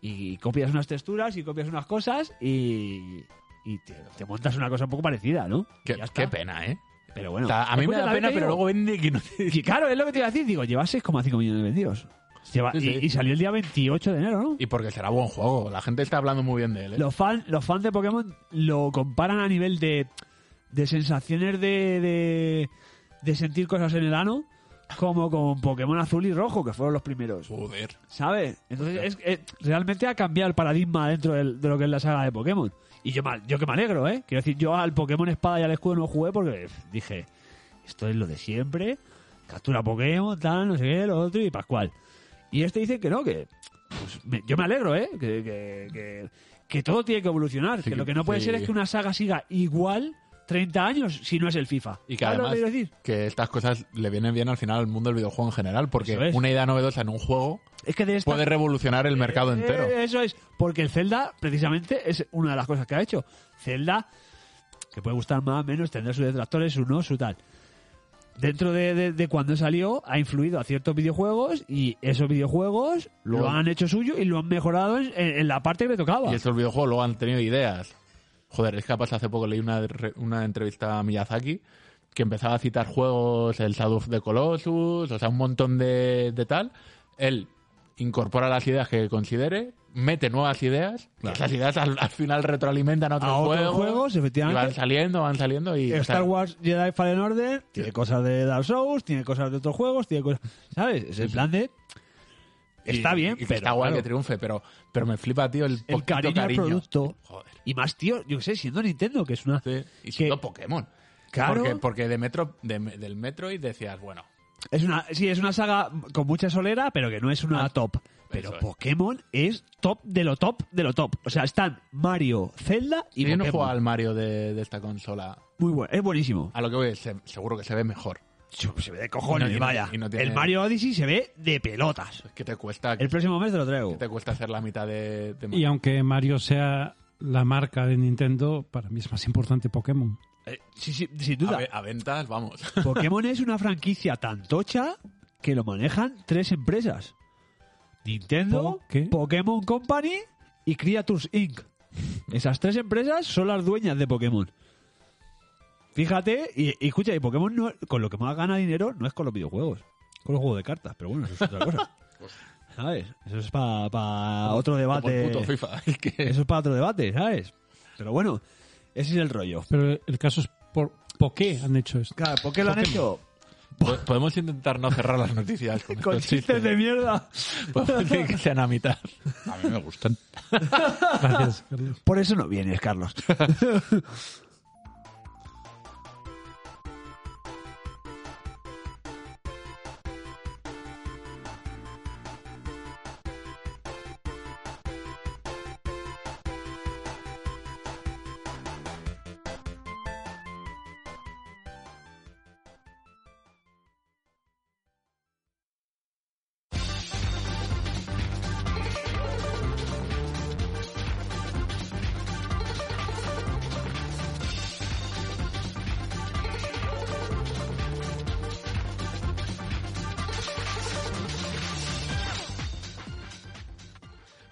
Speaker 1: Y copias unas texturas y copias unas cosas y, y te, te montas una cosa un poco parecida, ¿no?
Speaker 2: Qué,
Speaker 1: Ya está.
Speaker 2: qué pena, ¿eh?
Speaker 1: Pero bueno.
Speaker 2: O sea, a mí me
Speaker 1: Escucha,
Speaker 2: da
Speaker 1: la vez
Speaker 2: pena,
Speaker 1: que
Speaker 2: pero
Speaker 1: digo-
Speaker 2: luego vende que no te...
Speaker 1: [laughs] Y claro, es lo que te iba a decir. Digo, lleva 6,5 millones de vendidos. Lleva-
Speaker 2: Sí, sí.
Speaker 1: Y, y salió el día 28 de enero, ¿no?
Speaker 2: Y porque será buen juego. La gente está hablando muy bien de él. ¿eh?
Speaker 1: Los, fan- los fans de Pokémon lo comparan a nivel de, de sensaciones de, de, de sentir cosas en el ano, como con Pokémon azul y rojo, que fueron los primeros.
Speaker 2: Joder.
Speaker 1: ¿Sabes? Entonces, es, es- realmente ha cambiado el paradigma dentro del- de lo que es la saga de Pokémon. Y yo, mal, yo que me alegro, ¿eh? Quiero decir, yo al Pokémon Espada y al Escudo no jugué porque pf, dije, esto es lo de siempre, captura Pokémon, tal, no sé qué, lo otro y Pascual. Y este dice que no, que pues, me- yo me alegro, ¿eh? Que, que, que- que todo tiene que evolucionar,
Speaker 2: Sí,
Speaker 1: que lo que no puede
Speaker 2: sí.
Speaker 1: ser es que una saga siga igual 30 años si no es el FIFA.
Speaker 2: Y que
Speaker 1: ¿Sabes Ah, lo
Speaker 2: además
Speaker 1: quiero decir?
Speaker 2: que estas cosas le vienen bien al final al mundo del videojuego en general, porque
Speaker 1: Eso es.
Speaker 2: una idea novedosa en un juego
Speaker 1: Es que de esta-
Speaker 2: puede revolucionar el mercado
Speaker 1: Eh,
Speaker 2: entero.
Speaker 1: Eso es, porque el Zelda precisamente es una de las cosas que ha hecho. Zelda, que puede gustar más o menos, tendrá sus detractores, su no, su tal. Dentro de, de- de cuando salió, ha influido a ciertos videojuegos y esos videojuegos
Speaker 2: Luego-
Speaker 1: lo han hecho suyo y lo han mejorado en, en- en la parte que le tocaba.
Speaker 2: Y estos videojuegos luego han tenido ideas. Joder, es capaz, hace poco leí una, re- una entrevista a Miyazaki que empezaba a citar juegos, el Shadow of the Colossus, o sea, un montón de, de tal. Él incorpora las ideas que considere, mete nuevas ideas, y esas ideas al, al final retroalimentan a otros,
Speaker 1: A otros juegos,
Speaker 2: y van
Speaker 1: efectivamente.
Speaker 2: saliendo, van saliendo y... o sea,
Speaker 1: Star Wars Jedi Fallen Order tiene cosas de Dark Souls, tiene cosas de otros juegos, tiene cosas. ¿Sabes? Es el plan de.
Speaker 2: y-
Speaker 1: Está bien,
Speaker 2: y que
Speaker 1: pero.
Speaker 2: está guay
Speaker 1: claro,
Speaker 2: que triunfe, pero, pero me flipa, tío, el,
Speaker 1: el
Speaker 2: poquito
Speaker 1: cariño, al producto.
Speaker 2: Joder.
Speaker 1: Y más, tío, yo qué sé, siendo Nintendo, que es una.
Speaker 2: Sí, y
Speaker 1: Que-
Speaker 2: siendo Pokémon.
Speaker 1: Claro.
Speaker 2: Porque, porque de Metro, de- del Metroid decías, bueno,
Speaker 1: Es una, sí, es una saga con mucha solera, pero que no es una
Speaker 2: Ah,
Speaker 1: top. Pero
Speaker 2: eso es.
Speaker 1: Pokémon es top de lo top de lo top. O sea, están Mario, Zelda y
Speaker 2: Y yo no
Speaker 1: Pokémon.
Speaker 2: juego al Mario de, de esta consola.
Speaker 1: Muy bueno, es buenísimo.
Speaker 2: A lo que voy, se- seguro que se ve mejor.
Speaker 1: Se ve de cojones,
Speaker 2: Y no- y no-
Speaker 1: vaya.
Speaker 2: y no tiene-
Speaker 1: El Mario Odyssey se ve de pelotas.
Speaker 2: Es que te cuesta,
Speaker 1: El próximo mes te lo traigo.
Speaker 2: te cuesta hacer la mitad de, de
Speaker 5: Y aunque Mario sea la marca de Nintendo, para mí es más importante Pokémon.
Speaker 1: Eh, sí, sí, sin
Speaker 2: a,
Speaker 1: duda.
Speaker 2: ve- a ventas, vamos.
Speaker 1: [laughs] Pokémon es una franquicia tan tocha que lo manejan tres empresas. Nintendo,
Speaker 5: ¿Po- qué?
Speaker 1: Pokémon Company y Creatures Inc. Esas tres empresas son las dueñas de Pokémon. Fíjate, y, y escucha, y Pokémon no- con lo que más gana dinero no es con los videojuegos, con los juegos de cartas, pero bueno, eso es otra cosa.
Speaker 2: [laughs]
Speaker 1: ¿Sabes? Eso es para otro
Speaker 2: Como el
Speaker 1: debate.
Speaker 2: puto FIFA. [laughs] es que-
Speaker 1: Eso es para otro debate, ¿sabes? Pero bueno, ese es el rollo.
Speaker 5: Pero el caso es por, ¿por qué han
Speaker 1: [laughs]
Speaker 5: hecho esto.
Speaker 1: Claro, ¿por qué lo han hecho?
Speaker 2: Po- Podemos intentar no cerrar las noticias
Speaker 1: [laughs]
Speaker 2: con,
Speaker 1: Con
Speaker 2: estos
Speaker 1: chistes de mierda.
Speaker 2: [laughs] Podemos decir que sean a mitad.
Speaker 3: A mí me
Speaker 1: [laughs]
Speaker 3: gustan.
Speaker 5: Gracias, Carlos.
Speaker 1: Por eso no vienes, Carlos.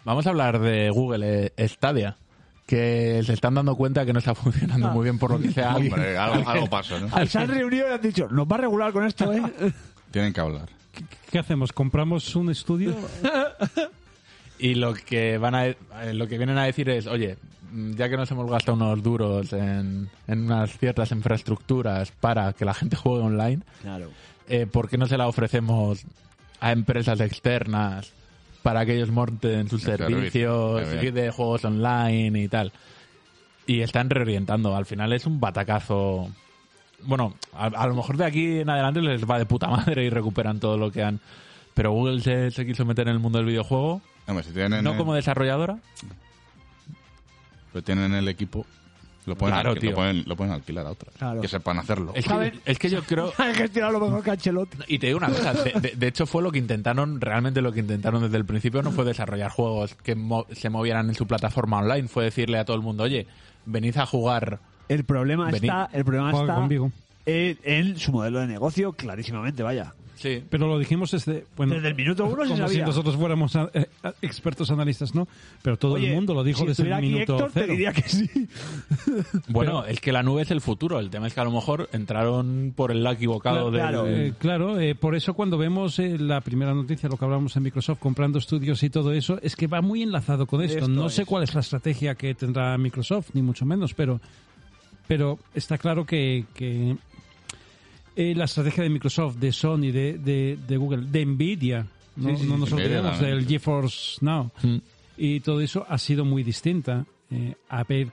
Speaker 2: Vamos a hablar de Google eh, Stadia. Que se están dando cuenta que no está [laughs] funcionando
Speaker 1: Ah.
Speaker 2: muy bien por lo que
Speaker 1: [laughs]
Speaker 2: sea. alguien-
Speaker 3: Hombre, algo, algo pasa, ¿no?
Speaker 1: Se han reunido y han dicho, nos va a regular con esto, ¿eh?
Speaker 3: Tienen que hablar.
Speaker 5: ¿Qué, qué hacemos? ¿Compramos un estudio?
Speaker 2: Y lo que van a eh, lo que vienen a decir es, oye, mm, ya que nos hemos gastado unos duros en, en unas ciertas infraestructuras para que la gente juegue online,
Speaker 1: Claro.
Speaker 2: eh, ¿por qué no se la ofrecemos a empresas externas para que ellos monten sus
Speaker 3: El servicio,
Speaker 2: servicios
Speaker 3: muy bien.
Speaker 2: de juegos online y tal? Y están reorientando. Al final es un batacazo. Bueno, a, a lo mejor de aquí en adelante les va de puta [laughs] madre y recuperan todo lo que han. Pero Google se- se quiso meter en el mundo del videojuego
Speaker 3: Hombre, si tienen,
Speaker 2: no
Speaker 3: el,
Speaker 2: como desarrolladora.
Speaker 3: pero tienen el equipo, lo pueden,
Speaker 2: Claro,
Speaker 3: alqui-
Speaker 2: tío.
Speaker 3: Lo, pueden, lo pueden alquilar a otras.
Speaker 1: Claro.
Speaker 3: Que sepan hacerlo.
Speaker 2: Es que,
Speaker 1: ¿Saben?
Speaker 2: es que yo creo.
Speaker 1: [laughs] Han gestionado lo mejor que Ancelotti.
Speaker 2: Y te digo una cosa, de, de- de hecho fue lo que intentaron, realmente lo que intentaron desde el principio no fue desarrollar juegos que mo- se movieran en su plataforma online, fue decirle a todo el mundo, oye, venid a jugar.
Speaker 1: El problema
Speaker 2: Vení.
Speaker 1: está... El problema
Speaker 5: Juega
Speaker 1: está
Speaker 5: conmigo.
Speaker 1: eh, en su modelo de negocio, clarísimamente, vaya.
Speaker 2: Sí.
Speaker 5: Pero lo dijimos desde, bueno,
Speaker 1: Desde el minuto uno se
Speaker 5: como si
Speaker 1: sabía.
Speaker 5: nosotros fuéramos a- eh, a- expertos analistas, ¿no? Pero todo
Speaker 1: Oye,
Speaker 5: el mundo lo dijo
Speaker 1: si
Speaker 5: desde
Speaker 1: estuviera
Speaker 5: el
Speaker 1: aquí
Speaker 5: minuto
Speaker 1: Héctor,
Speaker 5: cero.
Speaker 1: te diría que sí.
Speaker 2: Bueno, es que la nube es el futuro. El tema es que a lo mejor entraron por el lado equivocado
Speaker 1: Claro,
Speaker 2: del-
Speaker 5: Eh, claro, eh, por eso cuando vemos eh, la primera noticia, lo que hablamos en Microsoft comprando estudios y todo eso, es que va muy enlazado con esto.
Speaker 1: Esto
Speaker 5: no sé
Speaker 1: es.
Speaker 5: cuál es la estrategia que tendrá Microsoft, ni mucho menos, pero, pero está claro que, que, eh, la estrategia de Microsoft, de Sony, de, de- de Google, de Nvidia, no,
Speaker 3: Sí, sí,
Speaker 5: no nos
Speaker 3: Nvidia,
Speaker 5: olvidemos
Speaker 3: también.
Speaker 5: del GeForce Now,
Speaker 2: Mm.
Speaker 5: y todo eso ha sido muy distinta. Eh, a ver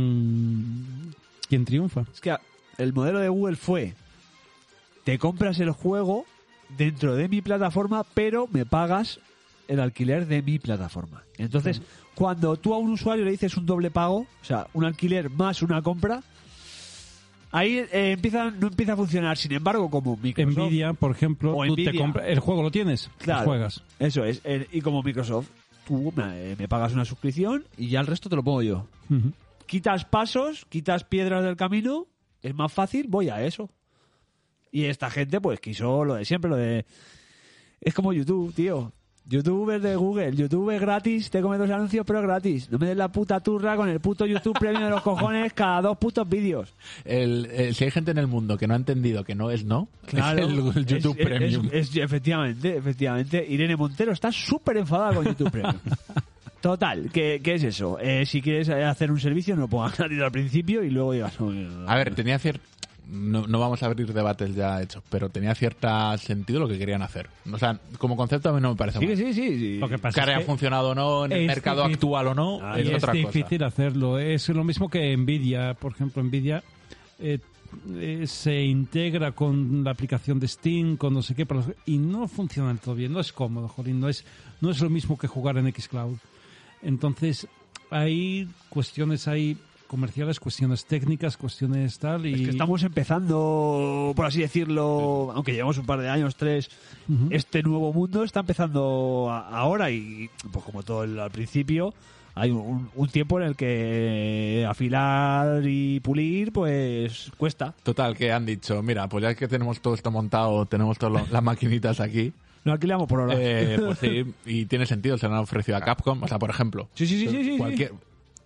Speaker 5: quién, quién triunfa.
Speaker 1: Es que el modelo de Google fue, te compras el juego dentro de mi plataforma, pero me pagas el alquiler de mi plataforma. Entonces, cuando tú a un usuario le dices un doble pago, o sea, un alquiler más una compra, ahí eh, empieza, no empieza a funcionar. Sin embargo, como Microsoft...
Speaker 5: Nvidia, por ejemplo,
Speaker 1: O
Speaker 5: tú te
Speaker 1: Nvidia.
Speaker 5: compras el juego lo tienes, lo
Speaker 1: Claro.
Speaker 5: juegas.
Speaker 1: Eso es. eh, y como Microsoft, tú me, me pagas una suscripción y ya el resto te lo pongo yo.
Speaker 5: Ujú.
Speaker 1: Quitas pasos, quitas piedras del camino, es más fácil, voy a eso. Y esta gente, pues, quiso lo de siempre, lo de... Es como YouTube, tío. YouTube es de Google, YouTube es gratis, te comes dos anuncios, pero es gratis. No me des la puta turra con el puto YouTube premium de los cojones cada dos putos vídeos.
Speaker 2: El- el- si hay gente en el mundo que no ha entendido que no es no,
Speaker 1: Claro,
Speaker 2: es [laughs] el, el
Speaker 1: es-
Speaker 2: YouTube
Speaker 1: es-
Speaker 2: Premium.
Speaker 1: es- es- efectivamente, efectivamente. Irene Montero está súper enfadada con YouTube
Speaker 2: [laughs]
Speaker 1: Premium. Total, ¿qué, qué es eso? Eh, si quieres eh, hacer un servicio, no lo pongas [laughs] gratis al principio y luego digas... "No, no, no".
Speaker 2: A ver, tenía cierto... No, no vamos a abrir debates ya hechos, pero tenía cierto sentido lo que querían hacer. O sea, como concepto a mí no me parece
Speaker 1: Sí, que
Speaker 2: mal.
Speaker 1: sí, sí. sí.
Speaker 5: Lo que pasa
Speaker 2: Que
Speaker 5: es
Speaker 2: haya
Speaker 5: que
Speaker 2: funcionado o no, en el
Speaker 5: es
Speaker 2: mercado
Speaker 5: difícil.
Speaker 2: actual o no,
Speaker 1: Ah,
Speaker 2: es,
Speaker 5: es
Speaker 2: otra
Speaker 5: difícil hacerlo. Es lo mismo que Nvidia, por ejemplo, Nvidia eh, eh, se integra con la aplicación de Steam, con no sé qué, pero- y no funciona del todo bien. No es cómodo, jolín. No es, no es lo mismo que jugar en xCloud. Entonces, hay cuestiones ahí comerciales, cuestiones técnicas, cuestiones tal y
Speaker 1: Es que estamos empezando, por así decirlo, aunque llevamos un par de años, tres,
Speaker 5: Ujú.
Speaker 1: este nuevo mundo está empezando a- ahora y, pues como todo el- al principio, hay un, un tiempo en el que afilar y pulir, pues cuesta.
Speaker 2: cosa. Total, que han dicho, mira, pues ya que tenemos todo esto montado, tenemos todas las maquinitas
Speaker 5: [laughs]
Speaker 2: aquí,
Speaker 1: No alquilamos por ahora.
Speaker 2: eh, pues sí, y tiene sentido, se lo han ofrecido a Capcom. O sea, por ejemplo,
Speaker 1: [laughs] sí, sí, sí, sí, sí, sí.
Speaker 2: cualquier,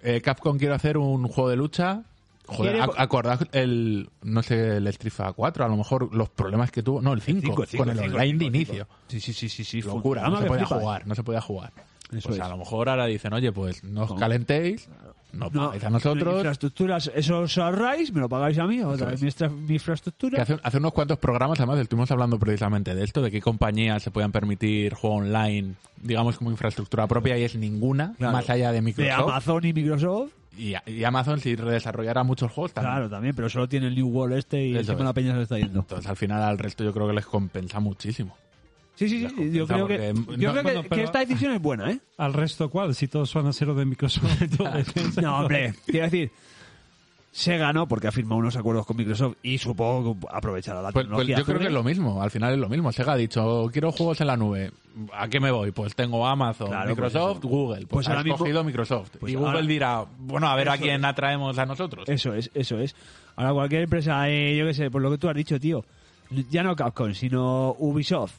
Speaker 2: eh, Capcom quiere hacer un juego de lucha. Joder,
Speaker 1: Quiere-
Speaker 2: ac- acordad el, no sé, el Street Fighter 4, a lo mejor los problemas que tuvo, no, el 5,
Speaker 1: Cinco, cinco,
Speaker 2: con el
Speaker 1: cinco,
Speaker 2: online de
Speaker 1: cinco,
Speaker 2: inicio.
Speaker 1: cinco. Sí, sí, sí, sí, sí. fue un
Speaker 2: Locura, no
Speaker 1: programa
Speaker 2: se
Speaker 1: que
Speaker 2: podía
Speaker 1: flipas.
Speaker 2: jugar, no se podía jugar.
Speaker 1: Eso
Speaker 2: pues
Speaker 1: es.
Speaker 2: a lo mejor ahora dicen, oye, pues no os
Speaker 1: No.
Speaker 2: calentéis, no
Speaker 1: No,
Speaker 2: pagáis a nosotros.
Speaker 1: Infraestructuras, eso os ahorráis, me lo pagáis a mí, otra vez mi, extra- mi infraestructura.
Speaker 2: Que hace, hace unos cuantos programas, además, estuvimos hablando precisamente de esto, de qué compañías se podían permitir juego online, digamos, como infraestructura propia, y es ninguna,
Speaker 1: Claro.
Speaker 2: más allá de
Speaker 1: De
Speaker 2: Microsoft.
Speaker 1: Amazon y Microsoft,
Speaker 2: Y, y Amazon, si redesarrollara muchos juegos, también.
Speaker 1: claro, también, pero solo tiene el New World este y
Speaker 2: Eso
Speaker 1: encima
Speaker 2: es.
Speaker 1: la peña se lo está yendo.
Speaker 2: Entonces, al final, al resto yo creo que les compensa muchísimo.
Speaker 1: Sí, sí,
Speaker 2: La
Speaker 1: sí, yo
Speaker 2: compensa
Speaker 1: creo que,
Speaker 2: porque-
Speaker 1: yo
Speaker 2: no,
Speaker 1: creo que,
Speaker 5: bueno,
Speaker 1: que
Speaker 5: pero-
Speaker 1: esta decisión es
Speaker 2: [laughs]
Speaker 1: buena, ¿eh?
Speaker 5: al resto cuál si todos son a cero de
Speaker 1: [laughs]
Speaker 5: Microsoft. [laughs] entonces-
Speaker 1: No, hombre, quiero decir, se ganó porque ha firmado unos acuerdos con Microsoft y supongo que aprovechará la
Speaker 2: Pues, pues
Speaker 1: tecnología.
Speaker 2: yo creo que es
Speaker 1: Azure.
Speaker 2: lo mismo, al final es lo mismo. Sega ha dicho, quiero juegos en la nube. ¿A qué me voy? Pues tengo Amazon,
Speaker 1: Claro,
Speaker 2: Microsoft,
Speaker 1: pues eso.
Speaker 2: Google. Pues,
Speaker 1: Pues
Speaker 2: has
Speaker 1: ahora mismo-
Speaker 2: cogido Microsoft.
Speaker 1: Pues
Speaker 2: y Google
Speaker 1: ahora-
Speaker 2: dirá, bueno, a ver a
Speaker 1: Eso
Speaker 2: quién atraemos a nosotros.
Speaker 1: Eso es, eso es. Ahora cualquier empresa, eh, yo qué sé, por lo que tú has dicho, tío, ya no Capcom, sino Ubisoft,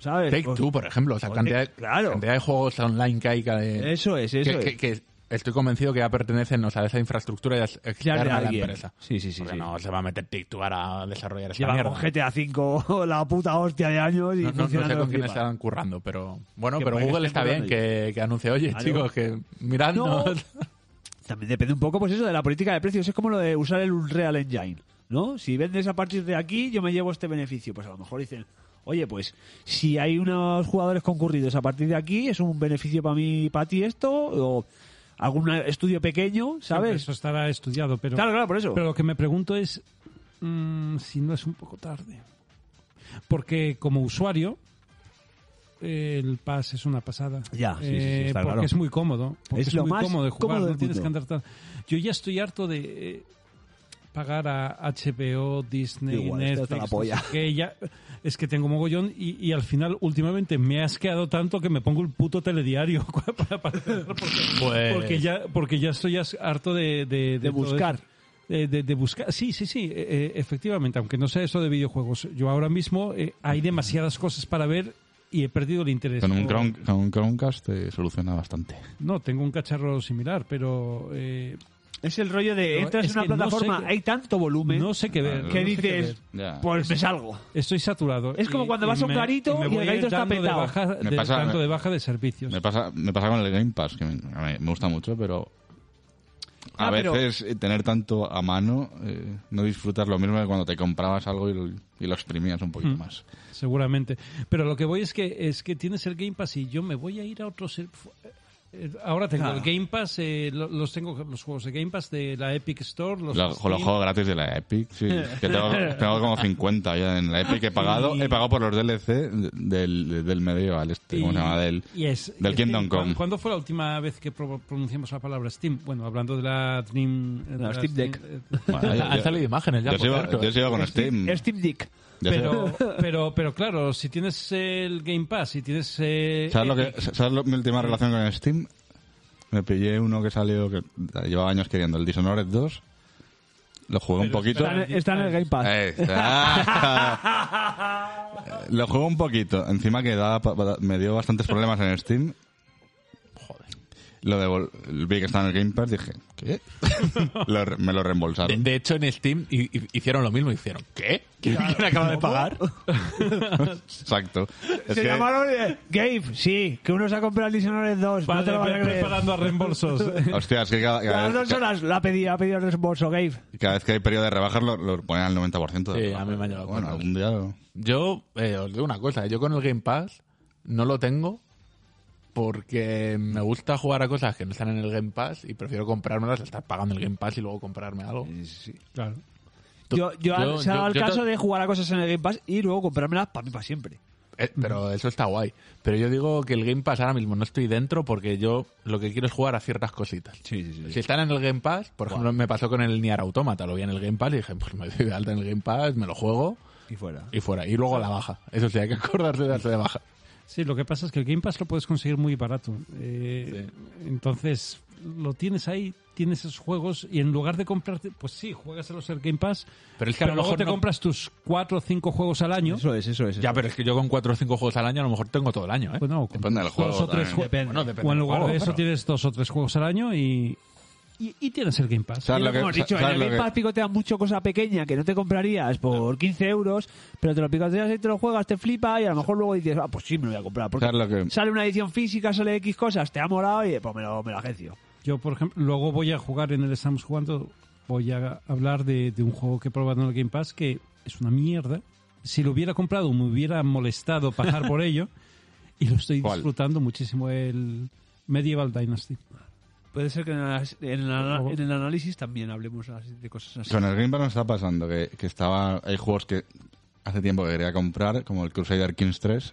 Speaker 1: ¿sabes?
Speaker 2: Take
Speaker 1: Pues-
Speaker 2: Two, por ejemplo. O sea,
Speaker 1: Pues
Speaker 2: cantidad, de-
Speaker 1: Take- claro.
Speaker 2: cantidad de juegos online que hay. que-
Speaker 1: Eso es, eso
Speaker 2: que,
Speaker 1: es.
Speaker 2: que- que estoy convencido que ya pertenecen o sea, a esa infraestructura ya es
Speaker 1: Ya de
Speaker 2: externa a la
Speaker 1: alguien.
Speaker 2: empresa.
Speaker 1: Sí, sí, sí,
Speaker 2: Porque
Speaker 1: sí.
Speaker 2: no se va a meter Take Two ahora a desarrollar esa
Speaker 1: Lleva
Speaker 2: mierda.
Speaker 1: con GTA V [laughs] la puta hostia de años y
Speaker 2: No, no- no
Speaker 1: funcionando
Speaker 2: sé con
Speaker 1: que
Speaker 2: quién
Speaker 1: flipa.
Speaker 2: están currando, pero bueno,
Speaker 1: Que
Speaker 2: pero
Speaker 1: para que
Speaker 2: Google
Speaker 1: estén
Speaker 2: está bien
Speaker 1: currando
Speaker 2: que, que anuncie, oye
Speaker 1: Claro.
Speaker 2: chicos, que
Speaker 1: [laughs]
Speaker 2: miradnos.
Speaker 1: También depende un poco, pues eso, de la política de precios. Es como lo de usar el Unreal Engine, ¿no? Si vendes a partir de aquí, yo me llevo este beneficio. Pues a lo mejor dicen, oye, pues si hay unos jugadores concurridos a partir de aquí, es un beneficio para mí y para ti esto, o algún estudio pequeño, ¿sabes?
Speaker 5: Eso estará estudiado, pero...
Speaker 1: Claro, claro, por eso.
Speaker 5: Pero lo que me pregunto es mm, si no es un poco tarde. Porque como usuario, eh, el PAS es una pasada.
Speaker 1: Ya, sí, sí, sí,
Speaker 5: Eh,
Speaker 1: está
Speaker 5: porque
Speaker 1: claro.
Speaker 5: es muy cómodo. Porque
Speaker 1: Es
Speaker 5: es,
Speaker 1: lo
Speaker 5: muy
Speaker 1: más
Speaker 5: cómodo de jugar,
Speaker 1: cómodo
Speaker 5: no
Speaker 1: del
Speaker 5: tienes que
Speaker 1: mundo.
Speaker 5: andar tan- Yo ya estoy harto de eh, pagar a HBO, Disney,
Speaker 1: Igual, esto
Speaker 5: Netflix,
Speaker 1: está la
Speaker 5: no sé
Speaker 1: polla.
Speaker 5: qué, ya- es que tengo mogollón y, y al final últimamente me ha asqueado tanto que me pongo el puto telediario [laughs] para, para- porque,
Speaker 2: Pues-
Speaker 5: porque ya porque ya estoy as- harto de, de, de
Speaker 1: De
Speaker 5: todo
Speaker 1: buscar.
Speaker 5: eso. eh, de, de buscar. Sí, sí, sí, eh, eh, efectivamente, aunque no sea eso de videojuegos, yo ahora mismo eh, hay demasiadas cosas para ver y he perdido el interés.
Speaker 3: Con un,
Speaker 5: O-
Speaker 3: Chrome- con un Chromecast te soluciona bastante.
Speaker 5: No, tengo un cacharro similar, pero eh,
Speaker 1: Es el rollo de
Speaker 5: Pero
Speaker 1: entras
Speaker 5: es
Speaker 1: en una
Speaker 5: que no
Speaker 1: plataforma,
Speaker 5: sé qué-
Speaker 1: hay tanto volumen
Speaker 5: no sé qué ver.
Speaker 3: Ah,
Speaker 5: no
Speaker 1: que
Speaker 5: sé qué
Speaker 1: dices,
Speaker 5: ver.
Speaker 3: Ya.
Speaker 1: pues me salgo.
Speaker 5: Estoy saturado.
Speaker 1: Es como cuando vas a un garito y el
Speaker 5: voy a ir
Speaker 1: garito está
Speaker 5: dando
Speaker 1: petado.
Speaker 5: De baja,
Speaker 3: Me
Speaker 5: de-
Speaker 3: pasa-
Speaker 5: dando
Speaker 3: me-
Speaker 5: de baja de servicios.
Speaker 3: Me pasa, me pasa con el Game Pass, que me, a mí me gusta mucho, pero a
Speaker 1: Ah, pero-
Speaker 3: veces eh, tener tanto a mano, eh, no disfrutas lo mismo que cuando te comprabas algo y lo, y lo exprimías un poquito más.
Speaker 5: seguramente. Pero lo que voy es que es que tienes el Game Pass y yo me voy a ir a otro ser- fu- eh, Ahora tengo
Speaker 1: Claro.
Speaker 5: el Game Pass, eh, lo- los tengo los juegos de Game Pass de la Epic Store, los,
Speaker 3: Los,
Speaker 5: Steam,
Speaker 3: los juegos gratis de la Epic, sí. Que tengo, tengo como 50 ya en la Epic. He pagado, he pagado por los DLC del, del medieval, este, ¿cómo se llama? Del,
Speaker 5: y es-
Speaker 3: del
Speaker 5: y es
Speaker 3: Kingdom
Speaker 5: Steam.
Speaker 3: Come.
Speaker 5: ¿Cuán- ¿Cuándo fue la última vez que pro- pronunciamos la palabra Steam? Bueno, hablando de la Dream... de
Speaker 1: La
Speaker 5: la
Speaker 1: Steam Deck.
Speaker 5: eh,
Speaker 3: [laughs] Bueno, yo-
Speaker 2: Han salido [laughs] imágenes ya,
Speaker 3: yo
Speaker 2: por
Speaker 3: sigo,
Speaker 2: cierto.
Speaker 3: yo sigo con
Speaker 1: este
Speaker 3: Steam.
Speaker 1: Steam Dick.
Speaker 3: Yo sigo-
Speaker 5: Pero, pero, pero claro, si tienes el Game Pass, si tienes... eh,
Speaker 3: ¿Sabes, lo que,
Speaker 5: Epic,
Speaker 3: ¿Sabes lo- mi última relación con Steam? Me pillé uno que salió, que llevaba años queriendo, el Dishonored 2. Lo jugué un
Speaker 5: Pero
Speaker 3: poquito.
Speaker 1: Está, en- está en el Game Pass.
Speaker 3: Ahí está. lo jugué un poquito. Encima que daba pa- pa- me dio bastantes problemas en Steam. Joder. Lo devol- vi que estaba en el Game Pass dije, ¿qué? Lo re- me lo
Speaker 2: De,
Speaker 3: reembolsaron.
Speaker 2: de hecho, en Steam hi- hi- hicieron lo mismo. Hicieron, ¿qué? [laughs] ¿Quién, quién acaba de pagar?
Speaker 3: Exacto. Es
Speaker 1: Se
Speaker 3: que-
Speaker 1: llamaron eh, Gabe, sí, que uno se ha comprado el Dishonored 2. no
Speaker 5: Vale,
Speaker 1: te lo vas a
Speaker 5: ve
Speaker 1: creer.
Speaker 5: preparando a reembolsos.
Speaker 1: [laughs]
Speaker 3: Hostia, es que cada, cada
Speaker 1: Las
Speaker 3: vez,
Speaker 1: dos
Speaker 3: ca-
Speaker 1: horas lo ha pedido, ha pedido el reembolso, Gabe.
Speaker 3: cada vez que hay periodo de rebajas lo, lo ponen al 90%. de
Speaker 2: Sí, a mí me han llegado
Speaker 3: Bueno,
Speaker 2: cuentas.
Speaker 3: algún día... lo-
Speaker 2: Yo eh, os digo una cosa. Yo con el Game Pass no lo tengo porque me gusta jugar a cosas que no están en el Game Pass y prefiero comprármelas, estar pagando el Game Pass y luego comprarme algo.
Speaker 5: Claro.
Speaker 2: Tú-
Speaker 1: Yo, yo,
Speaker 2: yo-
Speaker 1: se ha dado
Speaker 2: yo-
Speaker 1: el
Speaker 2: yo ta-
Speaker 1: caso de jugar a cosas en el Game Pass y luego comprármelas para mí para siempre.
Speaker 2: Eh, pero
Speaker 1: Mm.
Speaker 2: eso está guay. Pero yo digo que el Game Pass ahora mismo no estoy dentro porque yo lo que quiero es jugar a ciertas cositas.
Speaker 1: sí, sí.
Speaker 2: Si están en el Game Pass, por ejemplo, me pasó con el Nier Automata, lo vi en el Game Pass y dije, pues me doy de alta en el Game Pass, me lo juego
Speaker 1: Y fuera.
Speaker 2: y fuera. Y luego a la baja. Eso sí, hay que acordarse de darse de baja.
Speaker 5: Sí, lo que pasa es que el Game Pass lo puedes conseguir muy barato. Eh, Entonces, lo tienes ahí, tienes esos juegos y en lugar de comprarte, pues sí, juegas a los del Game Pass,
Speaker 2: Pero es que a
Speaker 5: pero
Speaker 2: lo
Speaker 5: luego
Speaker 2: mejor
Speaker 5: te
Speaker 2: no-
Speaker 5: compras tus cuatro o cinco juegos al año.
Speaker 1: Eso es, eso es.
Speaker 2: Ya, pero es que yo con cuatro o cinco juegos al año a lo mejor tengo todo el año, ¿eh?
Speaker 1: Pues-
Speaker 5: Bueno, o Pues con
Speaker 3: Depende del
Speaker 5: dos
Speaker 3: juego
Speaker 5: o tres
Speaker 3: también.
Speaker 5: jue-
Speaker 1: Depende.
Speaker 2: Bueno, depende
Speaker 5: o en
Speaker 2: del
Speaker 5: lugar
Speaker 2: juego,
Speaker 5: de eso
Speaker 2: pero-
Speaker 5: tienes dos o tres juegos al año y, y, y tienes el Game Pass.
Speaker 3: ¿Sabes
Speaker 1: Y
Speaker 3: lo
Speaker 1: lo
Speaker 3: que-
Speaker 1: que hemos dicho, en
Speaker 3: sabes
Speaker 1: el
Speaker 3: lo
Speaker 1: Game
Speaker 3: que-
Speaker 1: Pass picotean mucho cosa pequeña que no te comprarías por 15 euros, pero te lo picoteas y te lo juegas, te flipa y a lo mejor luego dices, ah, pues sí, me lo voy a comprar. Porque
Speaker 3: ¿Sabes lo que-
Speaker 1: sale una edición física, sale X cosas, te ha molado y pues me lo, me lo agencio.
Speaker 5: Yo, por ejemplo, luego voy a jugar en el Estamos Jugando, voy a hablar de, de un juego que he probado en el Game Pass que es una mierda. Si lo hubiera comprado me hubiera molestado pasar
Speaker 2: [laughs]
Speaker 5: por ello y lo estoy
Speaker 3: ¿Cuál?
Speaker 5: disfrutando muchísimo el Medieval Dynasty.
Speaker 1: Puede ser que en,
Speaker 5: ana- en
Speaker 1: el análisis también hablemos de cosas así.
Speaker 3: Con el Game Pass nos está pasando que, que estaba hay juegos que hace tiempo que quería comprar, como el Crusader Kings 3.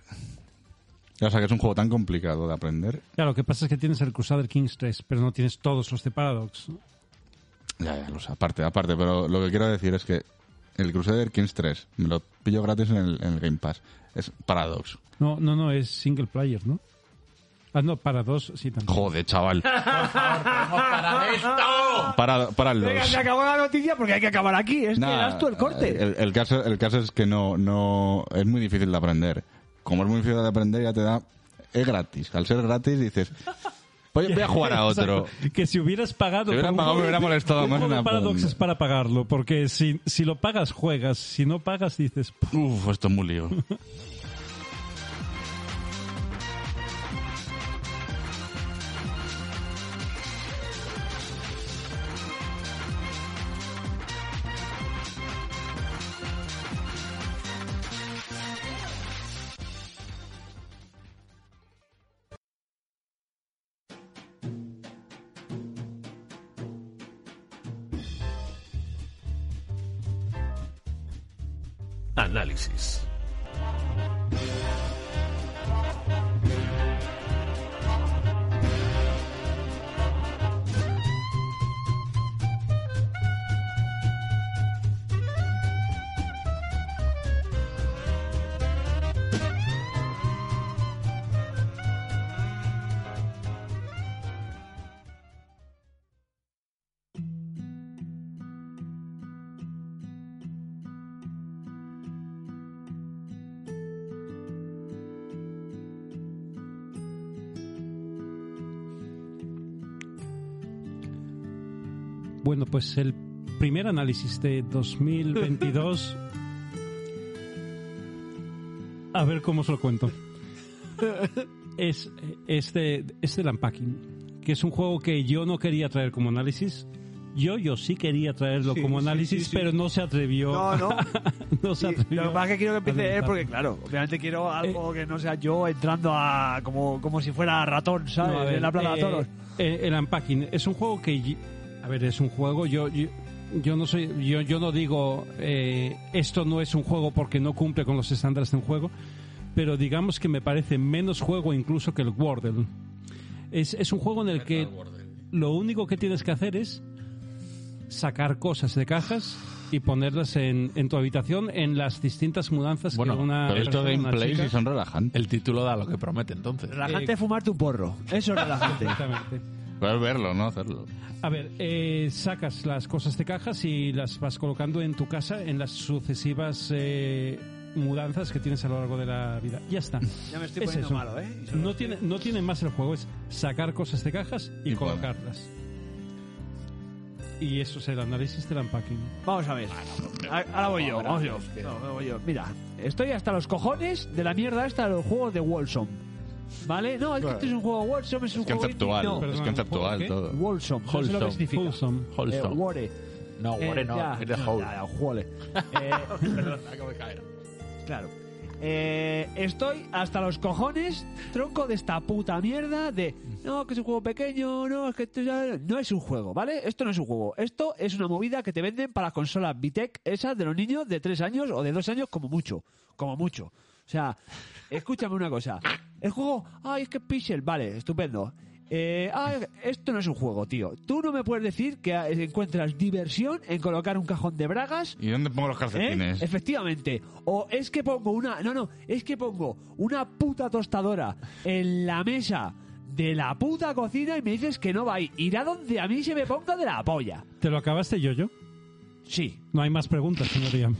Speaker 3: O sea, que es un juego tan complicado de aprender.
Speaker 5: Claro, lo que pasa es que tienes el Crusader Kings 3, pero no tienes todos los de Paradox.
Speaker 3: Ya, ya, lo sé, aparte, aparte, pero lo que quiero decir es que el Crusader Kings 3 me lo pillo gratis en el, en el Game Pass. Es Paradox.
Speaker 5: No, no, no, es single player, ¿no? Ah, no, para dos, sí, también.
Speaker 3: Joder, chaval. Para, para los...
Speaker 1: Venga, se acabó la noticia porque hay que acabar aquí. Este
Speaker 3: Nah,
Speaker 1: eras tú el corte.
Speaker 3: eh, El, el caso, el caso es que no, no es muy difícil de aprender. Como es muy difícil de aprender, ya te da. Es gratis. Al ser gratis, dices. Voy, voy a
Speaker 1: [laughs]
Speaker 5: [laughs]
Speaker 3: jugar a otro.
Speaker 5: Que si hubieras pagado.
Speaker 3: Si hubiera
Speaker 5: por un
Speaker 3: pagado, me
Speaker 5: juego-
Speaker 3: hubiera molestado
Speaker 5: un
Speaker 3: más
Speaker 5: juego
Speaker 3: en
Speaker 5: de
Speaker 3: la
Speaker 5: Paradox
Speaker 3: puta.
Speaker 5: es para pagarlo, porque si, si lo pagas, juegas. Si no pagas, dices. "Pff,
Speaker 3: Uf, esto es muy lío.
Speaker 6: Análisis.
Speaker 5: Bueno, pues el primer análisis de 2022. A ver cómo os lo cuento. Es, es, de, es del Unpacking, que es un juego que yo no quería traer como análisis. Yo, yo sí quería traerlo
Speaker 1: Sí,
Speaker 5: como
Speaker 1: sí,
Speaker 5: análisis,
Speaker 1: sí, sí.
Speaker 5: pero no se atrevió.
Speaker 1: No, [laughs] no.
Speaker 5: [laughs] no se
Speaker 1: Sí,
Speaker 5: atrevió.
Speaker 1: lo que pasa es que quiero que empiece él,
Speaker 5: adelantar.
Speaker 1: porque claro, obviamente quiero algo que no sea yo entrando a como, como si fuera ratón, ¿sabes?
Speaker 5: No, a ver,
Speaker 1: en la plaza de
Speaker 5: eh,
Speaker 1: toros.
Speaker 5: eh, el unpacking es un juego que, y- a ver, es un juego. Yo, yo, yo no soy, yo, yo no digo eh, esto no es un juego porque no cumple con los estándares de un juego, pero digamos que me parece menos juego incluso que el Wordle. Es, es un juego en el que lo único que tienes que hacer es sacar cosas de cajas y ponerlas en, en tu habitación en las distintas mudanzas
Speaker 2: Bueno,
Speaker 5: que una
Speaker 2: pero esto
Speaker 5: persona, una
Speaker 3: gameplay
Speaker 5: chica-
Speaker 3: sí son relajantes.
Speaker 2: El título da lo que promete, entonces.
Speaker 1: Relajante es fumarte un porro. Eso es relajante. [laughs]
Speaker 5: Exactamente.
Speaker 3: Puedes verlo, no hacerlo.
Speaker 5: A ver, eh, sacas las cosas de cajas y las vas colocando en tu casa en las sucesivas eh, mudanzas que tienes a lo largo de la vida. Ya está.
Speaker 1: [laughs] ya me estoy
Speaker 5: Es
Speaker 1: poniendo
Speaker 5: eso.
Speaker 1: malo, ¿eh?
Speaker 5: No tiene, no tiene más el juego, es sacar cosas de cajas y,
Speaker 3: Y bueno.
Speaker 5: colocarlas. Y eso es el análisis del unpacking.
Speaker 1: Vamos a ver. A- Ahora voy yo, vamos yo. No, ahora voy yo. Mira, estoy hasta los cojones de la mierda hasta los juegos de Wolsom. ¿Vale? No, es que este es un juego Wolsom, es un
Speaker 3: Es
Speaker 1: juego...
Speaker 3: conceptual,
Speaker 1: indie,
Speaker 5: Perdona,
Speaker 3: es
Speaker 5: ¿un
Speaker 3: conceptual
Speaker 5: juego
Speaker 3: todo.
Speaker 1: No, Wolsom, no sé lo que
Speaker 2: Wholesome.
Speaker 1: significa.
Speaker 5: Wholesome.
Speaker 1: Eh,
Speaker 2: Wholesome.
Speaker 1: Wore.
Speaker 2: no,
Speaker 1: Eh,
Speaker 2: Wore no,
Speaker 1: ya,
Speaker 2: es de
Speaker 1: ya,
Speaker 2: Howl.
Speaker 1: ya, ya, Wole. Eh,
Speaker 2: [laughs] Acabo de caer.
Speaker 1: Claro. Eh, estoy hasta los cojones, tronco de esta puta mierda de no, que es un juego pequeño, no, es que esto ya- no es un juego, ¿vale? Esto no es un juego. Esto es una movida que te venden para las consolas Vitec, esas de los niños de 3 años o de 2 años, como mucho. Como mucho. O sea, escúchame una cosa. El juego, ay, es que es Pixel, vale, estupendo. Eh, ay, esto no es un juego, tío. Tú no me puedes decir que eh, encuentras diversión en colocar un cajón de bragas
Speaker 3: ¿Y dónde pongo los
Speaker 1: ¿Eh?
Speaker 3: calcetines?
Speaker 1: Efectivamente. O es que pongo una. No, no, es que pongo una puta tostadora en la mesa de la puta cocina y me dices que no va ahí. Irá donde a mí se me ponga de la polla.
Speaker 5: ¿Te lo acabaste, yo, yo?
Speaker 1: Sí,
Speaker 5: No hay más preguntas, señoría.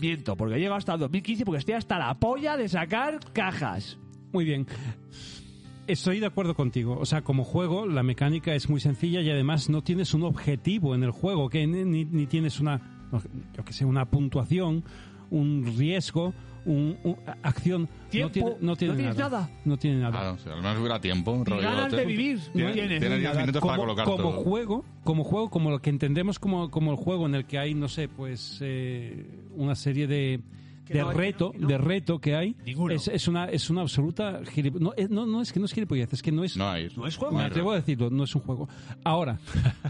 Speaker 1: miento, porque llego hasta el 2015 porque estoy hasta la polla de sacar cajas.
Speaker 5: Muy bien. Estoy de acuerdo contigo. O sea, como juego, la mecánica es muy sencilla y además no tienes un objetivo en el juego, que ni, ni- ni tienes una, no, yo que sé, una puntuación, un riesgo, un, un- a- acción.
Speaker 1: Tiempo.
Speaker 5: no, tiene, no tiene
Speaker 1: No tienes nada.
Speaker 5: No tiene nada.
Speaker 3: Claro, si al menos hubiera tiempo.
Speaker 1: Y
Speaker 3: rollo,
Speaker 1: ganas
Speaker 3: te-
Speaker 1: de vivir.
Speaker 3: Tienes,
Speaker 1: tienes.
Speaker 3: tienes diez
Speaker 5: Nada.
Speaker 3: minutos para
Speaker 5: como,
Speaker 3: colocar
Speaker 5: como
Speaker 3: todo.
Speaker 5: juego, como juego, como lo que entendemos como, como el juego en el que hay, no sé, pues eh, una serie de,
Speaker 1: Que
Speaker 5: de
Speaker 1: no, que no,
Speaker 5: reto,
Speaker 1: que no.
Speaker 5: de reto que hay.
Speaker 1: Ninguno.
Speaker 5: Es, es una es una absoluta gilip- no, eh, no no es que no es gilipollez, es que no es
Speaker 3: No hay.
Speaker 1: No es juego.
Speaker 5: me atrevo a decirlo, no es un juego. Ahora,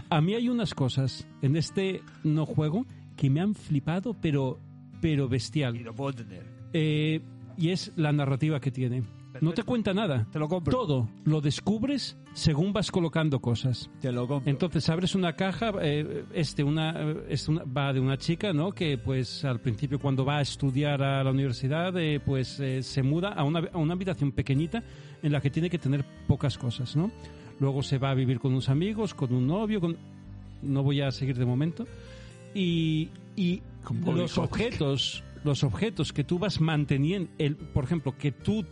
Speaker 5: a mí hay unas cosas en este no juego que me han flipado, pero, pero
Speaker 1: Y
Speaker 5: bestial.
Speaker 1: lo puedo entender.
Speaker 5: Eh, y es la narrativa que tiene. No te cuenta nada.
Speaker 1: Te lo compro.
Speaker 5: Todo lo descubres según vas colocando cosas.
Speaker 1: Te lo compro.
Speaker 5: Entonces abres una caja, eh, este una, eh, es una- va de una chica, ¿no? Que pues al principio cuando va a estudiar a la universidad, eh, pues eh, se muda a una, a una habitación pequeñita en la que tiene que tener pocas cosas, ¿no? Luego se va a vivir con unos amigos, con un novio, con... no voy a seguir de momento. Y, y
Speaker 2: Con Bobby
Speaker 5: los
Speaker 2: Kotick.
Speaker 5: objetos, los objetos que tú vas manteniendo, el, por ejemplo, que tú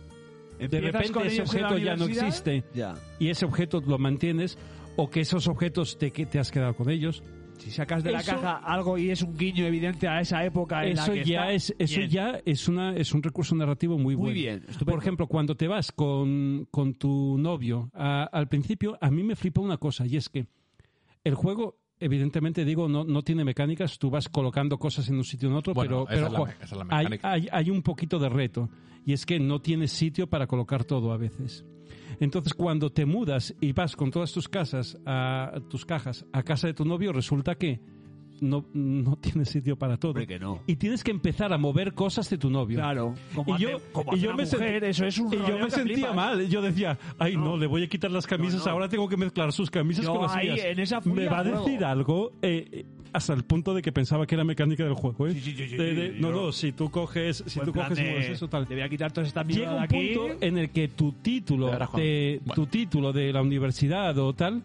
Speaker 5: de
Speaker 1: Empiezas
Speaker 5: repente
Speaker 1: con
Speaker 5: ese
Speaker 1: ellos en la
Speaker 5: objeto ya no
Speaker 1: universidad.
Speaker 5: existe
Speaker 1: Ya.
Speaker 5: y ese objeto lo mantienes o que esos objetos te, que te has quedado con ellos.
Speaker 1: Si sacas de la
Speaker 5: Eso-
Speaker 1: caja algo y es un guiño evidente a esa época en
Speaker 5: Eso
Speaker 1: la que está,
Speaker 5: ya es eso
Speaker 1: bien.
Speaker 5: ya es una es un recurso narrativo
Speaker 1: Muy
Speaker 5: muy bueno.
Speaker 1: bien, estupendo.
Speaker 5: Por ejemplo, cuando te vas con, con tu novio a- al principio a mí me flipa una cosa y es que el juego evidentemente digo no no tiene mecánicas, tú vas colocando cosas en un sitio en otro,
Speaker 2: Bueno, esa
Speaker 5: pero pero
Speaker 2: es la
Speaker 5: ojo,
Speaker 2: me- esa es la
Speaker 5: hay,
Speaker 2: mecánica.
Speaker 5: hay- hay un poquito de reto y es que no tienes sitio para colocar todo a veces. Entonces, cuando te mudas y vas con todas tus casas a tus cajas a casa de tu novio, resulta que no, no tienes sitio para todo.
Speaker 1: Hombre, que no.
Speaker 5: Y tienes que empezar a mover cosas de tu novio.
Speaker 1: Claro, como
Speaker 5: y yo,
Speaker 1: hace- como
Speaker 5: y
Speaker 1: hace
Speaker 5: yo
Speaker 1: una
Speaker 5: me sentí-
Speaker 1: mujer, eso es un
Speaker 5: y yo
Speaker 1: rollo
Speaker 5: me
Speaker 1: que
Speaker 5: sentía
Speaker 1: flipas.
Speaker 5: mal. Yo decía, ay, no, le voy a quitar las camisas,
Speaker 1: no.
Speaker 5: ahora tengo que mezclar sus camisas
Speaker 1: Yo
Speaker 5: con las
Speaker 1: ahí,
Speaker 5: mías.
Speaker 1: en esa furia
Speaker 5: me va a
Speaker 1: juego.
Speaker 5: decir algo eh, eh, hasta el punto de que pensaba que era mecánica del juego. ¿eh?
Speaker 1: Sí, sí, sí, sí,
Speaker 5: De- de-
Speaker 1: sí,
Speaker 5: no,
Speaker 1: yo-
Speaker 5: no, si tú coges, si
Speaker 1: Fue en
Speaker 5: tú
Speaker 1: plan
Speaker 5: coges
Speaker 1: de,
Speaker 5: mueves eso, tal.
Speaker 1: Te voy a quitar todas estas
Speaker 5: Llega
Speaker 1: mierdas de
Speaker 5: un
Speaker 1: aquí.
Speaker 5: punto en el que tu título
Speaker 2: Te verás cuando-
Speaker 5: de,
Speaker 2: Bueno.
Speaker 5: tu título de la universidad o tal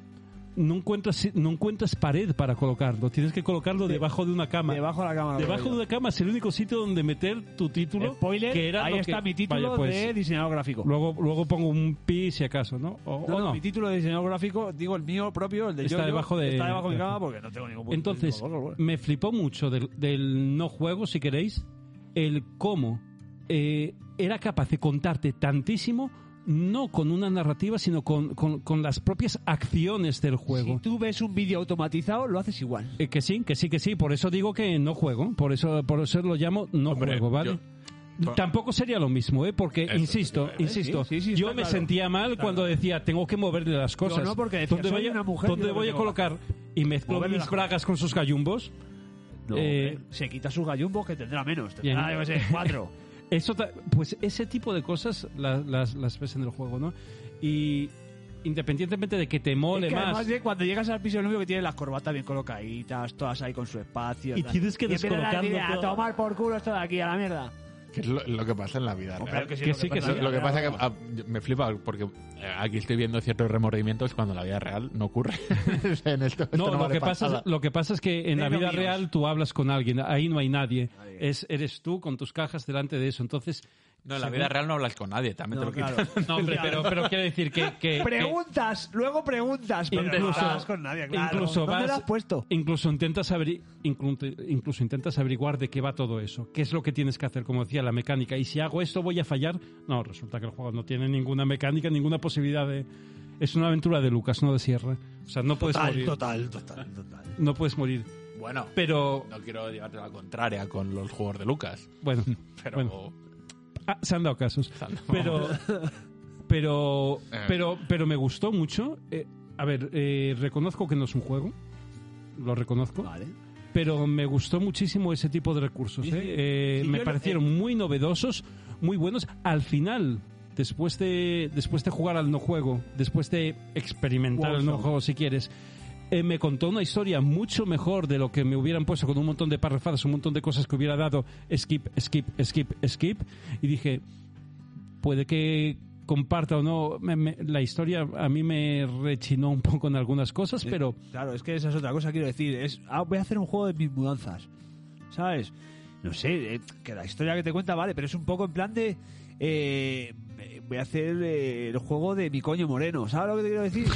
Speaker 5: no encuentras, no encuentras pared para colocarlo. Tienes que colocarlo debajo de una cama.
Speaker 1: Debajo de la cama. lo
Speaker 5: Debajo de
Speaker 1: veo
Speaker 5: una cama es el único sitio donde meter tu título.
Speaker 1: yo. Spoiler,
Speaker 5: que era
Speaker 1: ahí
Speaker 5: lo
Speaker 1: está
Speaker 5: que-
Speaker 1: mi título
Speaker 5: Vaya, pues,
Speaker 1: de diseñador gráfico.
Speaker 5: Luego, luego pongo un pi si acaso, ¿no? O-
Speaker 1: No,
Speaker 5: o no.
Speaker 1: mi título de diseñador gráfico, digo el mío propio, el de
Speaker 5: Está
Speaker 1: yo-yo,
Speaker 5: debajo de-
Speaker 1: Está debajo de mi cama porque no tengo ningún
Speaker 5: pues,
Speaker 1: punto.
Speaker 5: Entonces, me flipó mucho del, del no juego, si queréis, el cómo eh, era capaz de contarte tantísimo, no con una narrativa, sino con, con- con las propias acciones del
Speaker 1: si
Speaker 5: juego.
Speaker 1: tú ves un vídeo automatizado, lo haces igual.
Speaker 5: Eh, que sí, que sí, que sí, por eso digo que no juego, por eso, por eso lo llamo no
Speaker 2: Hombre,
Speaker 5: juego, ¿vale?
Speaker 2: yo-
Speaker 5: Tampoco sería lo mismo, ¿eh? porque,
Speaker 2: Eso,
Speaker 5: insisto,
Speaker 2: sí,
Speaker 5: insisto,
Speaker 1: sí, sí,
Speaker 5: yo
Speaker 1: está
Speaker 5: me
Speaker 1: claro.
Speaker 5: sentía mal cuando decía, tengo que moverle las cosas.
Speaker 1: no, porque decía,
Speaker 5: ¿Dónde
Speaker 1: soy
Speaker 5: voy, a-
Speaker 1: una mujer,
Speaker 5: dónde
Speaker 1: yo lo
Speaker 5: voy a
Speaker 1: tengo
Speaker 5: colocar? Y mezclo
Speaker 1: Moverle
Speaker 5: mis
Speaker 1: las
Speaker 5: bragas con sus gallumbos.
Speaker 1: No,
Speaker 5: Eh,
Speaker 1: hombre, se quita sus gallumbos que tendrá menos.
Speaker 5: Bien.
Speaker 1: Tendrá, yo qué sé,
Speaker 5: [laughs]
Speaker 1: cuatro.
Speaker 5: Eso ta- pues ese tipo de cosas la- las, las ves en el juego, ¿no? Y independientemente de que te mole
Speaker 1: Es que
Speaker 5: más,
Speaker 1: además, eh, cuando llegas al piso del novio que tiene las corbatas bien colocaditas, todas ahí con su espacio.
Speaker 5: Y
Speaker 1: tal.
Speaker 5: tienes que
Speaker 1: y empiezan a
Speaker 5: descolocarlo
Speaker 1: decir, A,
Speaker 5: todo.
Speaker 1: tomar por culo esto de aquí, a la mierda.
Speaker 2: Que es lo, lo que pasa en la vida real.
Speaker 1: que sí,
Speaker 5: que
Speaker 1: lo
Speaker 5: sí,
Speaker 1: que
Speaker 5: que
Speaker 1: pasa
Speaker 5: sí.
Speaker 1: en la
Speaker 2: Lo que
Speaker 1: vida
Speaker 2: pasa
Speaker 1: real.
Speaker 2: que ah, yo- me flipa porque eh, aquí estoy viendo ciertos remordimientos cuando en la vida real no ocurre. [laughs] En
Speaker 1: Este
Speaker 2: esto- esto
Speaker 5: no, lo
Speaker 2: vale
Speaker 5: que
Speaker 2: para
Speaker 5: pasa
Speaker 2: nada.
Speaker 5: es, lo que pasa es que en la
Speaker 1: Menos
Speaker 5: vida
Speaker 1: míos.
Speaker 5: real tú hablas con alguien, ahí no hay nadie, es eres tú con tus cajas delante de eso, entonces
Speaker 2: No, en la vida real no hablas con nadie, también te
Speaker 1: No,
Speaker 2: lo quitas.
Speaker 1: [laughs] claro.
Speaker 5: no [laughs] hombre, pero pero quiero decir que, que- que-
Speaker 1: Preguntas, luego preguntas, pero no
Speaker 5: Eh, Incluso-
Speaker 1: hablas con nadie, claro.
Speaker 5: incluso
Speaker 1: ¿Dónde
Speaker 5: vas-
Speaker 1: lo has puesto?
Speaker 5: incluso intentas averi- inclu- incluso intentas averiguar de qué va todo eso, qué es lo que tienes que hacer, como decía la mecánica. Y si hago esto voy a fallar. No, resulta que el juego no tiene ninguna mecánica, ninguna posibilidad de. Es una aventura de Lucas, no de Sierra. O sea, no puedes morir.
Speaker 1: Ah, total, total, total.
Speaker 5: No puedes morir.
Speaker 2: Bueno,
Speaker 5: Pero
Speaker 2: no quiero llevarte la contraria con los juegos de Lucas,
Speaker 1: [laughs]
Speaker 5: bueno,
Speaker 2: pero
Speaker 5: bueno. Ah, se han dado casos.
Speaker 2: Se han dado.
Speaker 5: Pero, pero,
Speaker 7: Eh.
Speaker 5: pero, pero me gustó mucho. Eh, a ver, eh, reconozco que no es un juego. Lo reconozco.
Speaker 1: Vale.
Speaker 5: Pero me gustó muchísimo ese tipo de recursos. ¿eh?
Speaker 1: Sí, sí.
Speaker 5: Eh,
Speaker 1: Sí,
Speaker 5: me
Speaker 1: yo lo-
Speaker 5: parecieron muy novedosos, muy buenos. Al final, después de, después de jugar al no juego, después de experimentar el no
Speaker 1: Warzone.
Speaker 5: juego si quieres, eh, me contó una historia mucho mejor de lo que me hubieran puesto con un montón de parrafadas, un montón de cosas que hubiera dado skip, skip, skip, skip. Y dije, puede que comparta o no, me- me- la historia a mí me rechinó un poco en algunas cosas, pero...
Speaker 1: Eh, Claro, es que esa es otra cosa, quiero decir. Es, ah, voy a hacer un juego de mis mudanzas. ¿Sabes? No sé, eh, que la historia que te cuenta vale, pero es un poco en plan de. eh, eh, voy a hacer eh, el juego de mi coño moreno. ¿Sabes lo que te quiero
Speaker 5: [laughs]
Speaker 1: decir?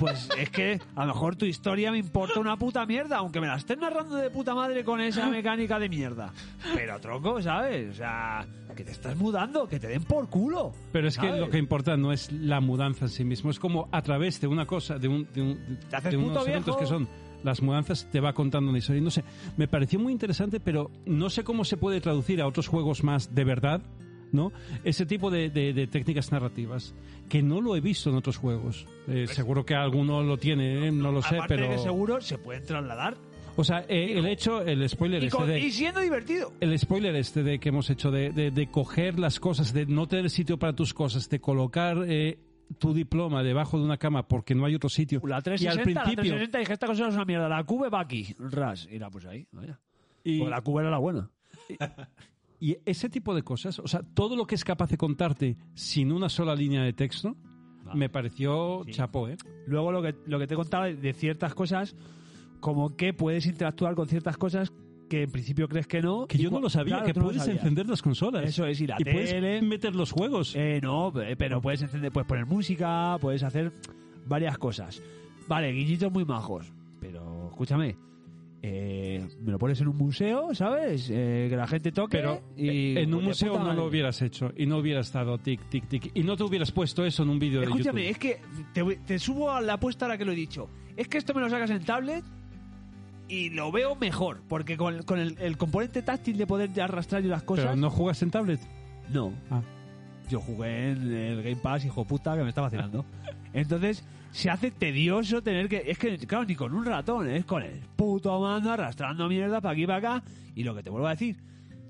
Speaker 1: Pues es que a lo mejor tu historia me importa una puta mierda, aunque me la estés narrando de puta madre con
Speaker 5: [laughs]
Speaker 1: esa mecánica de mierda. Pero tronco, ¿sabes? O sea, que te estás mudando, que te den por culo.
Speaker 5: Pero es que
Speaker 1: ¿sabes?
Speaker 5: lo que importa no es la mudanza en sí mismo, es como a través de una cosa, de, un, de, un-
Speaker 1: Te haces
Speaker 5: de
Speaker 1: puto
Speaker 5: unos eventos
Speaker 1: viejo.
Speaker 5: que son las mudanzas, te va contando una historia. Y No sé, me pareció muy interesante, pero no sé cómo se puede traducir a otros juegos más de verdad, ¿no? Ese tipo de, de- de técnicas narrativas, que no lo he visto en otros juegos. Eh, seguro que alguno lo tiene, ¿eh? no lo sé,
Speaker 1: Pues Aparte de que
Speaker 5: pero...
Speaker 1: seguro se pueden trasladar.
Speaker 5: O sea, eh, el hecho, el spoiler
Speaker 1: Y,
Speaker 5: este
Speaker 1: con-
Speaker 5: de...
Speaker 1: y siendo divertido.
Speaker 5: El spoiler este de que hemos hecho de, de- de coger las cosas, de no tener sitio para tus cosas, de colocar eh, tu diploma debajo de una cama porque no hay otro sitio.
Speaker 1: La
Speaker 5: y al
Speaker 1: 360, la
Speaker 5: principio,
Speaker 1: 360 dije, esta cosa es una mierda. La cube va aquí, ras. Y la puse ahí, vaya.
Speaker 5: y,
Speaker 1: Porque la cube era la buena.
Speaker 5: y ese tipo de cosas, o sea, todo lo que es capaz de contarte sin una sola línea de texto, me pareció
Speaker 1: Sí.
Speaker 5: chapó, ¿eh?
Speaker 1: Luego lo que, lo que te contaba de ciertas cosas, como que puedes interactuar con ciertas cosas que en principio crees que no.
Speaker 5: Que
Speaker 1: y
Speaker 5: yo
Speaker 1: cu-
Speaker 5: no lo sabía,
Speaker 1: Claro,
Speaker 5: que
Speaker 1: tú no lo
Speaker 5: puedes
Speaker 1: sabías.
Speaker 5: encender las consolas.
Speaker 1: Eso es, ir a
Speaker 5: y puedes
Speaker 1: tele.
Speaker 5: meter los juegos.
Speaker 1: Eh, no, eh, pero puedes encender, puedes poner música, puedes hacer varias cosas. Vale, guillitos muy majos. Pero escúchame. eh, me lo pones en un museo, ¿sabes? Eh, que la gente toque.
Speaker 5: Pero eh,
Speaker 1: y,
Speaker 5: en un
Speaker 1: de
Speaker 5: museo
Speaker 1: puta
Speaker 5: no lo
Speaker 1: madre.
Speaker 5: hubieras hecho y no hubiera estado tic, tic, tic. Y no te hubieras puesto eso en un vídeo de
Speaker 1: Escúchame,
Speaker 5: YouTube.
Speaker 1: es que te, voy- te subo a la apuesta ahora que lo he dicho. Es que esto me lo sacas en tablet y lo veo mejor, porque con, con el, el componente táctil de poder arrastrar yo las
Speaker 5: Pero
Speaker 1: cosas.
Speaker 5: no juegas en tablet.
Speaker 1: No.
Speaker 5: Ah.
Speaker 1: Yo jugué en el Game Pass, hijo puta, que me está
Speaker 5: [laughs]
Speaker 1: vacilando. Entonces, se hace tedioso tener que. Es que, claro, ni con un ratón, es con el puto mando arrastrando mierda para aquí y para acá. Y lo que te vuelvo a decir,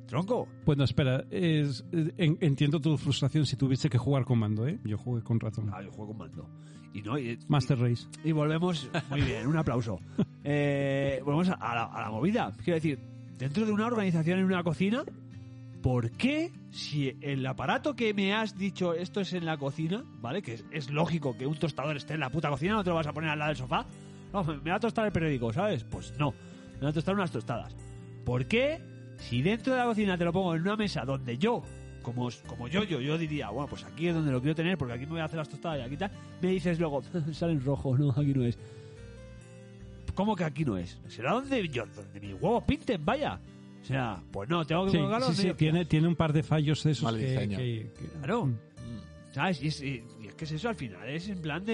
Speaker 1: tronco,
Speaker 5: Bueno, espera, es- en- entiendo tu frustración si tuviste que jugar con mando, ¿eh? Yo jugué con ratón.
Speaker 1: ah, yo juego con mando. Y no, y-
Speaker 5: Master Race.
Speaker 1: Y volvemos, muy bien, un aplauso. Eh, volvemos a, a la, a la movida. Quiero decir, dentro de una organización en una cocina, ¿por qué si el aparato que me has dicho esto es en la cocina, ¿vale? Que es, es lógico que un tostador esté en la puta cocina, no te lo vas a poner al lado del sofá. No, me va a tostar el periódico, ¿sabes? Pues no, me va a tostar unas tostadas. ¿Por qué? Si dentro de la cocina te lo pongo en una mesa donde yo, como, como yo, yo, yo diría, bueno, pues aquí es donde lo quiero tener porque aquí me voy a hacer las tostadas y aquí tal, me dices luego, [laughs] sale en rojo, no, aquí no es. ¿Cómo que aquí no es? Será donde, yo, donde mis huevos pinten, vaya. O sea, pues no, tengo que
Speaker 5: Sí,
Speaker 1: colocarlo
Speaker 5: sí,
Speaker 1: donde
Speaker 5: sí,
Speaker 1: yo quiera.
Speaker 5: tiene, tiene un par de fallos de esos
Speaker 2: Mal
Speaker 5: que-
Speaker 2: diseño.
Speaker 5: que- que-
Speaker 1: Claro. Mm. ¿Sabes? Y es, y es que es eso al final. Es en plan de,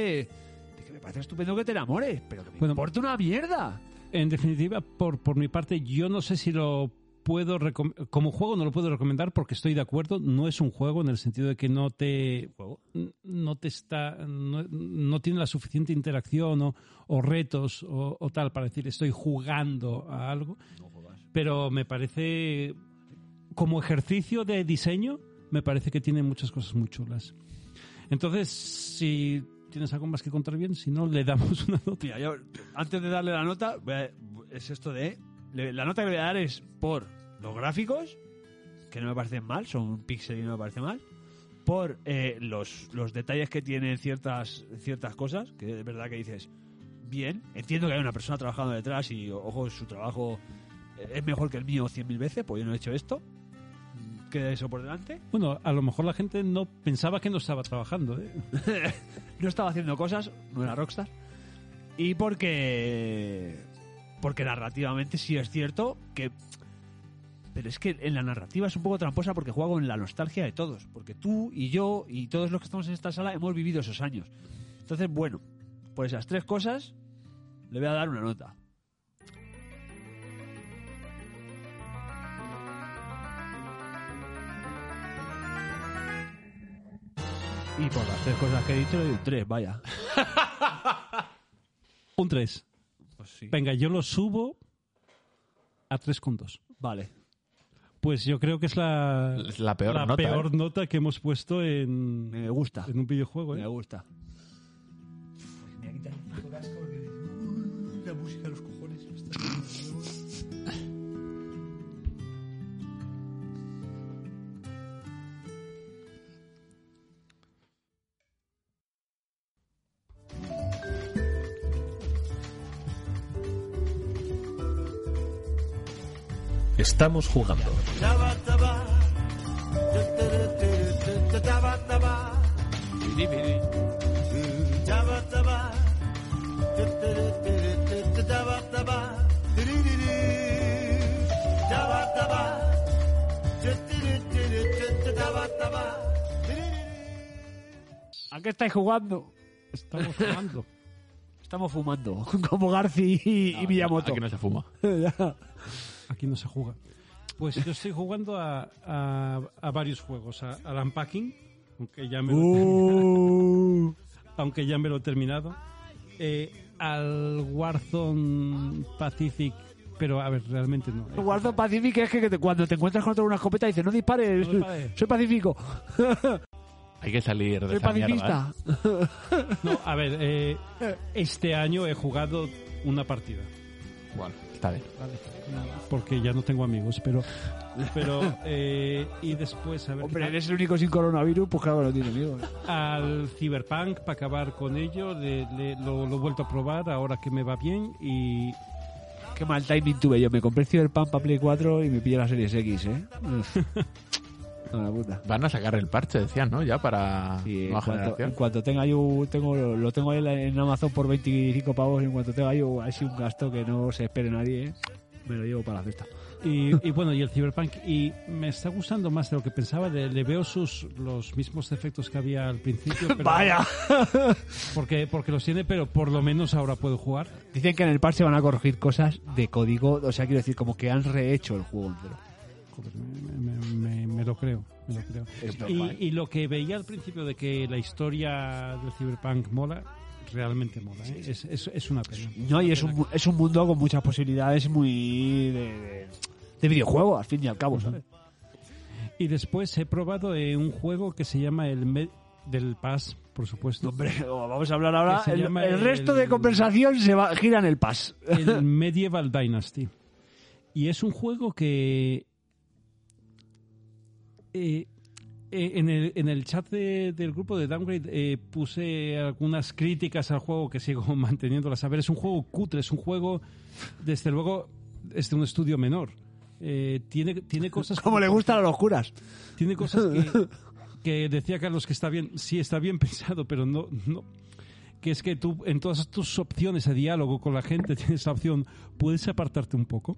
Speaker 1: de que me parece estupendo que te enamores, pero que me
Speaker 5: Bueno.
Speaker 1: importa una mierda.
Speaker 5: En definitiva, por, por mi parte, yo no sé si lo puedo recom- como juego no lo puedo recomendar porque estoy de acuerdo, no es un juego en el sentido de que no te n- no te está no, no tiene la suficiente interacción o, o retos o, o tal para decir estoy jugando a algo, pero me parece como ejercicio de diseño me parece que tiene muchas cosas muy chulas. Entonces, si tienes algo más que contar bien, si no le damos [laughs] una nota.
Speaker 1: Mira, yo antes de darle la nota, voy a- es esto de. le- La nota que le voy a dar es por los gráficos, que no me parecen mal, son un pixel y no me parece mal. Por eh, los, los detalles que tienen ciertas, ciertas cosas, que de verdad que dices, bien, entiendo que hay una persona trabajando detrás y, ojo, su trabajo eh, es mejor que el mío 100.000 veces, pues yo no he hecho esto. mm, Queda eso por delante.
Speaker 5: Bueno, a lo mejor la gente no pensaba que no estaba trabajando. ¿eh?
Speaker 1: no estaba haciendo cosas, no era Rockstar. Y porque. Porque narrativamente sí es cierto que. Pero es que en la narrativa es un poco tramposa porque juega con la nostalgia de todos. Porque tú y yo y todos los que estamos en esta sala hemos vivido esos años. Entonces, bueno, por esas tres cosas le voy a dar una nota. Y por las tres cosas que he dicho, le doy un tres, vaya.
Speaker 5: Un 3.
Speaker 1: Pues sí.
Speaker 5: Venga, yo lo subo a 3,2.
Speaker 1: Vale.
Speaker 5: Pues yo creo que es la,
Speaker 2: Es la peor nota,
Speaker 5: peor
Speaker 2: ¿eh?
Speaker 5: nota que hemos puesto en,
Speaker 1: Me gusta.
Speaker 5: en un videojuego. ¿eh?
Speaker 1: Me gusta.
Speaker 8: La música de los cojones.
Speaker 6: Estamos jugando.
Speaker 1: ¿A qué estáis jugando?
Speaker 5: Estamos jugando.
Speaker 1: Estamos fumando, [laughs] como Garci y, y Miyamoto.
Speaker 2: Aquí no se fuma.
Speaker 5: Aquí no se juega. Pues yo estoy jugando a, a- a varios juegos. A- Al Unpacking, aunque ya me lo he
Speaker 1: Uh,
Speaker 5: aunque ya me lo he terminado. Eh, al Warzone Pacific, pero a ver, realmente no.
Speaker 1: el Warzone Pacific es que, que te- cuando te encuentras con otro con una escopeta dices, no dispares,
Speaker 5: No dispares".
Speaker 1: [laughs] soy pacífico,
Speaker 2: Hay que salir de
Speaker 1: soy
Speaker 2: esa mierda.
Speaker 1: pacifista.
Speaker 5: No, a ver, eh, este año he jugado una partida,
Speaker 2: ¿eh? Bueno, está bien.
Speaker 5: porque ya no tengo amigos, pero... pero eh, y después, a
Speaker 1: [laughs]
Speaker 5: ver,
Speaker 1: Hombre, eres el único sin coronavirus, pues claro que no tiene miedo.
Speaker 5: al Cyberpunk para acabar con ello, le- le- lo, lo he vuelto a probar ahora que me va bien y...
Speaker 1: Qué mal timing tuve yo, me compré el Cyberpunk para Play 4 y me pillé la Series X, ¿eh? [laughs] A la puta.
Speaker 2: Van a sacar el parche, decían, ¿no? Ya para
Speaker 1: Sí, en,
Speaker 2: nueva
Speaker 1: cuanto, en
Speaker 2: generación.
Speaker 1: cuanto tenga yo, tengo, lo, lo tengo en, la- en Amazon por 25 pavos, en cuanto tenga yo así un gasto que no se espere nadie, ¿eh? me lo llevo para la fiesta.
Speaker 5: Y, y bueno, y el Cyberpunk, y me está gustando más de lo que pensaba, le, le veo sus los mismos defectos que había al principio. pero-
Speaker 1: ¡Vaya!
Speaker 5: Porque, porque los tiene, pero por lo menos ahora puedo jugar.
Speaker 1: Dicen que en el parche van a corregir cosas de código, o sea, quiero decir, como que han rehecho el juego entero.
Speaker 5: Joder, me, me- me- me lo creo, me lo creo. Y, y lo que veía al principio de que la historia del Cyberpunk mola, realmente mola. ¿eh? Es, es- es una pena.
Speaker 1: No, y es un, es un mundo con muchas posibilidades muy de, de- de videojuego, al fin y al cabo, ¿sabes?
Speaker 5: Y después he probado eh, un juego que se llama el Me- del Paz, por supuesto.
Speaker 1: Hombre, oh, vamos a hablar ahora.
Speaker 5: Que se
Speaker 1: El,
Speaker 5: llama
Speaker 1: el resto
Speaker 5: el-
Speaker 1: de conversación se va, gira en el pas.
Speaker 5: el Medieval Dynasty. Y es un juego que eh, Eh, en, el, en el chat de- del grupo de Downgrade eh, puse algunas críticas al juego que sigo [laughs] manteniéndolas. A ver, es un juego cutre, es un juego, desde luego, es de un estudio menor. Eh, tiene,
Speaker 1: [laughs]
Speaker 5: tiene cosas
Speaker 1: Como le gustan a los curas.
Speaker 5: tiene cosas que, que decía Carlos que está bien, sí está bien [laughs] pensado, pero no, no. Que es que tú en todas tus opciones de diálogo con la gente [laughs] tienes la opción, puedes apartarte un poco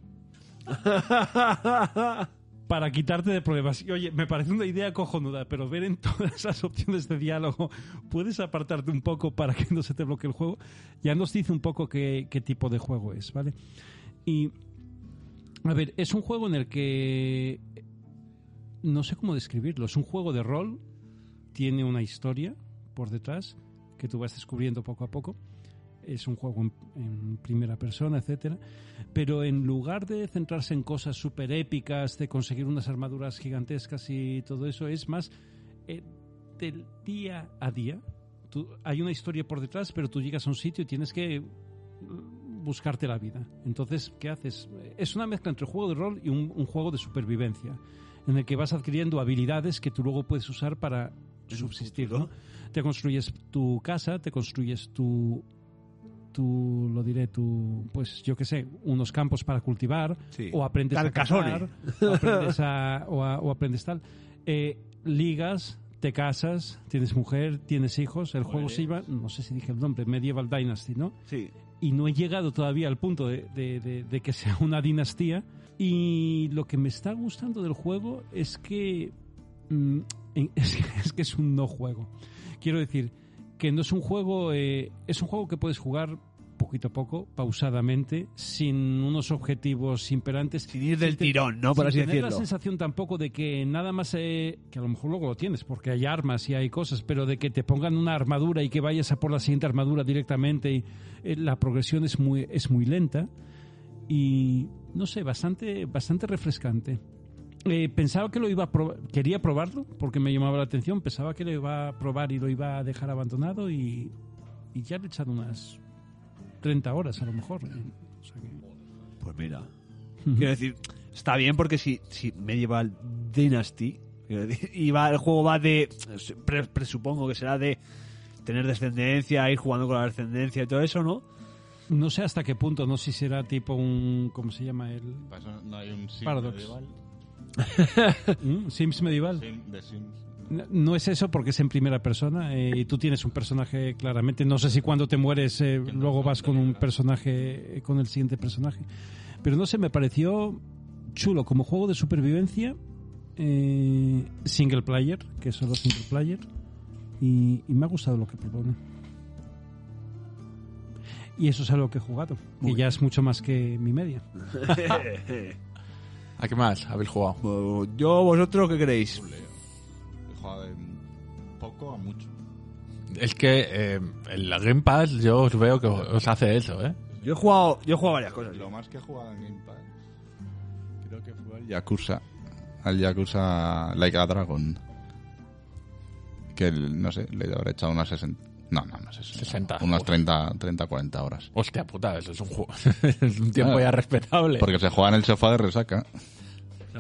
Speaker 5: para quitarte de problemas. Y oye, me parece una idea cojonuda, pero ver en [laughs] todas las opciones de diálogo, puedes apartarte un poco para que no se te bloquee el juego. Ya nos dice un poco qué, qué tipo de juego es, ¿vale? Y, a ver, es un juego en el que no sé cómo describirlo. Es un juego de rol, tiene una historia por detrás que tú vas descubriendo poco a poco. Es un juego en, en primera persona, etcétera. Pero en lugar de centrarse en cosas súper épicas, de conseguir unas armaduras gigantescas y todo eso, es más eh, del día a día. Tú- hay una historia por detrás, pero tú llegas a un sitio y tienes que mm, buscarte la vida. Entonces, ¿qué haces? Es una mezcla entre juego de rol y un- un juego de supervivencia en el que vas adquiriendo habilidades que tú luego puedes usar para subsistir. ¿no? Te construyes tu casa, te construyes tu, tu, lo diré, tu, pues yo qué sé, unos campos para cultivar,
Speaker 1: Sí.
Speaker 5: o aprendes a
Speaker 1: Carcassonne.
Speaker 5: cazar, o aprendes, a- o a- o aprendes tal. Eh, ligas, te casas, tienes mujer, tienes hijos, el juego se llama, no sé si dije el nombre, Medieval Dynasty, ¿no?
Speaker 1: Sí.
Speaker 5: y no he llegado todavía al punto de, de- de- de que sea una dinastía. Y lo que me está gustando del juego es que, mm, en- [laughs] es, que- es que es un no juego. Quiero decir, que no es un juego, eh, es un juego que puedes jugar poquito a poco, pausadamente, sin unos objetivos imperantes.
Speaker 1: Sin ir del
Speaker 5: te-
Speaker 1: tirón, ¿no? Por así
Speaker 5: sin tener la
Speaker 1: decirlo.
Speaker 5: sensación tampoco de que nada más, eh, que a lo mejor luego lo tienes, porque hay armas y hay cosas, pero de que te pongan una armadura y que vayas a por la siguiente armadura directamente, y, eh, la progresión es muy, es muy lenta y, no sé, bastante, bastante refrescante. Eh, pensaba que lo iba a probar, quería probarlo porque me llamaba la atención, pensaba que lo iba a probar y lo iba a dejar abandonado y, y ya le he echado unas 30 horas a lo mejor. O sea que-
Speaker 1: Pues mira. Quiero decir, está bien porque si, si Medieval Dynasty, quiero decir, [laughs] y va, el juego va de, pre- presupongo que será de tener descendencia, ir jugando con la descendencia y todo eso, ¿no?
Speaker 5: No sé hasta qué punto, no sé si será tipo un. ¿Cómo se llama el?
Speaker 3: Para eso no hay un sim
Speaker 5: Paradox.
Speaker 3: medieval.
Speaker 5: ¿Mm? ¿Sims medieval?
Speaker 3: Sim de Sims.
Speaker 5: No, no es eso porque es en primera persona eh, y tú tienes un personaje claramente. No sé si cuando te mueres eh, luego vas con un personaje, eh, con el siguiente personaje. Pero no sé, me pareció chulo como juego de supervivencia, eh, single player, que es solo single player, y, y me ha gustado lo que propone. Y eso es a lo que he jugado, que ya es mucho más que mi media.
Speaker 2: ¿A qué más habéis jugado?
Speaker 1: Pues Yo, vosotros, ¿qué creéis?
Speaker 3: He jugado de poco a mucho.
Speaker 2: Es que eh, el Game Pass yo os veo que os hace eso, ¿eh?
Speaker 1: Yo he jugado, yo he jugado varias cosas.
Speaker 3: Lo más que he jugado en Game Pass creo que fue al Yakuza. Al Yakuza Like a Dragon. Que el- no sé, le habré echado unas 60. No, no, no sé.
Speaker 2: 60.
Speaker 3: Unas 30, 30, 40 horas.
Speaker 2: Hostia puta, eso es un juego. [laughs] es un tiempo
Speaker 3: Ah.
Speaker 2: ya respetable.
Speaker 3: Porque se juega en el sofá de resaca. [laughs]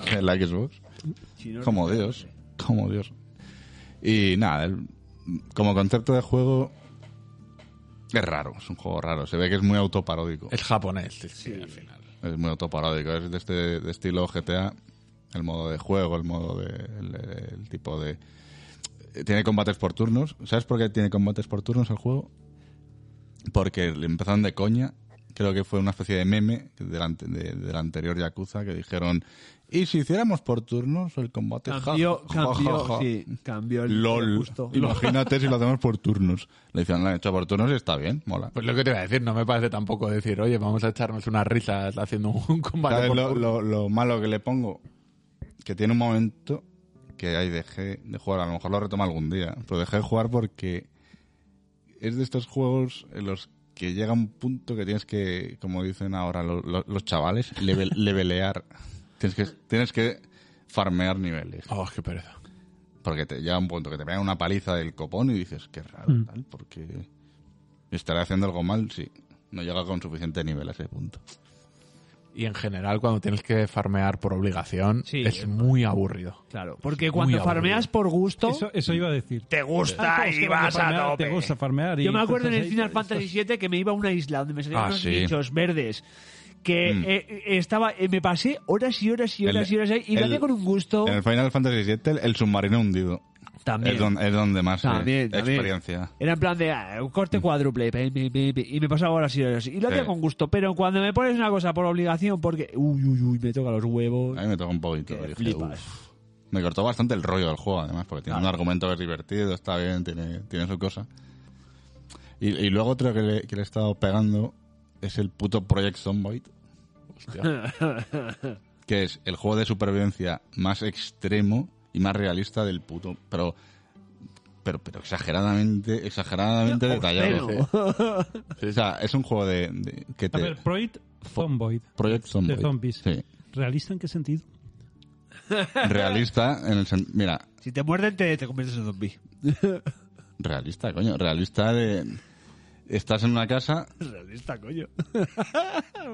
Speaker 3: En la Xbox. Como Dios. Como Dios. Y nada, el- como concepto de juego. Es raro, es un juego raro. Se ve que es muy autoparódico.
Speaker 2: Es japonés, es que al final.
Speaker 3: Es muy autoparódico, es de este de estilo GTA, el modo de juego, el modo de. el, el tipo de. Tiene combates por turnos. ¿Sabes por qué tiene combates por turnos el juego? Porque le empezaron de coña. Creo que fue una especie de meme del, ante- de- del anterior Yakuza que dijeron: ¿Y si hiciéramos por turnos el combate? Ja,
Speaker 1: Cambió,
Speaker 3: ja, ja,
Speaker 1: cambió,
Speaker 3: ja".
Speaker 1: sí, cambió el
Speaker 3: LOL.
Speaker 1: gusto.
Speaker 3: Imagínate si lo hacemos por turnos. Le decían: Lo han hecho por turnos y está bien, mola.
Speaker 2: Pues lo que te iba a decir, no me parece tampoco decir, oye, vamos a echarnos unas risas haciendo un [laughs] combate.
Speaker 3: ¿Sabes
Speaker 2: por
Speaker 3: lo,
Speaker 2: turno.
Speaker 3: lo- lo malo que le pongo? Que tiene un momento que ahí dejé de jugar. A lo mejor lo retoma algún día. Pero dejé de jugar porque es de estos juegos en los que llega un punto que tienes que, como dicen ahora lo- lo- los chavales, level- [laughs] levelear. tienes, que, tienes que farmear niveles.
Speaker 2: Oh, qué pereza.
Speaker 3: Porque te llega un punto que te pegan una paliza del copón y dices, qué raro, tal, porque estaré haciendo algo mal, sí. No llega con suficiente nivel a ese punto.
Speaker 2: Y en general, cuando tienes que farmear por obligación,
Speaker 1: Sí,
Speaker 2: es
Speaker 1: es-
Speaker 2: muy aburrido.
Speaker 1: Claro, porque
Speaker 2: muy
Speaker 1: cuando
Speaker 2: aburrido.
Speaker 1: farmeas por gusto,
Speaker 5: Eso, eso iba a decir.
Speaker 1: te gusta
Speaker 5: Ah,
Speaker 1: y
Speaker 5: te
Speaker 1: vas a
Speaker 5: farmear,
Speaker 1: tope.
Speaker 5: Te gusta farmear. y
Speaker 1: Yo me acuerdo en el
Speaker 5: entonces ahí-
Speaker 1: Final Fantasy VII que me iba a una isla donde me salían
Speaker 3: Ah,
Speaker 1: unos
Speaker 3: sí.
Speaker 1: bichos verdes que
Speaker 3: Mm.
Speaker 1: eh, eh, estaba eh, me pasé horas y horas y
Speaker 3: El-
Speaker 1: horas y horas ahí, y
Speaker 3: el-
Speaker 1: me hacía con un gusto
Speaker 3: En el Final Fantasy VII, el, el submarino hundido.
Speaker 1: también.
Speaker 3: Es, don- es donde más eh,
Speaker 1: También, también.
Speaker 3: experiencia.
Speaker 1: Era en plan de ah, un corte cuádruple pe, pe, pe, pe, y me pasaba horas y horas y lo hacía
Speaker 3: Mm. Sí.
Speaker 1: con gusto, pero cuando me pones una cosa por obligación porque uy uy uy me toca los huevos,
Speaker 3: A mí me toca un poquito.
Speaker 1: que
Speaker 3: dije,
Speaker 1: flipas.
Speaker 3: "Uf". Me cortó bastante el rollo del juego, además, porque tiene un argumento que es divertido, está bien, tiene, tiene su cosa. Y, y luego otro que le, que le he estado pegando es el puto Project Zomboid,
Speaker 2: Hostia.
Speaker 3: que es el juego de supervivencia más extremo y más realista del puto. Pero, pero, pero exageradamente, exageradamente detallado. O sea, es un juego de, de- que
Speaker 5: A
Speaker 3: te.
Speaker 5: ver, Project Zomboid.
Speaker 3: Project Zomboid.
Speaker 5: de zombies.
Speaker 3: Sí.
Speaker 5: ¿Realista en qué sentido?
Speaker 3: Realista en el sen- Mira,
Speaker 1: Si te muerden te, te conviertes en zombie.
Speaker 3: realista, coño. Realista de. Estás en una casa,
Speaker 1: Realista, coño.
Speaker 3: [laughs]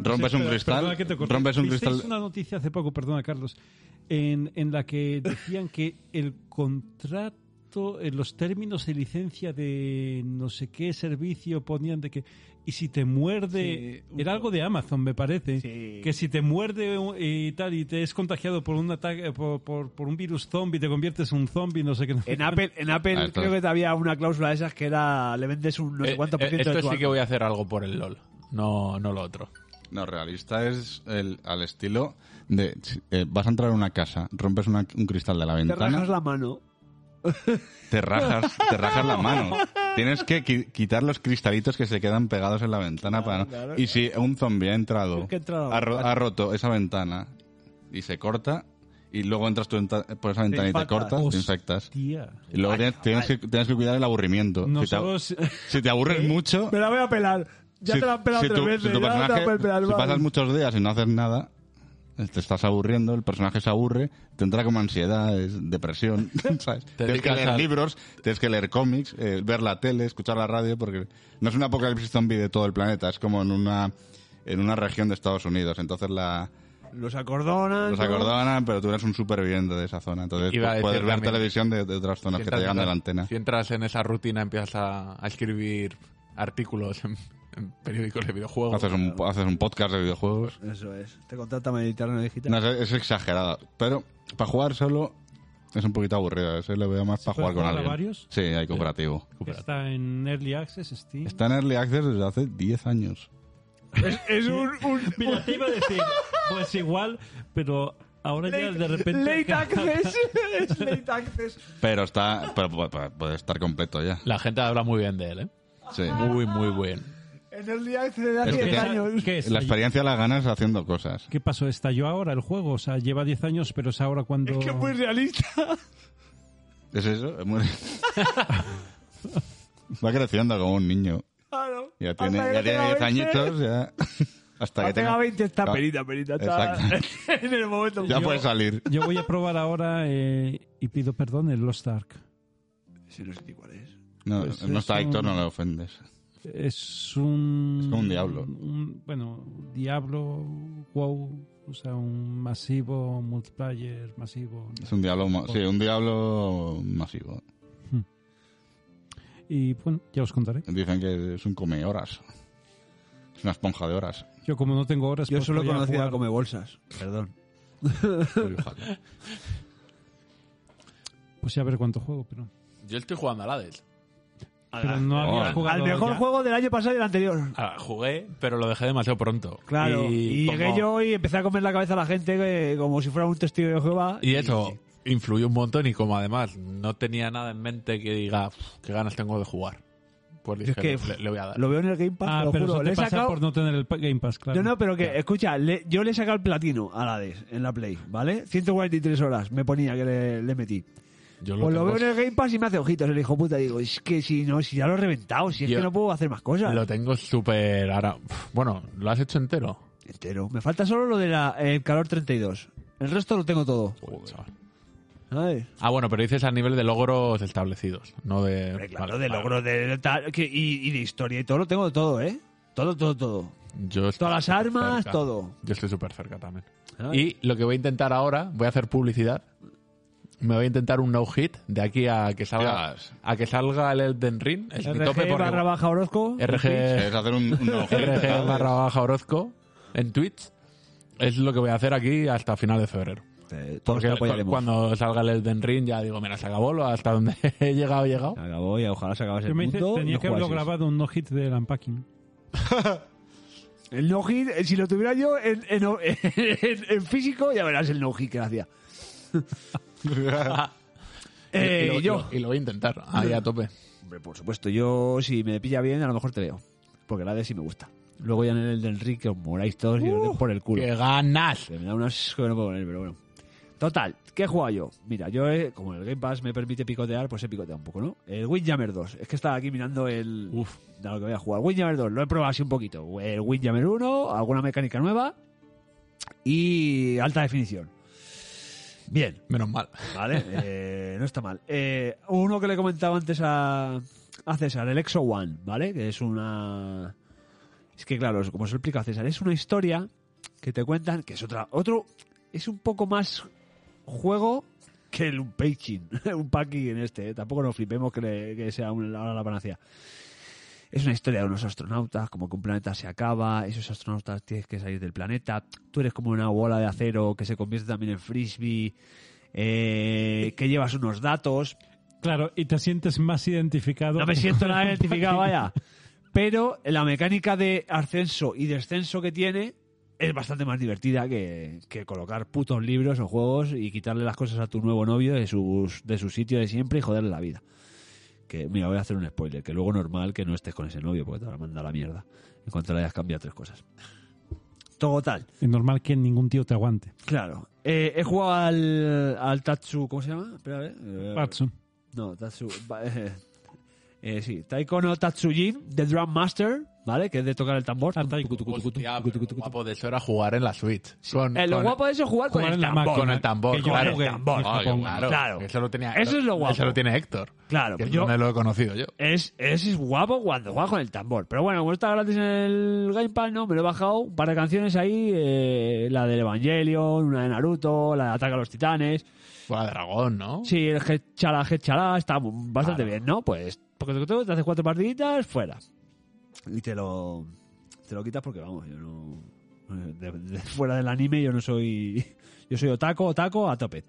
Speaker 3: rompes un
Speaker 5: Espera,
Speaker 3: cristal.
Speaker 5: perdona que te corte.
Speaker 3: Rompes un
Speaker 5: Visteis
Speaker 3: cristal.
Speaker 5: una noticia hace poco, perdona Carlos, en, en la que decían que el contrato, en los términos de licencia de no sé qué servicio ponían de que y si te muerde,
Speaker 1: Sí, un
Speaker 5: era algo de Amazon me parece,
Speaker 1: Sí.
Speaker 5: que si te muerde eh, y tal y te es contagiado por un ataque por, por, por un virus zombie, te conviertes en un zombie, no sé qué. no sé
Speaker 1: En
Speaker 3: [laughs]
Speaker 5: qué.
Speaker 1: Apple, en Apple
Speaker 3: Ah, esto-
Speaker 1: creo que había una cláusula de esas que era le vendes un no sé
Speaker 2: Eh,
Speaker 1: cuánto por
Speaker 2: eh,
Speaker 1: ciento
Speaker 2: esto
Speaker 1: de tu
Speaker 2: sí que
Speaker 1: alma.
Speaker 2: voy a hacer algo por el LOL, no, no lo otro.
Speaker 3: No, realista es el, al estilo de. si- eh, vas a entrar a una casa, rompes una- un cristal de la
Speaker 1: Te
Speaker 3: ventana,
Speaker 1: rajas la
Speaker 3: [laughs]
Speaker 1: mano. [laughs]
Speaker 3: te rajas, te rajas la mano. Tienes que qui- quitar los cristalitos que se quedan pegados en la ventana para no-
Speaker 1: claro,
Speaker 3: Y si un zombie ha entrado,
Speaker 1: Es que ha entrado.
Speaker 3: ha, ro- ha roto esa ventana y se corta, y luego entras tú enta- por esa ventana y te
Speaker 1: infectas.
Speaker 3: cortas, te infectas.
Speaker 5: Hostia.
Speaker 3: Y luego tienes, tienes que, tienes que cuidar el aburrimiento. Si te,
Speaker 5: Nosotros
Speaker 3: si te aburres mucho.
Speaker 1: [laughs] Me la voy a pelar. Ya
Speaker 3: si-
Speaker 1: te la han pelado
Speaker 3: si
Speaker 1: tres
Speaker 3: tu-
Speaker 1: veces.
Speaker 3: si
Speaker 1: ya te
Speaker 3: tu
Speaker 1: la
Speaker 3: personaje-
Speaker 1: puedes pelar,
Speaker 3: si
Speaker 1: vale.
Speaker 3: pasas muchos días y no haces nada, te estás aburriendo, el personaje se aburre, te entra como ansiedad, es
Speaker 1: [laughs]
Speaker 3: depresión, [laughs] ¿sabes? tienes que
Speaker 2: dedicas
Speaker 3: leer
Speaker 2: al-
Speaker 3: libros, tienes que leer cómics, eh, ver la tele, escuchar la radio, porque no es un apocalipsis zombie de todo el planeta, es como en una, en una región de Estados Unidos. Entonces la,
Speaker 1: Los acordonan.
Speaker 3: los
Speaker 1: ¿no?
Speaker 3: acordaban, pero tú eres un superviviente de esa zona. Entonces
Speaker 2: Iba a
Speaker 3: pues,
Speaker 2: decir
Speaker 3: puedes ver
Speaker 2: también-
Speaker 3: televisión de, de otras zonas que te llegan de la antena.
Speaker 2: Si entras en esa rutina, empiezas a, a escribir artículos en, en periódicos de videojuegos.
Speaker 3: Haces un, haces un podcast de videojuegos.
Speaker 1: Eso es. Te contrata Mediterráneo Digital.
Speaker 3: No, es, es exagerada. Pero para jugar solo es un poquito aburrido. Ese lo veo más para
Speaker 5: puede
Speaker 3: jugar con
Speaker 5: jugar a
Speaker 3: alguien.
Speaker 5: varios?
Speaker 3: Sí, hay cooperativo.
Speaker 5: está en Early Access, Steam.
Speaker 3: Está en Early Access desde hace 10 años.
Speaker 1: Es, es un. un-
Speaker 5: [laughs] Mira, te iba
Speaker 1: [laughs]
Speaker 5: a decir, pues igual, pero ahora ya de repente.
Speaker 1: Late access. es late access.
Speaker 3: Pero está pero pu- pu- puede estar completo ya.
Speaker 2: La gente habla muy bien de él, ¿eh?
Speaker 3: Sí.
Speaker 5: Ah,
Speaker 2: Muy, muy bien.
Speaker 1: En el día access de
Speaker 3: Es
Speaker 1: hace
Speaker 3: que
Speaker 1: 10
Speaker 3: esa-
Speaker 1: años.
Speaker 5: ¿Qué, es?
Speaker 3: La experiencia la ganas haciendo cosas.
Speaker 5: ¿Qué pasó? ¿Estalló ahora el juego? O sea, lleva 10 años, pero es ahora cuando.
Speaker 1: Es que es muy realista. [laughs]
Speaker 3: ¿Es eso? Es muy- Va creciendo como un niño.
Speaker 1: Claro.
Speaker 3: Ya tiene,
Speaker 1: Hasta que
Speaker 3: ya tiene
Speaker 1: tenga
Speaker 3: 10
Speaker 1: 20,
Speaker 3: añitos. Ya... [laughs] Hasta
Speaker 1: Hasta
Speaker 3: que
Speaker 1: que
Speaker 3: tenga
Speaker 1: tenga 20 está
Speaker 3: Ah,
Speaker 1: perita, perita. Está [laughs] en el momento.
Speaker 3: Ya pues,
Speaker 1: Yo-
Speaker 3: puede salir.
Speaker 5: [laughs] Yo voy a probar ahora eh, y pido perdón el Lost Ark.
Speaker 1: Si no sé ni cuál es.
Speaker 3: No,
Speaker 5: Pues
Speaker 3: no está
Speaker 5: es
Speaker 3: Héctor,
Speaker 5: un-
Speaker 3: no le ofendes.
Speaker 5: Es un.
Speaker 3: Es como un diablo.
Speaker 5: un- bueno, Diablo, WoW. O sea, un masivo multiplayer, masivo.
Speaker 3: Es un diablo,
Speaker 1: Oh.
Speaker 3: ma- sí, un diablo masivo.
Speaker 5: Y bueno, ya os contaré.
Speaker 3: Dicen que es un come horas. Es una esponja
Speaker 1: [laughs]
Speaker 3: de horas.
Speaker 5: Yo, como no tengo horas.
Speaker 1: Yo
Speaker 5: pues
Speaker 1: solo
Speaker 5: voy a
Speaker 1: conocía
Speaker 5: jugar.
Speaker 1: Come Bolsas. Perdón.
Speaker 5: Pues ya ver cuánto juego, pero.
Speaker 2: Yo estoy jugando al Hades.
Speaker 5: Pero no había
Speaker 3: Oh.
Speaker 5: jugado.
Speaker 1: Al mejor
Speaker 5: ya.
Speaker 1: juego del año pasado y del anterior.
Speaker 2: Ah, jugué, pero lo dejé demasiado pronto.
Speaker 1: Claro. Y,
Speaker 2: como-
Speaker 1: llegué yo y empecé a comer la cabeza a la gente que- como si fuera un testigo de Jehová.
Speaker 2: Y eso influyó un montón y como además no tenía nada en mente que diga "Uf, qué ganas tengo de jugar. Pues
Speaker 1: Es
Speaker 2: dije,
Speaker 1: que,
Speaker 2: le, le voy a dar.
Speaker 1: Lo veo en el Game Pass,
Speaker 5: Ah,
Speaker 1: lo
Speaker 5: pero
Speaker 1: juro.
Speaker 5: eso
Speaker 1: Le
Speaker 5: te
Speaker 1: he
Speaker 5: pasa
Speaker 1: sacado...
Speaker 5: por no tener el pa- Game Pass, claro.
Speaker 1: No, no, pero que, escucha, le- yo le he sacado el platino a la DES en la Play, ¿vale? 143 horas me ponía que le, le metí.
Speaker 2: Yo
Speaker 1: Pues lo veo
Speaker 2: tengo-
Speaker 1: en el Game Pass y me hace ojitos el hijo puta. Digo, es que si no, si ya lo he reventado, si es
Speaker 2: Yo-
Speaker 1: que no puedo hacer más cosas.
Speaker 2: Lo tengo súper ahora. Uf, Bueno, ¿lo has hecho entero?
Speaker 1: Entero. Me falta solo lo del calor 32. El resto lo tengo todo.
Speaker 2: Chaval.
Speaker 1: ¿sabes?
Speaker 2: Ah, bueno, pero dices a nivel de logros establecidos, no de.
Speaker 1: Hombre, claro,
Speaker 2: vale,
Speaker 1: de
Speaker 2: vale.
Speaker 1: logros de tal, que- y, y de historia y todo, lo tengo todo, ¿eh? Todo, todo, todo.
Speaker 2: Yo estoy
Speaker 1: Todas las
Speaker 2: súper
Speaker 1: armas,
Speaker 2: cerca.
Speaker 1: todo.
Speaker 2: Yo estoy súper cerca también.
Speaker 1: Ah,
Speaker 2: Y lo que voy a intentar ahora, voy a hacer publicidad. Me voy a intentar un no hit de aquí a que salga
Speaker 3: Digas.
Speaker 2: a que salga el Elden Ring. Es mi
Speaker 1: RG
Speaker 2: tope porque-
Speaker 1: barra baja Orozco.
Speaker 2: RG
Speaker 1: Eh.
Speaker 3: Es hacer un,
Speaker 1: [laughs]
Speaker 3: un no hit,
Speaker 2: RG
Speaker 3: ¿sabes?
Speaker 2: barra baja Orozco en Twitch. Es lo que voy a hacer aquí hasta final de febrero.
Speaker 1: Eh, todos
Speaker 2: Porque
Speaker 1: te apoyaremos.
Speaker 2: cuando salga el Elden Ring ya digo, mira, se acabó, lo- hasta donde [laughs] he llegado, he llegado.
Speaker 1: Se acabó y ojalá se acabase
Speaker 5: Yo
Speaker 1: el
Speaker 5: me hice,
Speaker 1: mundo. y
Speaker 5: tenía
Speaker 1: no
Speaker 5: que haberlo
Speaker 1: jugases.
Speaker 5: grabado un no-hit del unpacking.
Speaker 1: El no-hit, eh, si lo tuviera yo en, en- en- en físico, ya verás el no-hit que hacía. Eh,
Speaker 2: Ah, y, lo,
Speaker 1: yo.
Speaker 2: y lo- y lo voy a intentar, ahí a tope.
Speaker 1: Hombre, por supuesto, yo si me pilla bien, a lo mejor te veo. Porque la de sí me gusta. Luego ya en el del Ring que os moráis todos y os den por el culo.
Speaker 2: ¡Qué ganas!
Speaker 1: Que me da un asco que no puedo poner, pero bueno. Total, ¿qué he jugado yo? Mira, yo, eh, como el Game Pass me permite picotear, pues he picoteado un poco, ¿no? El Windjammer 2. Es que estaba aquí mirando el... Uf. De lo que voy a jugar. Windjammer 2, lo he probado así un poquito. El Windjammer 1, alguna mecánica nueva y alta definición. Bien,
Speaker 2: Menos mal.
Speaker 1: Vale, eh, no está mal. Eh, uno que le comentaba antes a, a César, el Exo One, ¿vale? Que es una. Es que, claro, es- como se lo explica César, es una historia que te cuentan, que es otra. Otro. Es un poco más juego que [laughs] el Unpacking. un packing en este, ¿eh? Tampoco nos flipemos que, le- que sea un- ahora la panacea. Es una historia de unos astronautas, como que un planeta se acaba, esos astronautas tienes que salir del planeta, tú eres como una bola de acero que se convierte también en frisbee, eh, que llevas unos datos.
Speaker 5: Claro, y te sientes más identificado.
Speaker 1: No me siento nada
Speaker 5: con el
Speaker 1: identificado,
Speaker 5: unpacking.
Speaker 1: vaya. Pero la mecánica de ascenso y descenso que tiene es bastante más divertida que, que colocar putos libros o juegos y quitarle las cosas a tu nuevo novio de, sus, de su sitio de siempre y joderle la vida. Que, mira, voy a hacer un spoiler, que luego normal que no estés con ese novio porque te va a mandar a la mierda en cuanto le hayas cambiado tres cosas. Todo tal.
Speaker 5: Es normal que ningún tío te aguante.
Speaker 1: Claro. Eh, he jugado al, al Tatsu, ¿cómo se llama? Espera, a ver. Eh,
Speaker 5: Watson.
Speaker 1: no, Tatsu. va- [laughs] Eh, eh, sí, Taiko no Tatsujin, The Drum Master, ¿vale? Que es de tocar el tambor.
Speaker 5: Ah, Taiko.
Speaker 1: Tucu, tucu, tucu, tucu,
Speaker 2: Hostia,
Speaker 1: tucu,
Speaker 2: pero
Speaker 1: tucu,
Speaker 2: lo
Speaker 1: tucu.
Speaker 2: guapo de eso era jugar en la Switch. Con-
Speaker 1: Eh, lo
Speaker 2: con-
Speaker 1: guapo de eso es jugar con
Speaker 5: jugar
Speaker 1: el
Speaker 5: en la
Speaker 1: tambor.
Speaker 5: máquina.
Speaker 2: con el tambor.
Speaker 5: Que yo
Speaker 2: claro.
Speaker 5: jugué.
Speaker 2: El tambor.
Speaker 1: Yo
Speaker 2: Ah,
Speaker 1: jugué.
Speaker 2: claro.
Speaker 1: Claro.
Speaker 2: Eso, lo tenía,
Speaker 1: Eso es lo guapo.
Speaker 2: Eso lo tiene Héctor.
Speaker 1: Claro,
Speaker 2: Que es
Speaker 1: yo-
Speaker 2: donde lo he conocido yo.
Speaker 1: Es, es guapo cuando juega con el tambor. Pero bueno, como está gratis en el Game Pass, no, me lo he bajado. Un par de canciones ahí, eh, la del Evangelion, una de Naruto, la de Ataque a los Titanes.
Speaker 2: Fue a Dragón, ¿no?
Speaker 1: Sí, el Hechala, Hechala, está bastante bien, ¿no? Pues, porque te haces cuatro partiditas, fuera. Y te lo, te lo quitas porque, vamos, yo no. de- de- fuera del anime, yo no soy. [laughs] Yo soy otaco, otaco, a tope.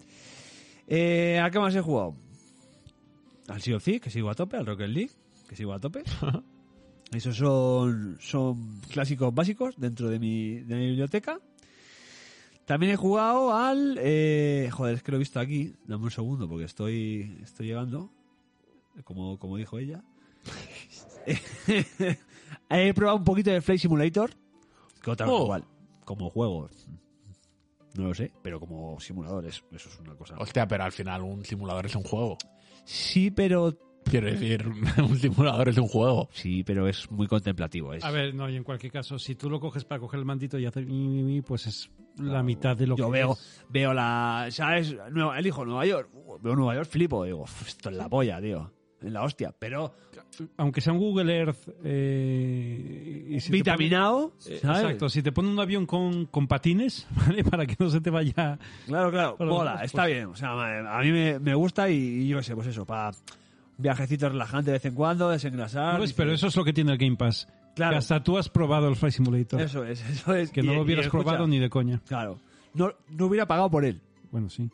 Speaker 1: Eh, ¿A qué más he jugado? Al Sea of Thieves, que sigo a tope, al Rocket League, que sigo a [laughs] tope. Esos son, son clásicos básicos dentro de mi, de mi biblioteca. También he jugado al. eh, joder, es que lo he visto aquí. Dame un segundo porque estoy, estoy llegando. Como, como dijo ella. [laughs] he probado un poquito de Flight Simulator. Que otra vez
Speaker 2: Oh.
Speaker 1: igual. Como juego. No lo sé, pero como simuladores. Eso es una cosa.
Speaker 2: Hostia, pero al final un simulador es un juego.
Speaker 1: Sí, pero.
Speaker 2: Quiero decir, [laughs] un simulador es un juego.
Speaker 1: Sí, pero es muy contemplativo. Es,
Speaker 5: A ver, no, y en cualquier caso, si tú lo coges para coger el mandito y hacer mi, mi, mi, pues es la
Speaker 1: Claro.
Speaker 5: mitad de lo
Speaker 1: yo
Speaker 5: que
Speaker 1: veo
Speaker 5: es.
Speaker 1: veo la sabes Nueva- elijo Nueva York Uh, veo Nueva York flipo digo "Uf, esto es la polla tío en la hostia pero
Speaker 5: Aunque sea un Google Earth eh, y si te
Speaker 1: vitaminado
Speaker 5: pone- eh,
Speaker 1: ¿sabes?
Speaker 5: Exacto, si te pone un avión con, con patines, [laughs] ¿vale? Para que no se te vaya.
Speaker 1: claro claro
Speaker 5: Para los
Speaker 1: bola
Speaker 5: demás,
Speaker 1: está bien o sea ma- a mí me, me gusta y, y yo qué sé pues eso para viajecito relajante de vez en cuando desengrasar
Speaker 5: ¿Sabes?
Speaker 1: dices,
Speaker 5: pues, Pero eso es lo que tiene el Game Pass.
Speaker 1: Ah, Claro.
Speaker 5: Que hasta tú has probado el Flight Simulator.
Speaker 1: eso es eso es
Speaker 5: Que
Speaker 1: Y-
Speaker 5: no
Speaker 1: y
Speaker 5: lo hubieras
Speaker 1: escucha,
Speaker 5: probado ni de coña.
Speaker 1: claro no, no hubiera pagado por él
Speaker 5: Bueno, sí.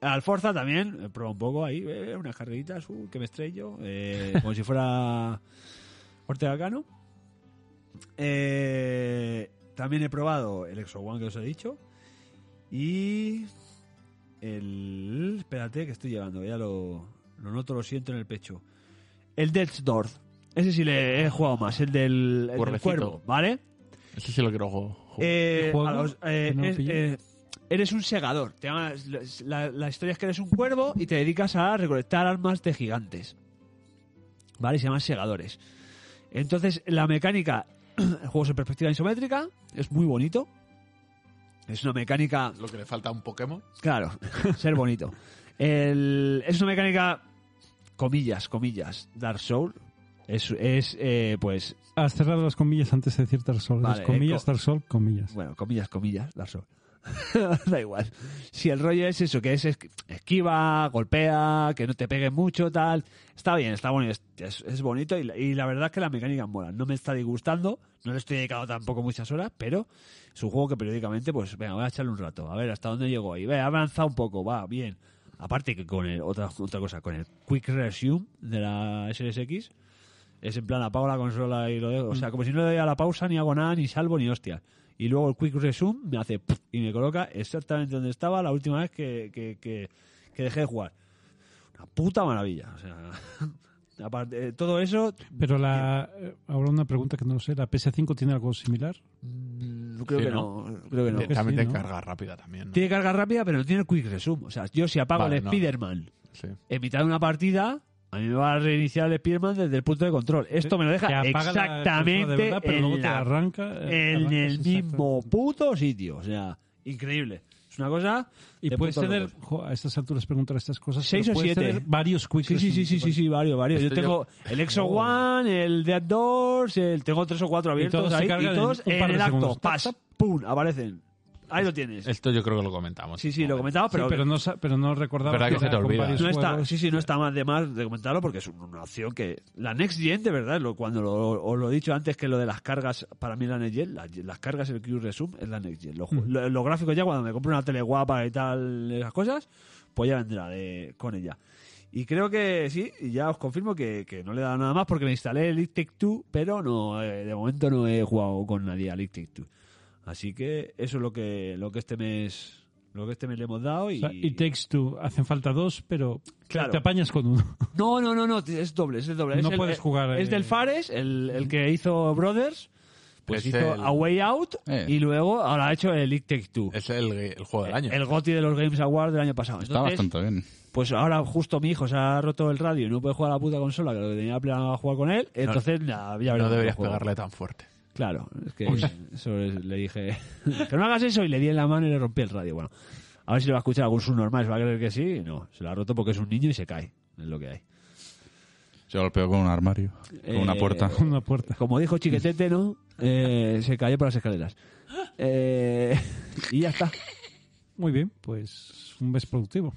Speaker 1: al Forza también, eh, prueba un poco ahí, eh, unas carreritas, uh, que me estrello, eh, como si fuera Ortega Cano. Eh, también he probado el Exo One que os he dicho. Y el... Espérate que estoy llegando, ya lo, lo noto, lo siento en el pecho. El Death's Door. Ese sí le he jugado más, el del, el del
Speaker 2: Cuervecito.
Speaker 1: cuervo, ¿vale?
Speaker 2: Ese sí lo quiero jugar.
Speaker 1: Eh,
Speaker 5: ¿Juego?
Speaker 1: a los- eh,
Speaker 5: ¿Que no lo
Speaker 1: es-
Speaker 5: pillé?
Speaker 1: eh, eres un segador. Te llamas- la, la historia es que eres un cuervo y te dedicas a recolectar almas de gigantes. ¿Vale? Y se llaman segadores. Entonces, la mecánica, [clears throat] el juego es en perspectiva isométrica, es muy bonito. Es una mecánica
Speaker 2: Lo que le falta a un Pokémon.
Speaker 1: Claro, [laughs] ser bonito. El- es una mecánica, comillas, comillas, Dark Soul. Es, es eh, pues,
Speaker 5: Has cerrado las comillas antes de decir Dark Souls.
Speaker 1: Vale,
Speaker 5: comillas,
Speaker 1: eh, co-
Speaker 5: Dark Souls, comillas.
Speaker 1: bueno, comillas, comillas, Dark Souls. [laughs] da igual. Si el rollo es eso, que es esqu- esquiva, golpea, que no te pegue mucho, tal. Está bien, está bonito, es, es- es bonito y, la- y la verdad es que la mecánica mola. No me está disgustando, no le estoy dedicando tampoco muchas horas, pero es un juego que periódicamente, pues venga, voy a echarle un rato, a ver hasta dónde llego ahí. Ve, ha avanzado un poco, va, bien. Aparte que con el, otra, otra cosa, con el Quick Resume de la Series X, es en plan apago la consola y lo dejo. O sea, como si no le doy a la pausa, ni hago nada, ni salvo, ni hostia. Y luego el quick resume me hace ¡puf! y me coloca exactamente donde estaba la última vez que, que, que- que dejé de jugar. Una puta maravilla. O sea, [laughs] aparte de todo eso,
Speaker 5: Pero la, eh, ahora una pregunta que no lo sé. ¿La PS5 tiene algo similar?
Speaker 1: mm, creo
Speaker 2: Sí,
Speaker 1: que
Speaker 2: ¿no?
Speaker 1: no. Creo que no.
Speaker 5: Te-
Speaker 2: También te
Speaker 5: sí, ¿no?
Speaker 2: carga rápida también. ¿no?
Speaker 1: Tiene carga rápida, pero no tiene quick resume. O sea, yo si apago
Speaker 2: Vale,
Speaker 1: el
Speaker 2: no.
Speaker 1: Spider-Man
Speaker 2: Sí.
Speaker 1: en mitad de una partida, a mí me va a reiniciar el Spider-Man desde el punto de control. Esto me lo
Speaker 5: Te
Speaker 1: deja
Speaker 5: apaga la consola
Speaker 1: exactamente
Speaker 5: de verdad, pero
Speaker 1: en
Speaker 5: luego te
Speaker 1: la
Speaker 5: arranca. eh,
Speaker 1: en
Speaker 5: arrancas
Speaker 1: el mismo
Speaker 5: exactamente.
Speaker 1: puto sitio. O sea, increíble. Es una cosa.
Speaker 5: Y
Speaker 1: de
Speaker 5: puedes
Speaker 1: putos
Speaker 5: tener,
Speaker 1: locos.
Speaker 5: jo, a estas alturas preguntar estas cosas.
Speaker 1: Seis
Speaker 5: pero
Speaker 1: o
Speaker 5: puedes
Speaker 1: siete,
Speaker 5: tener
Speaker 1: ¿eh?
Speaker 5: varios quick
Speaker 1: Sí, sí, sí, sí, sí, sí, varios, varios. Yo
Speaker 2: Esto
Speaker 1: tengo el Exo One, el Dead Doors, el, tengo tres o cuatro abiertos
Speaker 5: todos se
Speaker 1: ahí
Speaker 5: cargan
Speaker 1: y todos
Speaker 5: en un
Speaker 1: en,
Speaker 5: par de
Speaker 1: el acto.
Speaker 5: segundos.
Speaker 1: Pas, pum, aparecen. Ahí lo tienes.
Speaker 2: Esto yo creo que lo comentamos.
Speaker 1: Sí, sí, lo comentaba,
Speaker 5: Ah, pero,
Speaker 1: pero,
Speaker 5: no, sa- pero no recordaba
Speaker 2: Verdad que
Speaker 5: era
Speaker 2: se te
Speaker 5: con
Speaker 2: olvida.
Speaker 5: varios
Speaker 1: no está,
Speaker 5: juegos.
Speaker 1: sí, sí, no está más de más de comentarlo porque es una opción que la Next Gen, de verdad, lo, cuando lo, os lo he dicho antes que lo de las cargas, para mí la Next Gen, la- las cargas, el Q Resume es la Next Gen. Lo,
Speaker 5: Mm.
Speaker 1: ju- lo- lo gráfico ya cuando me compro una tele guapa y tal, esas cosas, pues ya vendrá de- con ella. Y creo que sí, y ya os confirmo que, que no le he dado nada más porque me instalé el It Take Two, pero no, eh, de momento no he jugado con nadie al It Take Two. Así que eso es lo que, lo que este mes, lo que este mes le hemos dado
Speaker 5: O sea, It Takes Two. Hacen falta dos, pero
Speaker 1: Claro.
Speaker 5: te apañas con uno. [laughs]
Speaker 1: No, no, no, no, es doble, es doble.
Speaker 5: No
Speaker 1: es el-
Speaker 5: puedes jugar,
Speaker 1: Es
Speaker 5: eh,
Speaker 1: del Fares, el, el que hizo Brothers, pues
Speaker 2: Es
Speaker 1: hizo
Speaker 2: el-
Speaker 1: A Way Out
Speaker 3: Eh.
Speaker 1: y luego ahora ha hecho el It Take Two.
Speaker 2: Es el, el juego del año.
Speaker 1: Eh, El GOTI de los Games Awards del año pasado.
Speaker 3: Está
Speaker 1: Entonces,
Speaker 3: bastante bien.
Speaker 1: Pues ahora justo mi hijo se ha roto el radio y no puede jugar a la puta consola, que lo que tenía planeado jugar con él, entonces ya, ya veremos
Speaker 2: no
Speaker 1: qué
Speaker 2: deberías
Speaker 1: juego.
Speaker 2: pegarle tan fuerte.
Speaker 1: Claro, es que eso es- le dije [laughs] que no hagas eso y le di en la mano y le rompí el radio. Bueno, a ver si lo va a escuchar algún subnormal, se va a creer que sí. No, se lo ha roto porque es un niño y se cae, es lo que hay.
Speaker 3: Se golpeó con un armario, con una
Speaker 1: Eh,
Speaker 3: puerta.
Speaker 5: con una puerta.
Speaker 1: Como dijo Chiquetete, ¿no? Eh, se cayó por las escaleras. Eh, [laughs] y ya está.
Speaker 5: Muy bien, pues un mes productivo.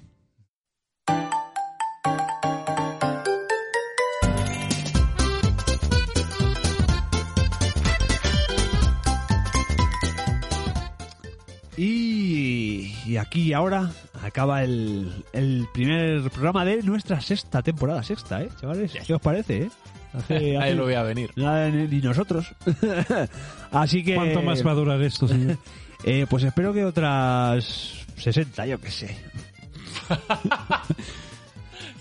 Speaker 1: Y, y aquí y ahora acaba el, el primer programa de nuestra sexta temporada. Sexta, ¿eh, chavales? ¿Qué os parece, eh?
Speaker 2: [laughs]
Speaker 1: Hace-
Speaker 2: Ahí
Speaker 1: hace-
Speaker 2: lo voy a venir.
Speaker 1: nada, ni ni nosotros. [laughs] Así que...
Speaker 5: ¿Cuánto más va a durar esto,
Speaker 2: [laughs]
Speaker 5: señor?
Speaker 1: Eh, pues espero que otras 60, yo qué
Speaker 2: [laughs]
Speaker 1: sé.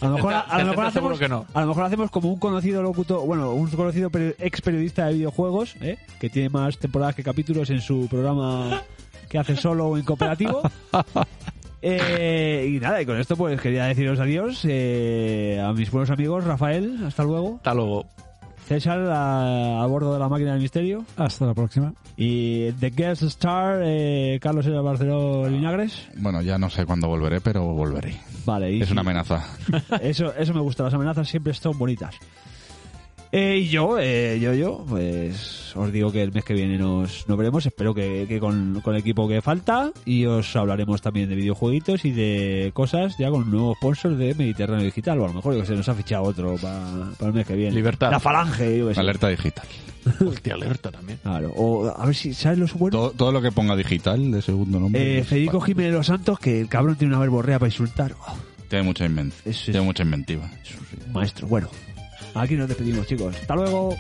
Speaker 1: A lo, mejor, a, a lo
Speaker 2: 60
Speaker 1: mejor hacemos,
Speaker 2: seguro que no.
Speaker 1: a lo mejor hacemos como un conocido locutor, bueno, un conocido peri- ex periodista de videojuegos, ¿eh? que tiene más temporadas que capítulos en su
Speaker 2: [laughs]
Speaker 1: programa que hace solo o en cooperativo. Eh, y nada, y con esto pues quería deciros adiós eh, a mis buenos amigos, Rafael, hasta luego,
Speaker 2: Hasta luego.
Speaker 1: César a- a bordo de la máquina del misterio.
Speaker 5: Hasta la próxima.
Speaker 1: Y The Guest Star, eh, Carlos era Barceló Vinagres.
Speaker 3: Bueno, ya no sé cuándo volveré, pero volveré.
Speaker 1: Vale, y [laughs]
Speaker 3: Es una amenaza.
Speaker 1: eso, eso me gusta, las amenazas siempre son bonitas. Eh, y yo, eh, yo, yo, pues os digo que el mes que viene nos, nos veremos, espero que, que con, con el equipo que falta y os hablaremos también de videojueguitos y de cosas ya con nuevos sponsors de Mediterráneo Digital, o a lo mejor que se nos ha fichado otro para el mes que viene.
Speaker 2: Libertad.
Speaker 1: La falange, yo qué sé.
Speaker 3: [laughs] Alerta digital.
Speaker 2: Hostia, alerta también.
Speaker 1: Claro, o a ver si, ¿sabes los buenos?
Speaker 3: Todo, todo lo que ponga digital de segundo nombre.
Speaker 1: Eh,
Speaker 3: es
Speaker 1: Federico
Speaker 3: fácil.
Speaker 1: Jiménez de los Santos, que el cabrón tiene una verborrea para insultar. Oh.
Speaker 3: Tiene mucha, inven-
Speaker 1: Eso es.
Speaker 3: tiene mucha inventiva.
Speaker 1: maestro. Bueno, aquí nos despedimos, chicos. Hasta luego.